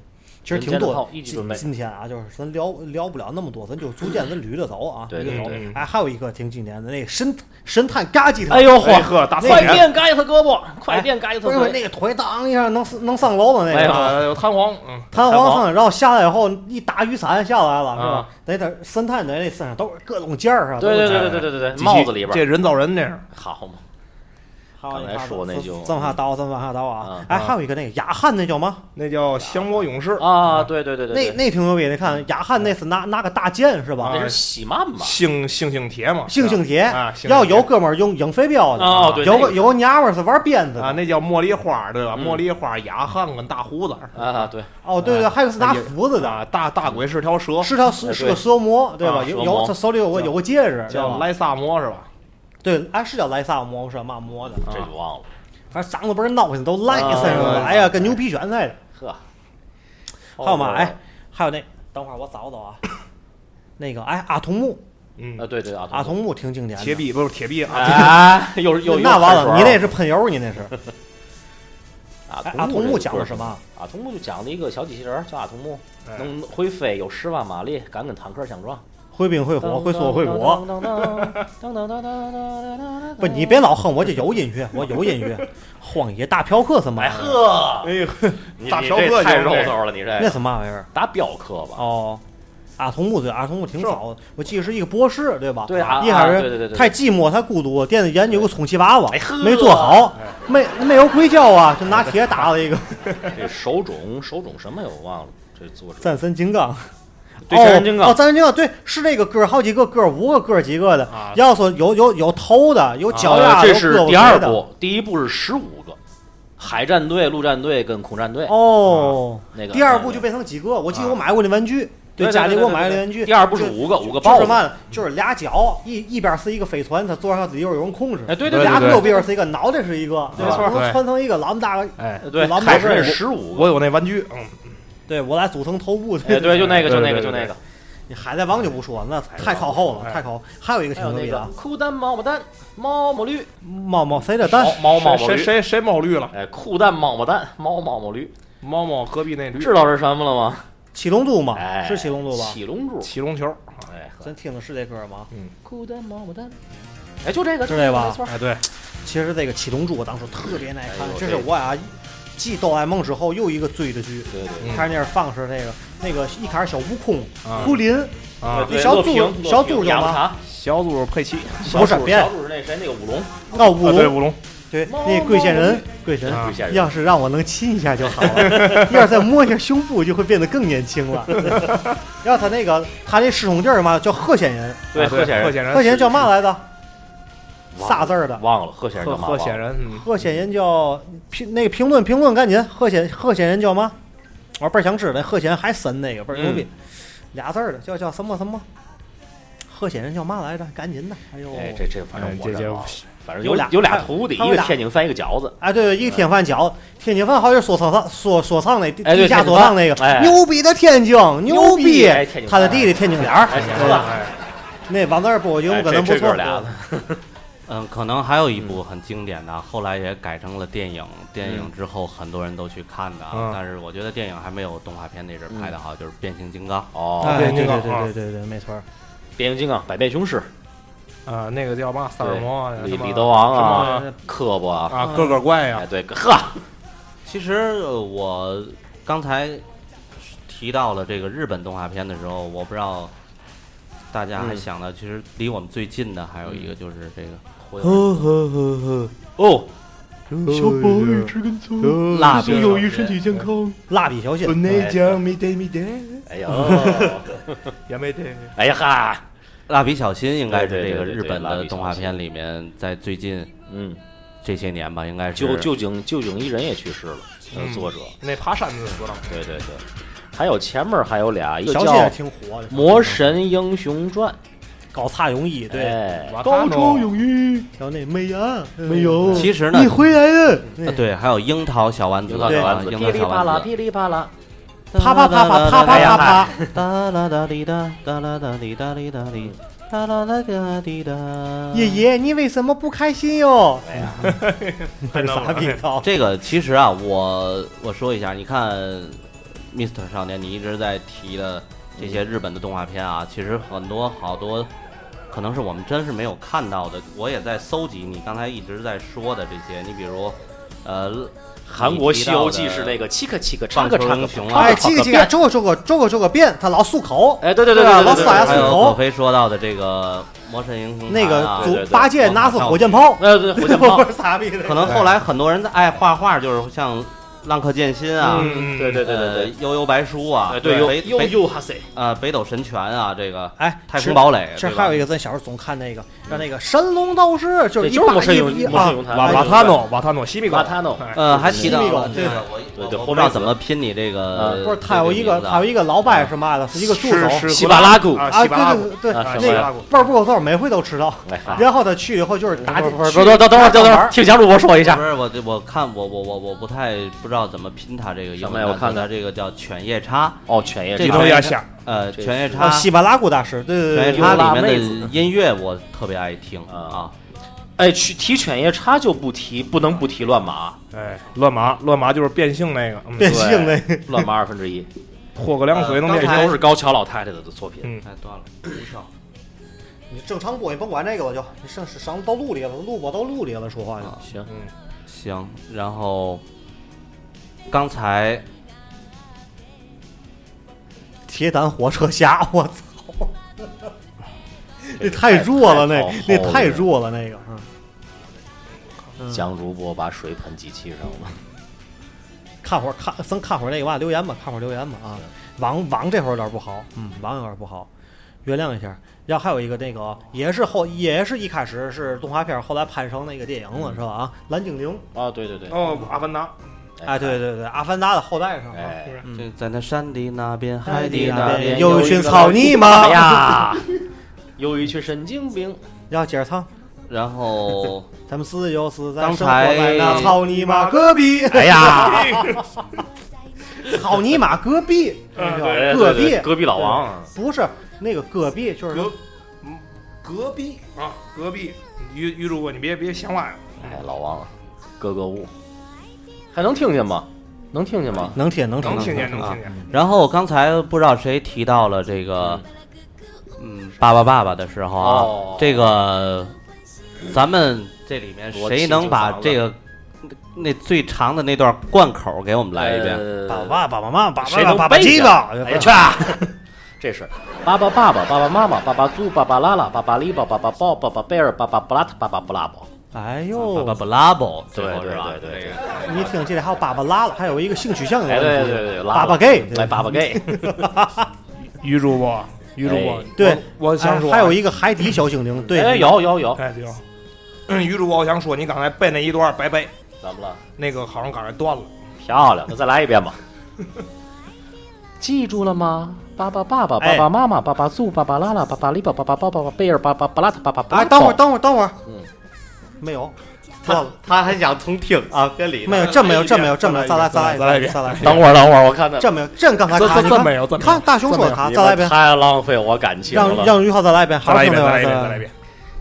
Speaker 3: 其实
Speaker 5: 人
Speaker 3: 挺
Speaker 5: 间
Speaker 3: 多
Speaker 5: 大
Speaker 3: 的
Speaker 5: 炮。一级准备
Speaker 3: 今今天啊，就是咱聊聊不了那么多，咱就逐渐咱捋着走啊，
Speaker 5: 对
Speaker 3: 捋着走
Speaker 6: 对对。
Speaker 3: 哎，还有一个挺经典的那个神神探嘎吉特，
Speaker 5: 哎呦
Speaker 6: 哎
Speaker 5: 嚯，
Speaker 6: 呵，大
Speaker 5: 快
Speaker 6: 脸，
Speaker 5: 变嘎一他胳膊，快变嘎一他
Speaker 3: 哎不是
Speaker 5: 腿，
Speaker 3: 那个腿当一下能能上楼的那
Speaker 5: 哎
Speaker 3: 个
Speaker 5: 呦。
Speaker 6: 啊，有弹簧，嗯，
Speaker 3: 弹
Speaker 5: 弹
Speaker 3: 簧
Speaker 5: 簧
Speaker 3: 上，然后下来以后一打雨伞下来了，是吧
Speaker 6: 啊？
Speaker 3: 那点神探的那身上都是各种件儿啊。
Speaker 5: 对对
Speaker 3: 都是
Speaker 5: 对对对对对，帽子里边
Speaker 6: 这
Speaker 5: 儿
Speaker 6: 人造人这是
Speaker 5: 好嘛，
Speaker 3: 还有
Speaker 5: 刚才说那就
Speaker 3: 咱往下倒，咱往下倒啊
Speaker 5: 啊！
Speaker 3: 哎，
Speaker 6: 啊
Speaker 3: 还有一个那个雅汉那叫嘛？
Speaker 6: 那叫降魔勇士，
Speaker 5: 啊，对对对对，嗯
Speaker 3: 那
Speaker 5: 对
Speaker 3: 那挺牛逼的，看雅汉那是拿拿个大剑是吧
Speaker 5: 那？是喜曼嘛，
Speaker 6: 星星星铁嘛，
Speaker 3: 猩猩铁
Speaker 6: 啊，猩猩铁
Speaker 3: 要有哥们儿用影飞镖的，
Speaker 5: 哦对，
Speaker 3: 有
Speaker 5: 那
Speaker 3: 个有个娘们儿是玩鞭子
Speaker 6: 啊，
Speaker 3: 的，
Speaker 6: 那叫茉莉花对吧？
Speaker 5: 嗯
Speaker 6: 茉莉花雅汉跟大胡子
Speaker 5: 啊对，
Speaker 3: 哦对对，还有是拿斧子的，
Speaker 6: 啊，大大鬼是条蛇，
Speaker 3: 是条是是个
Speaker 5: 对
Speaker 3: 蛇魔对吧？
Speaker 5: 啊
Speaker 3: 有有
Speaker 5: 蛇魔
Speaker 3: 他手里有个有个戒指，对
Speaker 6: 叫
Speaker 3: 吧
Speaker 6: 莱萨摩是吧？
Speaker 3: 对，哎是叫莱萨魔是嘛魔的，
Speaker 5: 这就忘了，
Speaker 3: 反正长得倍儿闹心，都赖
Speaker 5: 啊
Speaker 3: 身上了，哎呀，跟牛皮癣似的。
Speaker 5: 呵，
Speaker 3: 还有嘛？哎，还有那，等会儿我找找啊。那个，哎，阿童木，
Speaker 6: 嗯
Speaker 5: 啊，对对啊，
Speaker 3: 阿童木挺经典的。
Speaker 6: 铁臂不是铁臂啊，
Speaker 5: 哎，又又
Speaker 3: 那完了，你那是喷油，你那是。哎
Speaker 5: 阿
Speaker 3: 阿童木
Speaker 5: 木
Speaker 3: 讲的什？么？
Speaker 5: 啊阿童木就讲了一个小机器人儿，叫阿童木，
Speaker 6: 哎
Speaker 5: 能会飞，有十万马力，敢跟坦克相撞，
Speaker 3: 会冰会火，会缩会火。不，
Speaker 5: 不
Speaker 3: 你别老哼，我就有音乐，我有音乐。荒野大嫖客什么
Speaker 5: 哎
Speaker 3: 玩意儿？
Speaker 5: 呵，
Speaker 6: 哎呦，
Speaker 5: 你
Speaker 6: 大
Speaker 5: 你
Speaker 6: 嫖
Speaker 5: 这
Speaker 6: 客
Speaker 5: 太
Speaker 6: 就是
Speaker 5: 肉
Speaker 6: 这
Speaker 5: 头了，你这
Speaker 3: 那
Speaker 5: 个
Speaker 3: 什么玩意儿？
Speaker 5: 打镖客吧？
Speaker 3: 哦，阿童木对，阿童木挺早的，我记得是一个博士，对吧？
Speaker 5: 对啊，
Speaker 3: 一开
Speaker 5: 啊对对对
Speaker 3: 始
Speaker 5: 对，
Speaker 3: 太寂寞，太孤独，惦记研究个充气娃娃
Speaker 5: 哎呵，
Speaker 3: 没做好，没没有硅胶啊，就拿铁打了一个 *laughs*
Speaker 5: 这手冢手冢什么呀？我忘了，这作者
Speaker 3: 战神金刚。
Speaker 5: *laughs* 对战神金
Speaker 3: 哦，
Speaker 5: 刚
Speaker 3: 哦，战神金刚对，是那个哥好几个哥，五个哥几个的。
Speaker 6: 啊
Speaker 3: 要说有有有头的，有脚丫，
Speaker 5: 啊哎这
Speaker 3: 有
Speaker 5: 是
Speaker 3: 胳膊
Speaker 5: 第二
Speaker 3: 腿的。
Speaker 5: 部，第一部是十五个，海战队、陆战队跟空战队。
Speaker 3: 哦，
Speaker 5: 啊那个啊
Speaker 3: 第二部就变成几个？我记得我买过那玩具，
Speaker 5: 对对对
Speaker 3: 家里
Speaker 5: 对
Speaker 3: 给
Speaker 5: 对
Speaker 3: 我买的
Speaker 5: 对
Speaker 3: 玩具。
Speaker 5: 第二部是
Speaker 3: 就
Speaker 5: 五个，五
Speaker 3: 就
Speaker 5: 个豹
Speaker 3: 是
Speaker 5: 子。
Speaker 3: 嘛，就是俩脚，一一边是一个飞船，它坐上自己又有人控制。
Speaker 5: 哎，对
Speaker 6: 对
Speaker 5: 对，
Speaker 3: 俩
Speaker 6: 对
Speaker 3: 胳膊边是一个，脑袋是一个，对吧？
Speaker 5: 没错
Speaker 3: 能
Speaker 6: 对
Speaker 3: 穿成一个老么大个，
Speaker 6: 哎，
Speaker 5: 对，
Speaker 3: 老
Speaker 5: 开始
Speaker 3: 美
Speaker 5: 那
Speaker 3: 式
Speaker 5: 十五
Speaker 6: 我
Speaker 5: 个，
Speaker 6: 有那玩具，嗯，
Speaker 3: 对我来组成头部。
Speaker 5: 哎，对，就那个，就那个，
Speaker 6: 对对对
Speaker 5: 就那个，
Speaker 3: 你海贼王就不说了，那太靠后了，
Speaker 6: 哎
Speaker 3: 太靠后。还有一个
Speaker 5: 还
Speaker 3: 挺牛
Speaker 5: 有那
Speaker 3: 逼
Speaker 5: 个
Speaker 3: 的啊，
Speaker 5: 裤裆毛毛蛋、猫毛驴、
Speaker 3: 猫猫哎谁的蛋
Speaker 5: 毛？毛毛毛
Speaker 6: 谁
Speaker 5: 驴，
Speaker 6: 谁谁猫绿了？
Speaker 5: 哎，裤裆毛毛蛋、猫毛毛驴，
Speaker 6: 猫猫隔壁那驴，
Speaker 5: 知道是什么了吗？
Speaker 3: 七龙珠嘛，
Speaker 5: 哎，
Speaker 3: 是七龙珠吧？
Speaker 5: 七龙珠，
Speaker 6: 七龙球，
Speaker 5: 哎，
Speaker 3: 咱听的是这歌吗？
Speaker 5: 裤裆毛毛蛋，哎，就这个，
Speaker 3: 就这
Speaker 5: 没
Speaker 3: 吧
Speaker 5: 错。
Speaker 6: 哎，对，
Speaker 3: 其实这个《七龙珠》我当时特别耐看
Speaker 5: 哎，呦
Speaker 3: 这是
Speaker 5: 这个
Speaker 3: 我俩继《哆啦 A 梦》之后又一个追的剧。
Speaker 5: 对对
Speaker 3: 开始那儿放是那个那个一开始小悟空、
Speaker 5: 嗯
Speaker 6: 啊
Speaker 3: 库林，
Speaker 6: 啊，
Speaker 5: 对，
Speaker 3: 小
Speaker 5: 乐
Speaker 3: 组
Speaker 5: 平
Speaker 3: 小
Speaker 5: 乐平
Speaker 3: 组有
Speaker 5: 雅木
Speaker 3: 吗
Speaker 5: 茶，
Speaker 6: 小组佩奇，
Speaker 5: 小
Speaker 3: 不是
Speaker 5: 组
Speaker 3: 别
Speaker 5: 小组是那谁那个舞龙，
Speaker 3: 那舞
Speaker 6: 啊对
Speaker 3: 龙，
Speaker 6: 舞龙，
Speaker 3: 对，那贵仙人，贵神。
Speaker 6: 啊
Speaker 5: 不吓人
Speaker 3: 要是让我能亲一下就好了， *laughs* 要是再摸一下胸部，就会变得更年轻
Speaker 5: *laughs*
Speaker 3: 了。要他那个他那师兄弟儿嘛，叫贺显仁，
Speaker 5: 对，贺显
Speaker 6: 啊贺
Speaker 5: 仁，
Speaker 6: 显仁，
Speaker 3: 贺显仁叫嘛来着？
Speaker 5: 忘
Speaker 3: 仨字儿的。
Speaker 5: 忘了贺显仁
Speaker 6: 贺
Speaker 5: 干嘛
Speaker 6: 贺
Speaker 5: 忘
Speaker 6: 显
Speaker 5: 了
Speaker 6: 仁，嗯，
Speaker 3: 贺显仁叫评那个评论评论赶紧，贺显贺显仁叫嘛？我倍儿想知道，那贺显仁还神那个倍儿牛
Speaker 5: 嗯
Speaker 3: 逼，俩字儿的叫叫什么什么？贺显仁叫嘛来着？赶紧的，哎呦，
Speaker 5: 哎，这这反正
Speaker 6: 哎
Speaker 5: 我
Speaker 6: 这
Speaker 5: 这
Speaker 6: 这
Speaker 5: 忘了反正
Speaker 3: 有
Speaker 5: 有
Speaker 3: 俩
Speaker 5: 有俩徒弟，
Speaker 3: 他
Speaker 5: 一
Speaker 3: 有
Speaker 5: 个
Speaker 3: 俩
Speaker 5: 天津饭，一个饺子。
Speaker 3: 哎，对，一个天饭饺，天津饭好像是说唱上说说唱那地
Speaker 5: 哎对
Speaker 3: 地下
Speaker 5: 天津
Speaker 3: 说
Speaker 5: 饭
Speaker 3: 唱那个，
Speaker 5: 哎
Speaker 3: 牛逼的天津，牛逼
Speaker 5: 哎天津！
Speaker 3: 他
Speaker 5: 饭
Speaker 3: 的弟弟天津脸儿，
Speaker 5: 哎，行
Speaker 3: 对
Speaker 5: 了，
Speaker 3: 那王字儿播音
Speaker 5: 哎
Speaker 3: 可
Speaker 5: 这
Speaker 3: 能不
Speaker 5: 这
Speaker 3: 错
Speaker 5: 哥。俩
Speaker 4: 嗯，可能还有一部很经典的，后来也改成了电影。电
Speaker 5: 嗯
Speaker 4: 影之后很多人都去看的，
Speaker 6: 嗯
Speaker 4: 啊，但是我觉得电影还没有动画片那阵儿拍
Speaker 5: 嗯
Speaker 4: 的好，就是《变形金刚》。
Speaker 3: 哎
Speaker 5: 哦，
Speaker 3: 对
Speaker 6: 变
Speaker 3: 对
Speaker 6: 形金
Speaker 3: 对
Speaker 6: 刚
Speaker 3: 对对对对，没错儿。
Speaker 5: 变形金刚、百变雄狮、
Speaker 6: 啊，那个叫嘛，萨尔摩啊，
Speaker 5: 李
Speaker 6: 什么
Speaker 5: 李德王啊
Speaker 6: 什么
Speaker 5: 科布啊，
Speaker 6: 啊，个个怪呀
Speaker 5: 哎，，对，呵，
Speaker 4: 其实呃我刚才提到了这个日本动画片的时候，我不知道大家还
Speaker 5: 嗯
Speaker 4: 想到，其实离我们最近的还有一个就是这个
Speaker 3: 呵呵呵呵，
Speaker 5: 哦，
Speaker 3: 小宝与知更
Speaker 5: 哎
Speaker 3: 聪，蜡笔
Speaker 5: 有益身
Speaker 3: 体健康，蜡笔小新，
Speaker 5: 内江
Speaker 6: 没得没得，嗯
Speaker 5: 哎呀，
Speaker 6: 也没得，
Speaker 5: 哎呀哈，
Speaker 4: 《蜡笔小新》，应该是
Speaker 5: 对对
Speaker 4: 这个
Speaker 5: 对对
Speaker 4: 日
Speaker 5: 对
Speaker 4: 本
Speaker 5: 蜡笔
Speaker 4: 的
Speaker 5: 小
Speaker 4: 动画
Speaker 5: 新
Speaker 4: 片里面，在最近
Speaker 5: 嗯，
Speaker 4: 这些年吧，应该是
Speaker 5: 旧旧井旧井一人也去世了，那个作者，
Speaker 6: 那爬山的死了，
Speaker 5: 对对对，还有前面还有俩，一个
Speaker 3: 小
Speaker 5: 叫
Speaker 3: 新也
Speaker 5: 《
Speaker 3: 挺火的，
Speaker 5: 魔神英雄传
Speaker 3: 搞擦泳衣，》，对，
Speaker 5: 哎，
Speaker 6: 高中有
Speaker 3: 衣，然后那美伢，没有
Speaker 4: 其实呢
Speaker 3: 你哎回来了，
Speaker 4: 啊对，还有樱桃小丸子，
Speaker 5: 樱桃小丸
Speaker 4: 啊
Speaker 5: 子，
Speaker 4: 樱
Speaker 5: 噼
Speaker 4: 桃
Speaker 5: 里
Speaker 4: 小
Speaker 5: 啪啦，
Speaker 4: 丸子，
Speaker 5: 噼里啪啦，
Speaker 3: 啪啪啪啪啪
Speaker 5: 哎
Speaker 3: 啪
Speaker 5: 呀
Speaker 3: 啪啪。
Speaker 4: 哒啦哒滴哒，哒啦哒滴哒滴哒滴，哒啦啦哒滴哒。
Speaker 3: 爷爷，你为什么不开心哟？哎呀，傻逼操！
Speaker 4: 这个其实啊，我我说一下，你看，Mr 少年，你一直在提的这些日本的动画片啊，其实很多好多，可能是我们真是没有看到的。我也在搜集你刚才一直在说的这些，你比如，呃，
Speaker 5: 韩国《西游记》是那
Speaker 4: 个
Speaker 5: 个七个七个叉
Speaker 4: 棒
Speaker 5: 个
Speaker 4: 球
Speaker 5: 叉
Speaker 4: 英
Speaker 5: 个，
Speaker 4: 雄啊
Speaker 3: 哎，，这个这个，这个这个这个这个变，他老漱口，
Speaker 5: 哎，对对对
Speaker 3: 对啊
Speaker 5: 对
Speaker 3: 老
Speaker 5: 对
Speaker 3: 死还
Speaker 5: 对
Speaker 3: 死
Speaker 4: 还
Speaker 5: 对，
Speaker 4: 有
Speaker 3: 头
Speaker 4: 葛飞说到的这个魔神英雄、啊，
Speaker 3: 那个
Speaker 5: 对
Speaker 3: 足八戒拿死火箭炮，
Speaker 5: 呃，对，火箭炮
Speaker 3: 不，是傻逼
Speaker 4: 可
Speaker 3: 的。
Speaker 4: 能后来很多人在爱画画，就是像浪客剑心啊，
Speaker 5: 嗯，对对对对对
Speaker 4: 呃，悠悠白书啊，
Speaker 5: 哎，对，
Speaker 4: 北
Speaker 5: 又又
Speaker 4: 北
Speaker 5: 又哈塞，
Speaker 4: 呃北斗神拳啊，这个
Speaker 3: 哎，
Speaker 4: 太空堡垒，
Speaker 3: 这还有一
Speaker 4: 个
Speaker 3: 个，咱小时候总看那个，叫那个神龙斗士，就
Speaker 5: 这
Speaker 3: 是一
Speaker 5: 就是
Speaker 3: 把
Speaker 5: 魔神
Speaker 3: 一
Speaker 5: 勇
Speaker 3: 一
Speaker 5: 魔
Speaker 3: 啊
Speaker 5: 神，勇坛，
Speaker 6: 瓦瓦塔诺瓦塔诺西米高
Speaker 5: 瓦塔诺
Speaker 6: 哎
Speaker 4: 呃，还提到
Speaker 3: 西米狗
Speaker 4: 了
Speaker 3: 对
Speaker 4: 这个，我
Speaker 5: 对
Speaker 4: 我
Speaker 5: 对
Speaker 4: 我
Speaker 5: 后
Speaker 4: 不
Speaker 5: 面
Speaker 4: 知道
Speaker 5: 死
Speaker 4: 怎么拼你这个，
Speaker 3: 呃
Speaker 4: 啊
Speaker 3: 不是他有一个他有一
Speaker 4: 个，
Speaker 3: 个老伯是嘛的，是一个助手
Speaker 6: 是是
Speaker 5: 喜巴拉古，
Speaker 6: 啊，
Speaker 3: 啊，
Speaker 6: 西巴拉古
Speaker 3: 对对对，
Speaker 5: 啊
Speaker 3: 那
Speaker 5: 什
Speaker 3: 个
Speaker 5: 么呀
Speaker 3: 倍儿不够揍，每回都吃到。
Speaker 5: 哎，啊
Speaker 3: 然后他去以后就是打
Speaker 6: 不
Speaker 3: 去
Speaker 6: 是
Speaker 5: 不是，等等等等会儿，等等会儿，听小主播说一下
Speaker 4: 不，是我这我看我我我我不太不知道怎么拼它这个英
Speaker 5: 什么
Speaker 4: 文
Speaker 5: 呀
Speaker 4: 单词，
Speaker 5: 我看看
Speaker 4: 它这个叫犬夜叉，
Speaker 5: 哦，犬夜
Speaker 4: 这
Speaker 6: 一
Speaker 5: 叉
Speaker 6: 头，压下，
Speaker 4: 呃，
Speaker 5: 这
Speaker 4: 犬夜
Speaker 5: 是
Speaker 4: 叉
Speaker 3: 啊，，西巴拉古大师，对
Speaker 4: 犬
Speaker 3: 对
Speaker 4: 夜
Speaker 3: 对
Speaker 4: 叉
Speaker 5: 尤拉
Speaker 4: 里面
Speaker 5: 妹
Speaker 4: 的
Speaker 5: 子
Speaker 4: 音乐我特别爱听
Speaker 5: 啊
Speaker 4: 啊，
Speaker 5: 哎，去提犬夜叉就不提，不能不提乱麻，
Speaker 6: 哎，乱麻乱麻就是变性那个，嗯
Speaker 3: 变
Speaker 5: 对
Speaker 3: 性那个，
Speaker 5: 乱麻二分之一，
Speaker 6: 泼个凉水能
Speaker 4: 呃
Speaker 6: 变
Speaker 4: 刚才
Speaker 6: 性
Speaker 5: 都是高桥老太太的作品，
Speaker 6: 嗯
Speaker 4: 哎，断了，无声。
Speaker 3: 你正常播，你甭管这个了，就你上上到路里了，录播到路里了，说话
Speaker 4: 啊
Speaker 3: 去。
Speaker 5: 嗯行，
Speaker 4: 行，然后刚才
Speaker 3: 铁胆火车侠，我操，那太弱了，那
Speaker 5: 太
Speaker 3: 那太弱了，那个。嗯
Speaker 5: 江主播把水喷机器上了，
Speaker 3: 看会儿看，咱看会儿那个嘛留言吧，看会儿留言吧啊。网网这会儿有点不好，嗯，网有点不好，原谅一下。然后还有一个那个也是后也是一开始是动画片，后来拍成那个电影了是吧？啊，蓝精灵，
Speaker 5: 啊，对对对，
Speaker 6: 哦，阿凡达，
Speaker 3: 哎，对，对对，阿凡达的后代上啊。
Speaker 5: 哎，
Speaker 4: 就在那山的那边，
Speaker 3: 海
Speaker 4: 海
Speaker 3: 的
Speaker 4: 的
Speaker 3: 那
Speaker 4: 那
Speaker 3: 边
Speaker 4: 边
Speaker 3: 有一
Speaker 4: 一
Speaker 3: 群草泥马
Speaker 5: 哎 *laughs* 呀，有一群神经病，
Speaker 3: 然后接着唱，
Speaker 4: 然后
Speaker 3: 咱们是又是在
Speaker 4: 刚
Speaker 3: 生活在
Speaker 4: 才
Speaker 3: 那草泥马隔壁，
Speaker 5: 哎呀，
Speaker 3: 草泥马隔壁，
Speaker 6: 啊
Speaker 5: 哎
Speaker 3: 隔
Speaker 5: 对
Speaker 3: 壁
Speaker 5: 对隔壁老王，啊
Speaker 3: 不是那个戈壁，就是
Speaker 6: 隔嗯隔壁啊，隔壁，于于主播你别别想歪了，
Speaker 5: 哎，老王，格格巫，哎还能听见吗？能听见吗？
Speaker 3: 能听能
Speaker 6: 能听见能
Speaker 4: 能
Speaker 6: 听见，
Speaker 4: 然后刚才不知道谁提到了这个，嗯，爸爸爸爸的时候啊，
Speaker 5: 哦
Speaker 4: 这个咱们这里面谁能把这个那最长的那段贯口给我们来一
Speaker 5: 呃
Speaker 4: 遍？
Speaker 3: 爸爸、爸爸妈妈、爸
Speaker 5: 谁
Speaker 3: 爸、
Speaker 5: 能
Speaker 3: 爸爸
Speaker 5: 背
Speaker 3: 鸡
Speaker 5: 着
Speaker 3: 巴，
Speaker 5: 哎呀去啊！这是爸爸爸爸爸爸妈妈爸爸猪爸爸拉拉爸爸里巴爸爸抱爸爸贝尔爸爸布拉特爸爸布拉宝，
Speaker 3: 哎
Speaker 4: 爸
Speaker 3: 呦
Speaker 4: 爸，布拉宝，最
Speaker 5: 对
Speaker 4: 后
Speaker 5: 对
Speaker 4: 是吧？
Speaker 5: 对对
Speaker 4: 这
Speaker 5: 对
Speaker 4: 个。
Speaker 3: 你听，这里还有爸爸拉了，还有一个性取向的
Speaker 5: 哎
Speaker 3: 问
Speaker 5: 对
Speaker 3: 题，
Speaker 5: 对对，
Speaker 3: 爸爸 gay，
Speaker 5: 来爸爸 gay，
Speaker 8: 于主播，于主播
Speaker 5: 哎，
Speaker 3: 对，
Speaker 8: 我我想
Speaker 3: 哎
Speaker 8: 说，啊
Speaker 3: 还有一个海底小精灵，对，
Speaker 5: *laughs* 哎有有有，
Speaker 8: 哎对哦， *clears throat* 嗯于主播，我想说，你刚才背那一段拜拜，
Speaker 5: 怎么了？
Speaker 8: 那个好像刚才断了。
Speaker 5: 漂亮，那再来一遍吧。记住了吗？爸爸、爸爸、爸
Speaker 3: 哎
Speaker 5: 爸妈妈、爸爸祖、爸爸拉拉、爸爸里巴、爸爸抱抱、爸爸贝尔、爸爸布拉特、爸爸布拉
Speaker 3: 哎，
Speaker 5: 宝
Speaker 3: 等会儿，等会儿，等会儿，
Speaker 5: 嗯，
Speaker 3: 没有，
Speaker 4: 他他还想重听啊，跟里头
Speaker 3: 没有，真没有，真没有，真没有，再来，再来，再来一遍，再来一遍，
Speaker 5: 等会儿，等会儿，我看看，
Speaker 3: 真没有，真刚才
Speaker 8: 这
Speaker 3: 卡，
Speaker 8: 这
Speaker 3: 你
Speaker 8: 这
Speaker 3: 看
Speaker 8: 没有这没有
Speaker 3: 看大熊说卡，
Speaker 5: 你
Speaker 3: 再来一
Speaker 5: 们
Speaker 3: 遍，
Speaker 5: 太浪费我感情
Speaker 3: 让
Speaker 5: 了。
Speaker 3: 让于浩再来一遍，
Speaker 8: 再
Speaker 3: 好
Speaker 8: 来一
Speaker 3: 听没
Speaker 8: 遍，
Speaker 3: 有？
Speaker 8: 再来一遍，
Speaker 3: 再
Speaker 8: 再来一遍。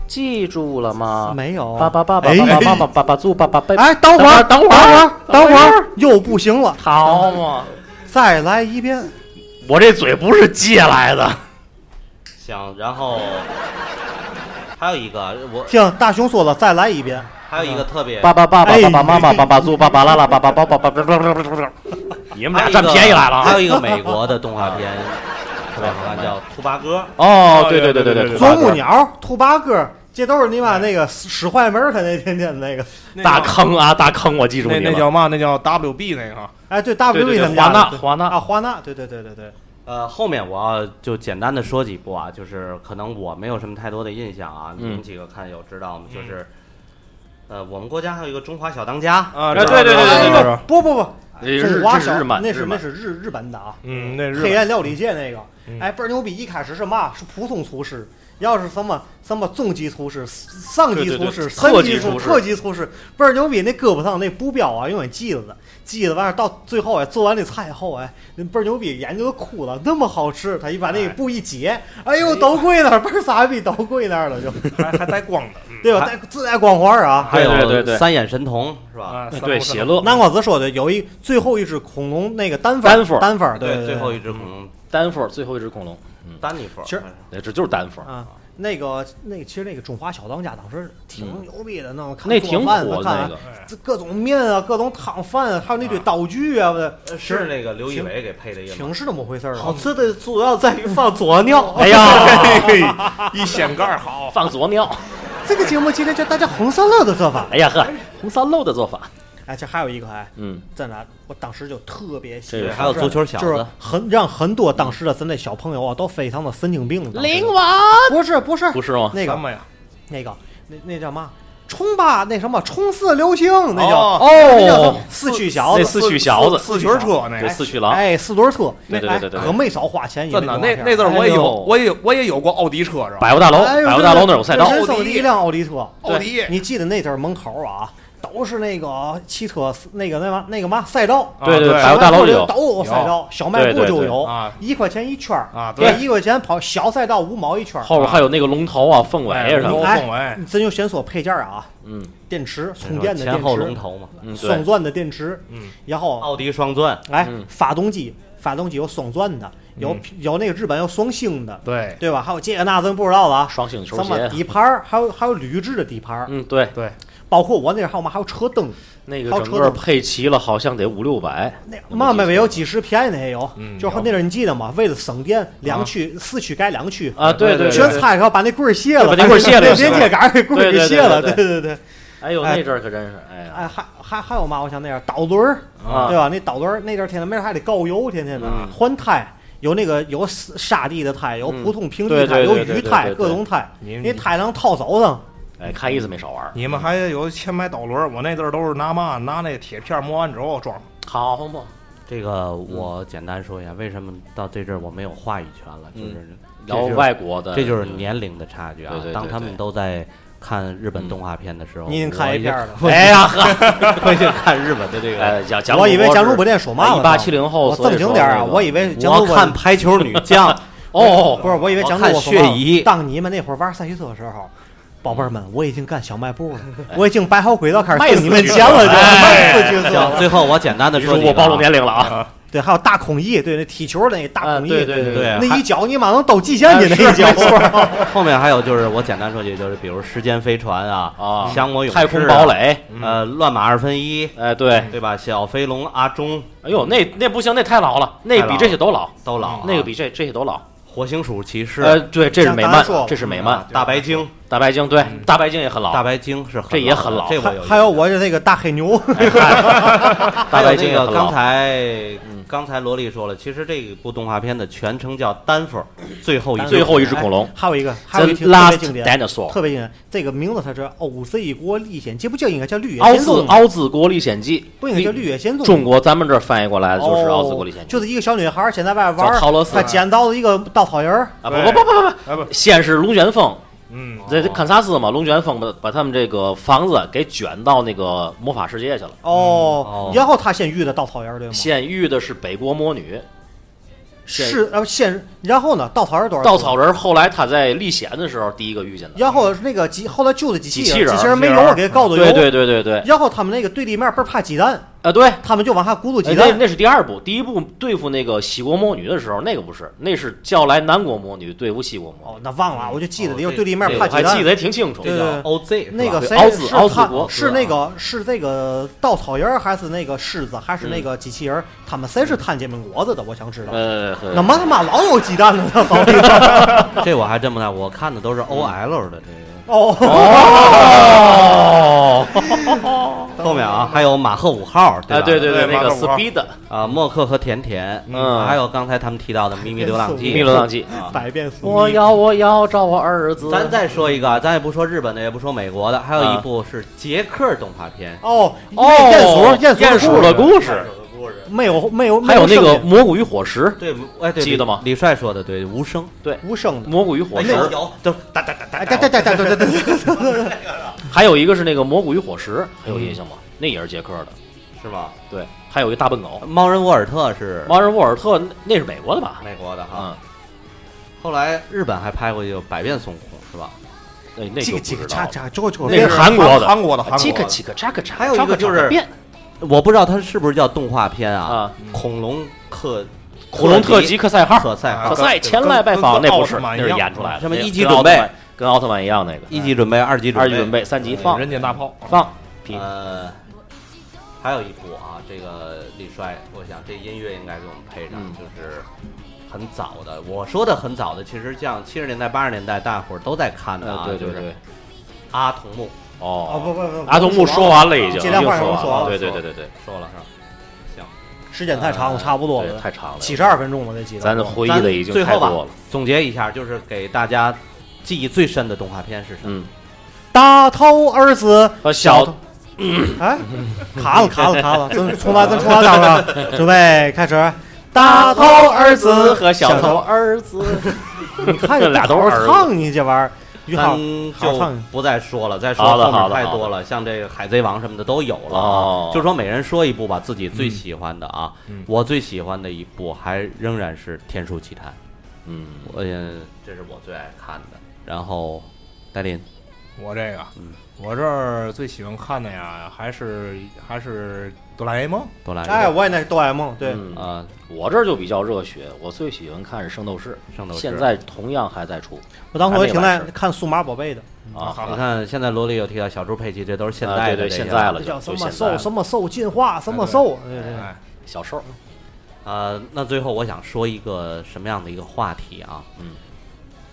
Speaker 5: 记住了吗？
Speaker 3: 没有，
Speaker 5: 啊爸爸、爸爸、
Speaker 7: 哎
Speaker 5: 爸爸、爸爸、爸爸祖、爸爸贝。
Speaker 3: 哎，等会儿，
Speaker 5: 等
Speaker 3: 等
Speaker 5: 会
Speaker 3: 会
Speaker 5: 儿
Speaker 3: 儿，，等会儿，又不行了，
Speaker 5: 好嘛！
Speaker 3: 再来一遍，
Speaker 5: 我这嘴不是借来的。
Speaker 4: 行，然后还有一个我
Speaker 3: 听大熊说了，再来一遍，
Speaker 4: 还有一个特别
Speaker 5: 爸爸、爸爸、
Speaker 3: 哎
Speaker 5: 爸爸妈妈、爸爸祖、爸爸拉拉、爸爸抱抱、爸爸爸爸爸爸。你们
Speaker 4: 还有
Speaker 5: 俩
Speaker 4: 一个
Speaker 5: 占便宜来了
Speaker 4: 还
Speaker 5: 啊！
Speaker 4: 有一个美国的动画片特别好看，叫《兔八哥》。
Speaker 5: 哦，对对对对对，
Speaker 3: 啄木鸟、兔八哥，这都是你妈那个使坏门儿，肯定天天那个，
Speaker 5: 大坑啊，大坑，我记住
Speaker 8: 那
Speaker 5: 你
Speaker 8: 那
Speaker 5: 了。
Speaker 8: 叫嘛？那叫 WB 那个。
Speaker 3: 哎，对，W
Speaker 5: 对对
Speaker 3: 他们家
Speaker 5: 华纳
Speaker 3: 的对
Speaker 5: 华纳
Speaker 3: 啊，华纳，对对对对对，
Speaker 4: 呃，后面我要就简单的说几部啊，就是可能我没有什么太多的印象啊，你们
Speaker 5: 嗯
Speaker 4: 几个看有知道吗？就是，呃，我们国家还有一个《中华小当家》
Speaker 8: 啊
Speaker 5: 对对对对对对
Speaker 3: 哎不不不，
Speaker 5: 日
Speaker 3: 中华
Speaker 5: 日
Speaker 3: 小
Speaker 5: 漫，
Speaker 3: 那
Speaker 5: 日
Speaker 3: 是那
Speaker 5: 漫
Speaker 3: 是日日本的啊，
Speaker 8: 嗯，那日
Speaker 3: 黑
Speaker 8: 本
Speaker 3: 暗料理界那个，哎倍儿牛逼！一开始是嘛？是普通厨师，要是什么什么中级厨师、上级厨
Speaker 5: 对对对
Speaker 3: 师、
Speaker 5: 特
Speaker 3: 三
Speaker 5: 级
Speaker 3: 级
Speaker 5: 厨
Speaker 3: 厨、
Speaker 5: 师
Speaker 3: 特级厨师，倍儿牛逼！那胳膊上那布标啊，永远记着的，记着完事儿到最后哎，做完那菜以后哎，那倍儿牛逼，眼睛都哭了，那么好吃！他一把那个布一解，哎呦，都跪那儿，倍儿傻逼，都跪那儿了就，
Speaker 8: 还还带光的，嗯
Speaker 3: 对吧？带自带光环啊！
Speaker 4: 还有
Speaker 5: 对对对
Speaker 4: 三眼神童是吧？
Speaker 8: 啊，
Speaker 5: 对邪
Speaker 8: 邪
Speaker 5: 乐
Speaker 3: 南瓜子说的有一最后一只恐龙那个单反
Speaker 5: 单反儿
Speaker 3: 单反儿对
Speaker 4: 最后一只恐龙
Speaker 5: 丹佛最后一只恐龙，
Speaker 4: 丹尼弗，
Speaker 3: 其实
Speaker 5: 那这就是丹佛。
Speaker 3: 啊，那个那个，其实那个中华小当家当时挺牛逼的，那种看
Speaker 5: 那
Speaker 3: 做
Speaker 5: 挺
Speaker 3: 饭
Speaker 5: 火的
Speaker 3: 看
Speaker 5: 那个
Speaker 4: 哎
Speaker 3: 这各种面啊，各种汤饭啊，还有那堆道具啊，
Speaker 4: 呃是那个刘仪伟给配的音吗？
Speaker 3: 挺是那么回事儿啊。哦
Speaker 4: 吃的主要在于放佐料。
Speaker 5: 哎呀，
Speaker 8: *laughs* 一掀盖儿好，
Speaker 5: 放佐尿！
Speaker 3: *laughs* 这个节目今天教大家红烧肉的做法。
Speaker 5: 哎呀呵，红三漏的做法。
Speaker 3: 哎，这还有一个哎，
Speaker 5: 嗯，
Speaker 3: 在哪？我当时就特别喜
Speaker 5: 这
Speaker 3: 欢
Speaker 5: 个，
Speaker 4: 还有足球小
Speaker 3: 就是
Speaker 4: 子，
Speaker 3: 很让很多当时的咱那小朋友啊，都非常的神经病。灵王不是不是
Speaker 5: 不是吗？
Speaker 3: 那
Speaker 8: 什
Speaker 3: 个
Speaker 8: 么呀？
Speaker 3: 那个那那叫嘛？冲吧，那什么冲刺流星，那叫
Speaker 8: 哦
Speaker 3: 那叫什
Speaker 5: 哦
Speaker 3: 么，四驱小
Speaker 5: 那
Speaker 3: 子，
Speaker 5: 四驱小子，
Speaker 8: 四四驱车那
Speaker 5: 对，
Speaker 8: 个。
Speaker 5: 四驱狼。
Speaker 3: 哎，四轮车，
Speaker 5: 对
Speaker 3: 那
Speaker 5: 对
Speaker 3: 哎
Speaker 5: 对对对
Speaker 3: 可没少花钱。
Speaker 8: 真的，那那
Speaker 3: 阵
Speaker 8: 阵儿我也有，
Speaker 5: 哎呦
Speaker 8: 我也有，我也有过奥迪车是吧？
Speaker 5: 百货大楼，
Speaker 3: 哎呦
Speaker 5: 哦百货
Speaker 3: 真
Speaker 5: 大
Speaker 3: 的
Speaker 5: 楼那有赛道，
Speaker 3: 真是
Speaker 8: 奥
Speaker 3: 走
Speaker 8: 迪
Speaker 3: 一辆奥迪车。
Speaker 8: 奥迪
Speaker 3: 你记得那阵儿门口啊，都是那个汽车那个那嘛那个嘛赛道，
Speaker 8: 啊
Speaker 5: 对对，
Speaker 8: 对
Speaker 5: 百货大楼就
Speaker 3: 有
Speaker 5: 有。
Speaker 3: 都有赛道，小卖部
Speaker 5: 对对
Speaker 3: 就
Speaker 5: 对
Speaker 3: 有
Speaker 8: 啊，
Speaker 3: 一块钱一圈儿
Speaker 8: 啊对
Speaker 3: 对，一块钱跑小赛道五毛一圈儿。
Speaker 5: 后边还有那个龙头啊、凤尾啊什么
Speaker 8: 有
Speaker 5: 的，
Speaker 3: 哎
Speaker 8: 凤尾，
Speaker 3: 咱就先说配件儿啊，
Speaker 5: 嗯
Speaker 3: 电池，充电的
Speaker 4: 前
Speaker 3: 电
Speaker 4: 后龙
Speaker 3: 池，
Speaker 4: 头嘛，
Speaker 5: 嗯，
Speaker 3: 双
Speaker 5: 对，
Speaker 3: 钻的电池，
Speaker 8: 嗯，
Speaker 3: 然后
Speaker 4: 奥迪双钻，
Speaker 3: 哎
Speaker 5: 嗯，
Speaker 3: 发动机，发动机有双钻的，有
Speaker 8: 嗯
Speaker 3: 有那个日本有双星的，
Speaker 8: 对
Speaker 3: 对吧？还有这个那咱不知道了啊。
Speaker 5: 双性球
Speaker 3: 什么
Speaker 5: 鞋，
Speaker 3: 底盘儿，还有还有铝制的底盘儿，
Speaker 5: 嗯，对，
Speaker 8: 对，
Speaker 3: 包括我那个号码还有车灯，
Speaker 5: 那个
Speaker 3: 还有
Speaker 5: 整
Speaker 3: 车
Speaker 5: 个
Speaker 3: 灯
Speaker 5: 配齐了，好像得五六百。
Speaker 3: 那嘛没有几十便宜的也有，
Speaker 8: 嗯
Speaker 3: 就是那阵你记得吗？为了省电，两区四区改两区，
Speaker 5: 啊，对对，
Speaker 3: 全
Speaker 5: 对
Speaker 3: 拆开后把那棍儿卸了，
Speaker 5: 把那棍儿卸了
Speaker 3: 把那
Speaker 5: 卸了
Speaker 3: 连接杆儿给棍儿给卸了，
Speaker 5: 对
Speaker 3: 对
Speaker 5: 对
Speaker 3: 对对。
Speaker 5: 哎呦，
Speaker 3: 哎
Speaker 5: 那阵儿可真是，哎呀，
Speaker 3: 哎，还还还有嘛？我想那样导轮儿，
Speaker 5: 啊嗯
Speaker 3: 对吧？那导轮儿那阵儿天天没事还得告油，天天的换胎。有那个有沙地的胎，有普通平
Speaker 5: 对
Speaker 3: 地胎，
Speaker 5: 对
Speaker 3: 有
Speaker 5: 对对
Speaker 3: 雨
Speaker 5: 对
Speaker 3: 胎
Speaker 5: 对，对
Speaker 3: 各种胎。
Speaker 8: 你
Speaker 3: 那胎能套手上，
Speaker 5: 哎，看意思没少玩儿。
Speaker 8: 你们还有钱买导轮儿，我那阵儿都是拿嘛拿那铁片儿磨完之后装。
Speaker 5: 好嘛，
Speaker 4: 这个我简单说一下，为什么到这阵儿我没有话语权了，就是
Speaker 5: 嗯然后
Speaker 4: 这是
Speaker 5: 外国的，
Speaker 4: 这就是年龄的差距啊
Speaker 5: 嗯对对对。
Speaker 4: 当他们都在看日本动画片的时
Speaker 5: 嗯
Speaker 4: 候，
Speaker 3: 你已经
Speaker 4: *laughs*
Speaker 3: 看
Speaker 4: 我
Speaker 3: 一
Speaker 4: 已
Speaker 3: 遍
Speaker 4: 经
Speaker 3: 了。
Speaker 5: 哎呀呵，
Speaker 4: 我已经看日本的这
Speaker 5: *laughs*
Speaker 4: 个。
Speaker 5: 哎，讲讲，
Speaker 3: 我以为讲主播店说嘛了
Speaker 5: 哎一
Speaker 3: 呢
Speaker 5: 八七零后，
Speaker 3: 我
Speaker 5: 所以
Speaker 3: 正
Speaker 5: 说
Speaker 3: 经点儿啊，
Speaker 5: 这个
Speaker 3: 我以为讲
Speaker 4: 我
Speaker 3: 主播
Speaker 4: 看排球
Speaker 3: *laughs*
Speaker 4: 女将，
Speaker 5: 哦，
Speaker 3: 不是，我以为讲主
Speaker 4: 我
Speaker 3: 播
Speaker 4: 看
Speaker 3: 说嘛
Speaker 4: 血疑
Speaker 3: 当你们那会儿玩赛车的时候，宝贝儿们，我已经干小卖部了，我已经摆好轨道开始挣你们钱了，就卖
Speaker 5: 卖四哎
Speaker 3: 四驱车
Speaker 4: 行，
Speaker 3: 了。
Speaker 4: 最后我简单的
Speaker 5: 你
Speaker 4: 说
Speaker 5: 说
Speaker 4: 几个啊
Speaker 5: 我暴露年龄了啊？
Speaker 3: 对，还有大孔翼，对，那踢球的那大孔翼，
Speaker 5: 啊对对对对啊
Speaker 3: 那一脚你马上都极限，你那一脚，
Speaker 4: 后面还有就是，我简单说句，就是比如时间飞船啊，
Speaker 5: 啊
Speaker 4: 降魔勇士、
Speaker 5: 太空堡，垒，
Speaker 4: 呃，乱马二分一，
Speaker 5: 哎，对，
Speaker 4: 对吧？小飞龙、阿忠
Speaker 5: 哎呦，那那不行，那太老了，那
Speaker 4: 太老
Speaker 5: 比
Speaker 4: 了
Speaker 5: 这些都老，
Speaker 4: 都老啊，
Speaker 5: 那个比这这些都老。
Speaker 4: 火星鼠骑士、啊
Speaker 5: 呃，对，这是美
Speaker 3: 像刚
Speaker 5: 漫
Speaker 3: 才说，
Speaker 5: 这是美漫，
Speaker 4: 大白鲸，
Speaker 5: 大白鲸，
Speaker 3: 嗯
Speaker 5: 对，大白鲸也很老，
Speaker 4: 大白鲸是很
Speaker 5: *laughs* 这也哎很
Speaker 4: 的
Speaker 5: 老
Speaker 4: 这我有
Speaker 3: 还
Speaker 4: 印象。
Speaker 3: 还有我那个大黑牛，
Speaker 5: 大白鲸
Speaker 4: 这
Speaker 5: 也
Speaker 4: 个
Speaker 5: 很
Speaker 4: 刚
Speaker 5: 老。嗯
Speaker 4: 才刚才罗莉说了，其实这部动画片的全称叫《丹佛最后一只
Speaker 5: 最后一只恐龙
Speaker 3: *laughs* 还有一个，还哎有
Speaker 5: ，The
Speaker 3: 一挺特别
Speaker 5: Last
Speaker 3: 经典，
Speaker 5: Dinosaur，
Speaker 3: 特别经典，这个名字它是《欧塞国历险记》，不就应该叫《绿野
Speaker 5: 奥
Speaker 3: 仙
Speaker 5: 兹
Speaker 3: 踪》吗？
Speaker 5: 奥兹国历险记，
Speaker 3: 不应该叫《绿野仙踪》吗？
Speaker 5: 中国咱们这儿翻译过来的就是《奥兹
Speaker 3: 哦
Speaker 5: 国历险记
Speaker 3: 就》是一个小女孩儿先在外边玩
Speaker 5: 叫
Speaker 3: 儿，
Speaker 5: 陶乐斯
Speaker 3: 她捡到了一个稻草人儿，
Speaker 5: 啊，不不不不不
Speaker 8: 哎不
Speaker 5: 不，先是龙卷风，
Speaker 3: 哦
Speaker 8: 嗯，
Speaker 5: 在这堪萨斯嘛，龙卷风把把他们这个房子给卷到那个魔法世界去了。
Speaker 3: 哦
Speaker 4: 哦，
Speaker 3: 然后她先遇的稻草人儿，对吗？
Speaker 5: 现遇的是北国魔女现
Speaker 3: 是，呃，先，然后呢，稻草人儿多少？
Speaker 5: 稻草。人，后来他在历险的时候第一个遇见的。
Speaker 3: 然后那个机，后来救了机器
Speaker 5: 机器人儿嗯
Speaker 3: 机器人没油，给告的油。
Speaker 5: 对对对对对，
Speaker 3: 然后他们那个对立面倍儿怕鸡蛋，
Speaker 5: 啊对，
Speaker 3: 他们就往下咕噜
Speaker 5: 哎
Speaker 3: 鸡
Speaker 5: 那
Speaker 3: 蛋。
Speaker 5: 那是第二部，第一部对付那个西国魔女的时候，那个不是，那是叫来南国魔女对付西国魔
Speaker 3: 哦
Speaker 5: 女，，
Speaker 3: 那忘了，我就记得
Speaker 4: 哦
Speaker 3: 有
Speaker 4: 这
Speaker 3: 对立面
Speaker 5: 这
Speaker 3: 怕
Speaker 5: 我
Speaker 3: 鸡
Speaker 5: 还记
Speaker 3: 蛋。
Speaker 5: 得挺清楚。
Speaker 3: 对对对
Speaker 4: OZ 是吧
Speaker 3: 那个
Speaker 5: 对
Speaker 3: 谁
Speaker 5: 奥兹
Speaker 3: 是
Speaker 5: 奥兹
Speaker 3: 他
Speaker 5: 国
Speaker 3: 是那个是那个稻草人儿还是那个狮子
Speaker 5: 嗯
Speaker 3: 还是那个机器人儿？他们谁是摊煎饼果子的？我想知道。
Speaker 5: 呃，对
Speaker 3: 那么他妈老有鸡蛋了，他
Speaker 5: *laughs*
Speaker 3: 早就
Speaker 4: 这我还真不太，我看的都是 OL 的这
Speaker 3: 哦，
Speaker 5: 哦，
Speaker 4: 个。后面啊，还有马赫五号，对
Speaker 5: 哎，
Speaker 4: 吧？
Speaker 5: 嗯对对对，
Speaker 8: 对
Speaker 5: 那个
Speaker 8: 马可波
Speaker 5: Speed
Speaker 4: 啊，默克和甜甜，
Speaker 5: 嗯
Speaker 4: 还有刚才他们提到的《秘密流
Speaker 5: *laughs*
Speaker 4: 浪记》。
Speaker 5: 密流浪记，
Speaker 3: 百变哦苏
Speaker 5: 我要我要找我儿子。
Speaker 4: 咱再说一个啊，咱也不说日本的，也不说美国的，还
Speaker 5: 嗯
Speaker 4: 有一部是捷克动画片，
Speaker 3: 哦，
Speaker 5: 哦，
Speaker 3: 鼹鼠鼹
Speaker 5: 鼠的
Speaker 3: 故事
Speaker 5: 故事，
Speaker 3: 没有没有，
Speaker 5: 还有
Speaker 3: 没
Speaker 5: 那个
Speaker 3: 声音
Speaker 5: 蘑菇与火石，
Speaker 4: 对，哎，对，
Speaker 5: 记得吗
Speaker 4: 李李帅说的对，无声，哎
Speaker 3: 无声的，
Speaker 5: 蘑菇与火石，
Speaker 4: 有，都哒哒哒
Speaker 3: 哎，
Speaker 4: 哒
Speaker 3: 对对对对对对对，
Speaker 5: 还有一个是那个蘑菇与火石，还有印象吗？那也是捷克的，
Speaker 4: 是吗？
Speaker 5: 对，还有一个大笨狗，
Speaker 4: 猫人沃尔特是
Speaker 5: 盲人沃尔特，那那是美国的吧？
Speaker 4: 美国的嗯哈，
Speaker 5: 啊，
Speaker 4: 后来日本还拍过一个《百变孙悟空》，是吧？
Speaker 5: 那那
Speaker 3: 这
Speaker 5: 就
Speaker 3: 个
Speaker 5: 不
Speaker 3: 这个
Speaker 5: 知
Speaker 3: 叉
Speaker 5: 道。
Speaker 3: 叉，这个这个
Speaker 5: 那是韩国的，
Speaker 8: 韩国的，韩
Speaker 5: 切
Speaker 8: 国
Speaker 5: 克
Speaker 8: 的，
Speaker 5: 切克查克查，
Speaker 4: 还有一个就是
Speaker 5: 变
Speaker 4: 我不知道它是不是叫动画片啊？
Speaker 5: 啊，
Speaker 4: 恐龙克
Speaker 5: 恐龙特级克赛号，
Speaker 4: 克赛
Speaker 5: 克
Speaker 4: 号，
Speaker 5: 赛前来拜访，
Speaker 8: 跟跟
Speaker 5: 那不是，
Speaker 8: 跟奥特曼
Speaker 5: 那是
Speaker 8: 一样
Speaker 5: 演出来的。
Speaker 4: 什么
Speaker 5: 那
Speaker 4: 一级
Speaker 5: 跟
Speaker 4: 准
Speaker 5: 奥
Speaker 4: 备
Speaker 5: 特曼，跟奥特曼一样那个，
Speaker 4: 一级准备，二级准备，
Speaker 5: 二级准备，三级放
Speaker 8: 人间大炮，
Speaker 5: 放屁，
Speaker 4: 呃，还有一部啊，这个李帅，我想这音乐应该给我们配上，
Speaker 5: 嗯
Speaker 4: 就是很早的。我说的很早的，其实像七十年代、八十年代，大伙儿都在看的
Speaker 5: 呃，
Speaker 4: 啊，
Speaker 5: 对
Speaker 4: 就
Speaker 5: 对
Speaker 4: 是
Speaker 5: 对，
Speaker 4: 阿童木
Speaker 3: 哦不
Speaker 5: 哦，
Speaker 3: 不不，
Speaker 5: 阿童木说完了已经，已
Speaker 3: 尽
Speaker 5: 经
Speaker 3: 量
Speaker 5: 说
Speaker 3: 换人
Speaker 5: 完
Speaker 3: 说啊
Speaker 5: 了，对对对对对，
Speaker 4: 说了是吧？
Speaker 3: 时间太长了，
Speaker 4: 呃
Speaker 3: 差不多
Speaker 5: 对
Speaker 3: 了，
Speaker 5: 哎太长了，
Speaker 3: 七十二分钟我得记得，
Speaker 5: 咱回忆的已经
Speaker 4: 最
Speaker 5: 太
Speaker 4: 后吧
Speaker 5: 多了，
Speaker 4: 总结一下，就是给大家记忆最深的动画片是什么？
Speaker 5: 嗯，
Speaker 3: 大头儿子
Speaker 5: 呃，小
Speaker 3: 头，哎，卡
Speaker 5: *laughs*
Speaker 3: 了卡了卡了，咱重来咱重来咱们准备开始。大头儿子
Speaker 5: 和小头
Speaker 3: 头，
Speaker 5: 儿子，
Speaker 3: 你看
Speaker 5: 这 *laughs* 俩都是儿子嗯
Speaker 3: 唱你这玩意儿，于
Speaker 4: 咱
Speaker 3: 浩好
Speaker 4: 就
Speaker 3: 唱
Speaker 4: 不再说了，再说
Speaker 5: 好的
Speaker 4: 后
Speaker 5: 好
Speaker 4: 面
Speaker 5: 的
Speaker 4: 太
Speaker 5: 好的
Speaker 4: 多了，像这个《海贼王》什么的都有了
Speaker 5: 哦
Speaker 4: 啊。就说每人说一部吧，自己最喜欢的啊
Speaker 8: 嗯嗯。
Speaker 4: 我最喜欢的一部还仍然是《天书奇谭》，
Speaker 5: 嗯，
Speaker 4: 我也这是我最爱看的。然后，戴琳，
Speaker 8: 我这个，
Speaker 5: 嗯
Speaker 8: 我这儿最喜欢看的呀，还是还是哆啦 A 梦，
Speaker 4: 多来一
Speaker 3: 哎，
Speaker 4: 个
Speaker 3: 我也那哆啦 A 梦，对，
Speaker 5: 嗯
Speaker 4: 啊，
Speaker 5: 我这儿就比较热血，我最喜欢看《圣斗士》，
Speaker 4: 圣斗士
Speaker 5: 现在同样还在出
Speaker 3: 我当时我挺
Speaker 5: 还
Speaker 3: 在
Speaker 5: 没完事
Speaker 3: 看数码宝嗯贝的，
Speaker 5: 啊。
Speaker 4: 你看现在罗莉又提到小猪佩奇，这都是现
Speaker 5: 啊
Speaker 4: 在
Speaker 5: 对
Speaker 4: 的
Speaker 5: 对
Speaker 4: 这些
Speaker 5: 现在了
Speaker 3: 那
Speaker 5: 就
Speaker 3: 叫什
Speaker 5: 就
Speaker 3: 么
Speaker 5: 现在哎
Speaker 3: 兽
Speaker 5: 了
Speaker 3: 什么兽进化，什么兽，对对对
Speaker 8: 哎，
Speaker 5: 小兽，
Speaker 4: 呃，那最后我想说一个什么样的一个话题啊？
Speaker 5: 嗯，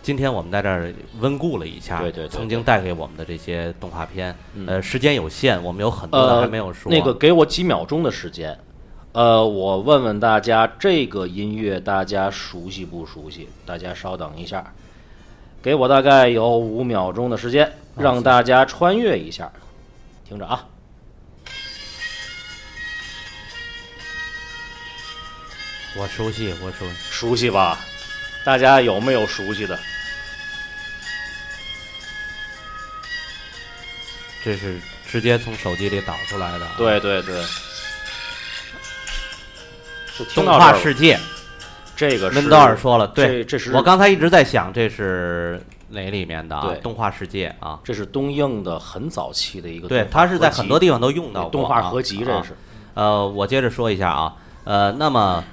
Speaker 4: 今天我们在这儿温故了一下，
Speaker 5: 对对对
Speaker 4: 曾经带给我们的这些动画片。
Speaker 5: 嗯
Speaker 4: 呃，时间有限，我们有很多的
Speaker 5: 呃，
Speaker 4: 还没有说。
Speaker 5: 那个，给我几秒钟的时间，呃，我问问大家，这个音乐大家熟悉不熟悉？大家稍等一下，给我大概有五秒钟的时
Speaker 4: 啊
Speaker 5: 间，让大家穿越一下，听着啊。
Speaker 4: 我熟悉，我熟悉。
Speaker 5: 熟悉吧？大家有没有熟悉的？
Speaker 4: 这是直接从手机里导出来的。，
Speaker 5: 对对对，是听
Speaker 4: 动
Speaker 5: 到
Speaker 4: 画
Speaker 5: 这儿
Speaker 4: 世界，
Speaker 5: 这个是
Speaker 4: 温德尔说了，对，
Speaker 5: 这这是
Speaker 4: 我刚才一直在想，这是哪里面的啊
Speaker 5: 对？
Speaker 4: 动画世界啊，
Speaker 5: 这是东映的很早期的一个动画
Speaker 4: 对
Speaker 5: 合集，，
Speaker 4: 它是在很多地方都用到过
Speaker 5: 动画
Speaker 4: 啊
Speaker 5: 合集，这
Speaker 4: 啊
Speaker 5: 是
Speaker 4: 呃，我接着说一下啊，呃，那么，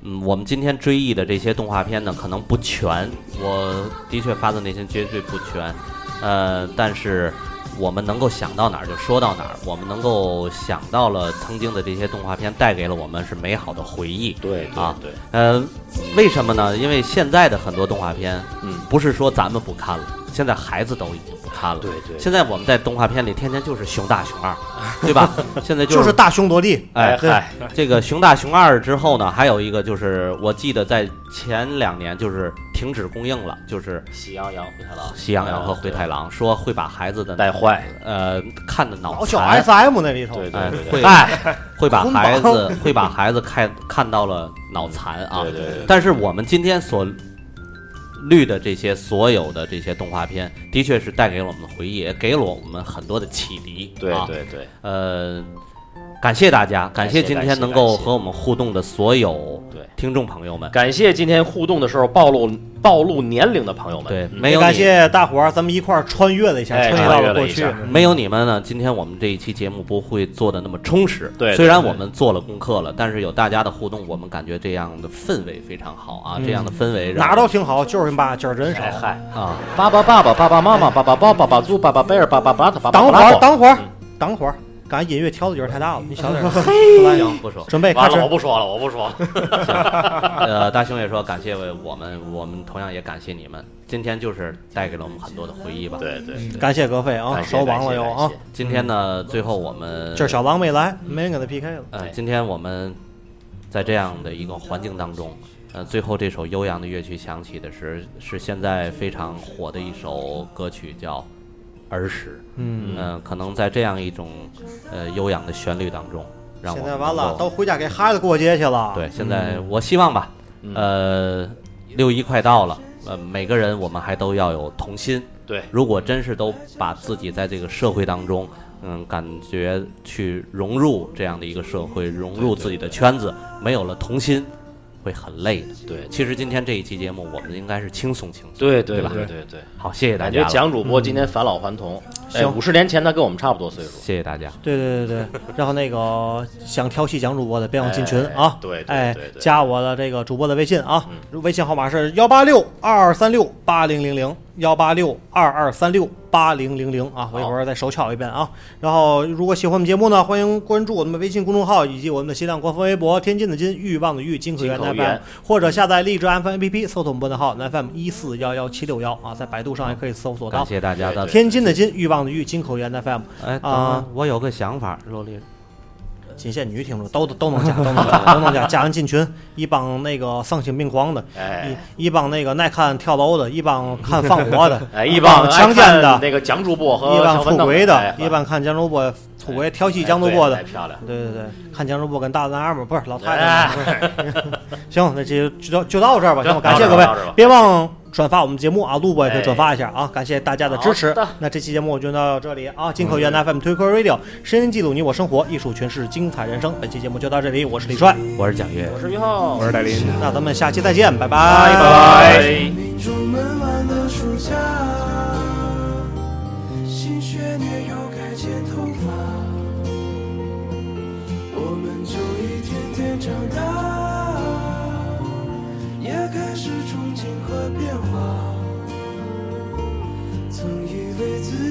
Speaker 4: 嗯，我们今天追忆的这些动画片呢，可能不全，我的确发自内心绝对不全，呃，但是我们能够想到哪儿就说到哪儿，我们能够想到了曾经的这些动画片带给了我们是美好的回忆，
Speaker 5: 对
Speaker 4: 啊，
Speaker 5: 对，
Speaker 4: 呃，为什么呢？因为现在的很多动画片，
Speaker 5: 嗯，
Speaker 4: 不是说咱们不看了，现在孩子都已经不看了，
Speaker 5: 对对
Speaker 4: 现在我们在动画片里天天就是熊大熊二，对
Speaker 5: *laughs*
Speaker 4: 吧？现在
Speaker 3: 就是大凶多地，
Speaker 4: 哎
Speaker 3: 对
Speaker 5: 嗨，
Speaker 4: *laughs* 这个《熊大熊二》之后呢，还有一个就是，我记得在前两年就是停止供应了，就是
Speaker 5: 喜羊羊灰太狼，
Speaker 4: 《喜羊羊和灰太狼》，说会把孩子的
Speaker 5: 带坏，
Speaker 4: 呃看的脑
Speaker 3: 老小
Speaker 4: 残，
Speaker 3: SM 那里头，
Speaker 5: 对对
Speaker 4: 哎
Speaker 5: 对对，
Speaker 4: 会
Speaker 3: 哎，
Speaker 4: 会把
Speaker 3: 捆
Speaker 4: 孩
Speaker 3: 绑
Speaker 4: 子会把孩子看看到了脑残啊。
Speaker 5: 对对对对
Speaker 4: 但是我们今天所绿的这些所有的这些动画片，的确是带给了我们回忆，也给了我们很多的启迪。
Speaker 5: 对
Speaker 4: 啊
Speaker 5: 对对
Speaker 4: 呃，感谢大家，感谢
Speaker 5: 感谢
Speaker 4: 今
Speaker 5: 感
Speaker 4: 天
Speaker 5: 谢
Speaker 4: 能
Speaker 5: 感
Speaker 4: 够
Speaker 5: 谢
Speaker 4: 和我们互动的所有
Speaker 5: 对，
Speaker 4: 听众朋友们。
Speaker 5: 感谢今天互动的时候暴露暴露年龄的朋友们，
Speaker 4: 对，没
Speaker 3: 也
Speaker 4: 有
Speaker 3: 感
Speaker 4: 你，
Speaker 3: 谢大伙儿，咱们一块儿穿越了一下，
Speaker 5: 哎
Speaker 3: 穿越到
Speaker 5: 穿越
Speaker 3: 了
Speaker 5: 了
Speaker 3: 过
Speaker 5: 一
Speaker 3: 去
Speaker 5: 下。
Speaker 4: 没有你们呢，今天我们这一期节目不会做的那么充实。
Speaker 5: 对对
Speaker 4: 虽然
Speaker 5: 对
Speaker 4: 我们做了功课了，但是有大家的互动，我们感觉这样的氛围非常好
Speaker 5: 嗯
Speaker 4: 啊，这样的氛围让
Speaker 3: 哪儿都挺好，就是嘛劲儿真少
Speaker 5: 哎。嗨， *laughs*
Speaker 4: 啊，
Speaker 5: 爸爸爸爸爸爸妈妈爸爸包爸爸猪爸爸贝尔爸爸巴特爸爸
Speaker 3: 等会
Speaker 5: 啊拉嗯
Speaker 3: 儿，
Speaker 5: 火
Speaker 3: 等会儿，等会儿，刚才音乐挑的有点太大了，你小点儿。
Speaker 5: *laughs*
Speaker 3: 来
Speaker 4: 行不说。
Speaker 3: 准备开
Speaker 5: 完
Speaker 3: 始
Speaker 5: 了，我。不说了，我不说了，
Speaker 4: 呃，大兄也说感谢我们，我们同样也感谢你们，今天就是带给了我们很多的回忆吧。
Speaker 5: 对对，
Speaker 3: 感谢各位啊，
Speaker 5: 感谢
Speaker 3: 收网了又
Speaker 5: 感谢
Speaker 3: 啊
Speaker 5: 感谢。
Speaker 4: 今天呢，最后我们
Speaker 3: 这是小狼没来，没人跟他 PK 了。
Speaker 4: 呃，
Speaker 5: 对
Speaker 4: 今天我们在这样的一个环境当中，呃，最后这首悠扬的乐曲响起的是是现在非常火的一首歌曲，叫《儿时》。嗯、可能在这样一种呃悠扬的旋律当中，让我
Speaker 3: 现
Speaker 4: 们
Speaker 3: 在完了，
Speaker 4: 能够
Speaker 3: 都回家给孩子过节去了。嗯
Speaker 4: 对，现在我希望吧，呃，六一快到了，呃，每个人我们还都要有童心。
Speaker 5: 对
Speaker 4: 如果真是都把自己在这个社会当中，嗯，感觉去融入这样的一个社会，融入自己的圈子，没有了童心，会很累的。
Speaker 5: 对
Speaker 4: 其实今天这一期节目，我们应该是轻松轻松。
Speaker 5: 对对
Speaker 4: 吧
Speaker 5: 对对对，
Speaker 4: 好，谢谢大
Speaker 5: 感
Speaker 4: 家
Speaker 5: 觉
Speaker 4: 了，
Speaker 5: 蒋主播今天返老还童，哎，
Speaker 3: 行
Speaker 5: 五十年前他跟我们差不多岁数，
Speaker 4: 谢谢大家。
Speaker 3: 对对对
Speaker 5: *laughs*
Speaker 3: 对，然后那个想调戏蒋主播的，别忘进群
Speaker 5: 哎
Speaker 3: 啊！
Speaker 5: 对对对
Speaker 3: 哎
Speaker 5: 对，对嗯
Speaker 3: 加我的这个主播的微信啊，微信号码是幺八六二二三六八零零零幺八六二二三六八零零零啊，我一会儿再手敲一遍啊。然后，如果喜欢我们节目呢，欢迎关注我们的微信公众号以及我们的新浪官方微博“天津的津，欲望的欲，金口源
Speaker 5: 金口
Speaker 3: FM”，
Speaker 5: 源
Speaker 3: 或者下载荔枝 FM APP 搜索我们的号 FM 一四幺幺七六幺啊，在百度上也可以搜索
Speaker 4: 感
Speaker 3: 到。
Speaker 4: 谢大家的
Speaker 3: 天津的津，欲望的欲，金口源 FM，
Speaker 4: 哎，等会儿
Speaker 3: 啊
Speaker 4: 我有个想法，罗丽，
Speaker 3: 仅限女听众，都都能加，都能
Speaker 5: *laughs*
Speaker 3: 加，都能加，加完进群，一帮那个丧心病狂的，
Speaker 5: 哎
Speaker 3: 一一帮那个耐看跳楼的，一帮看放火的，
Speaker 5: *laughs* 哎，
Speaker 3: 一
Speaker 5: 一帮
Speaker 3: 强奸的，
Speaker 5: 那个蒋主播和
Speaker 3: 一帮出轨的，一
Speaker 5: 帮
Speaker 3: 帮看江主播出轨调戏江主播的。
Speaker 5: 哎漂亮，
Speaker 3: 对对对，看江主播跟大男二嘛，不是老太
Speaker 5: 哎
Speaker 3: 太嘛。不是行，那这就到就到这儿吧。
Speaker 5: 行
Speaker 3: 行，感谢各
Speaker 5: 到这儿
Speaker 3: 位
Speaker 5: 到这儿吧，
Speaker 3: 别忘转发我们节目啊，录播也可以
Speaker 5: 哎
Speaker 3: 转发一下啊，感谢大家的支持
Speaker 5: 好的。
Speaker 3: 那这期节目就到这里啊，进口源 FM 推 r Radio，声音记录你我生活，艺术诠释精彩人生。本期节目就到这里，我是李帅，
Speaker 4: 我是蒋月。
Speaker 5: *laughs* 我是于浩，
Speaker 8: 我是戴林。
Speaker 3: 那咱们下期再见，拜拜，
Speaker 5: 拜拜。
Speaker 9: 民众们玩的暑假，新学年又该剪头发，我们就一天天长大，也开始憧憬和变化。曾以为自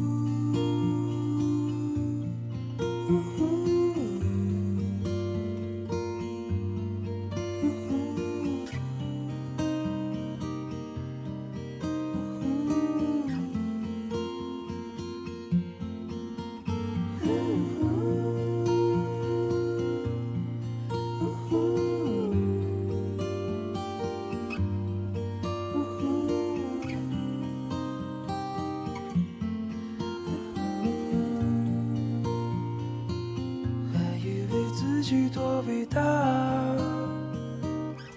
Speaker 9: 还以为自己多伟大，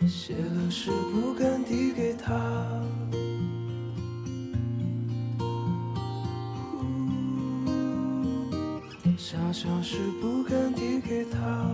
Speaker 9: 写了诗不敢递给他。嗯傻笑是不敢递给他。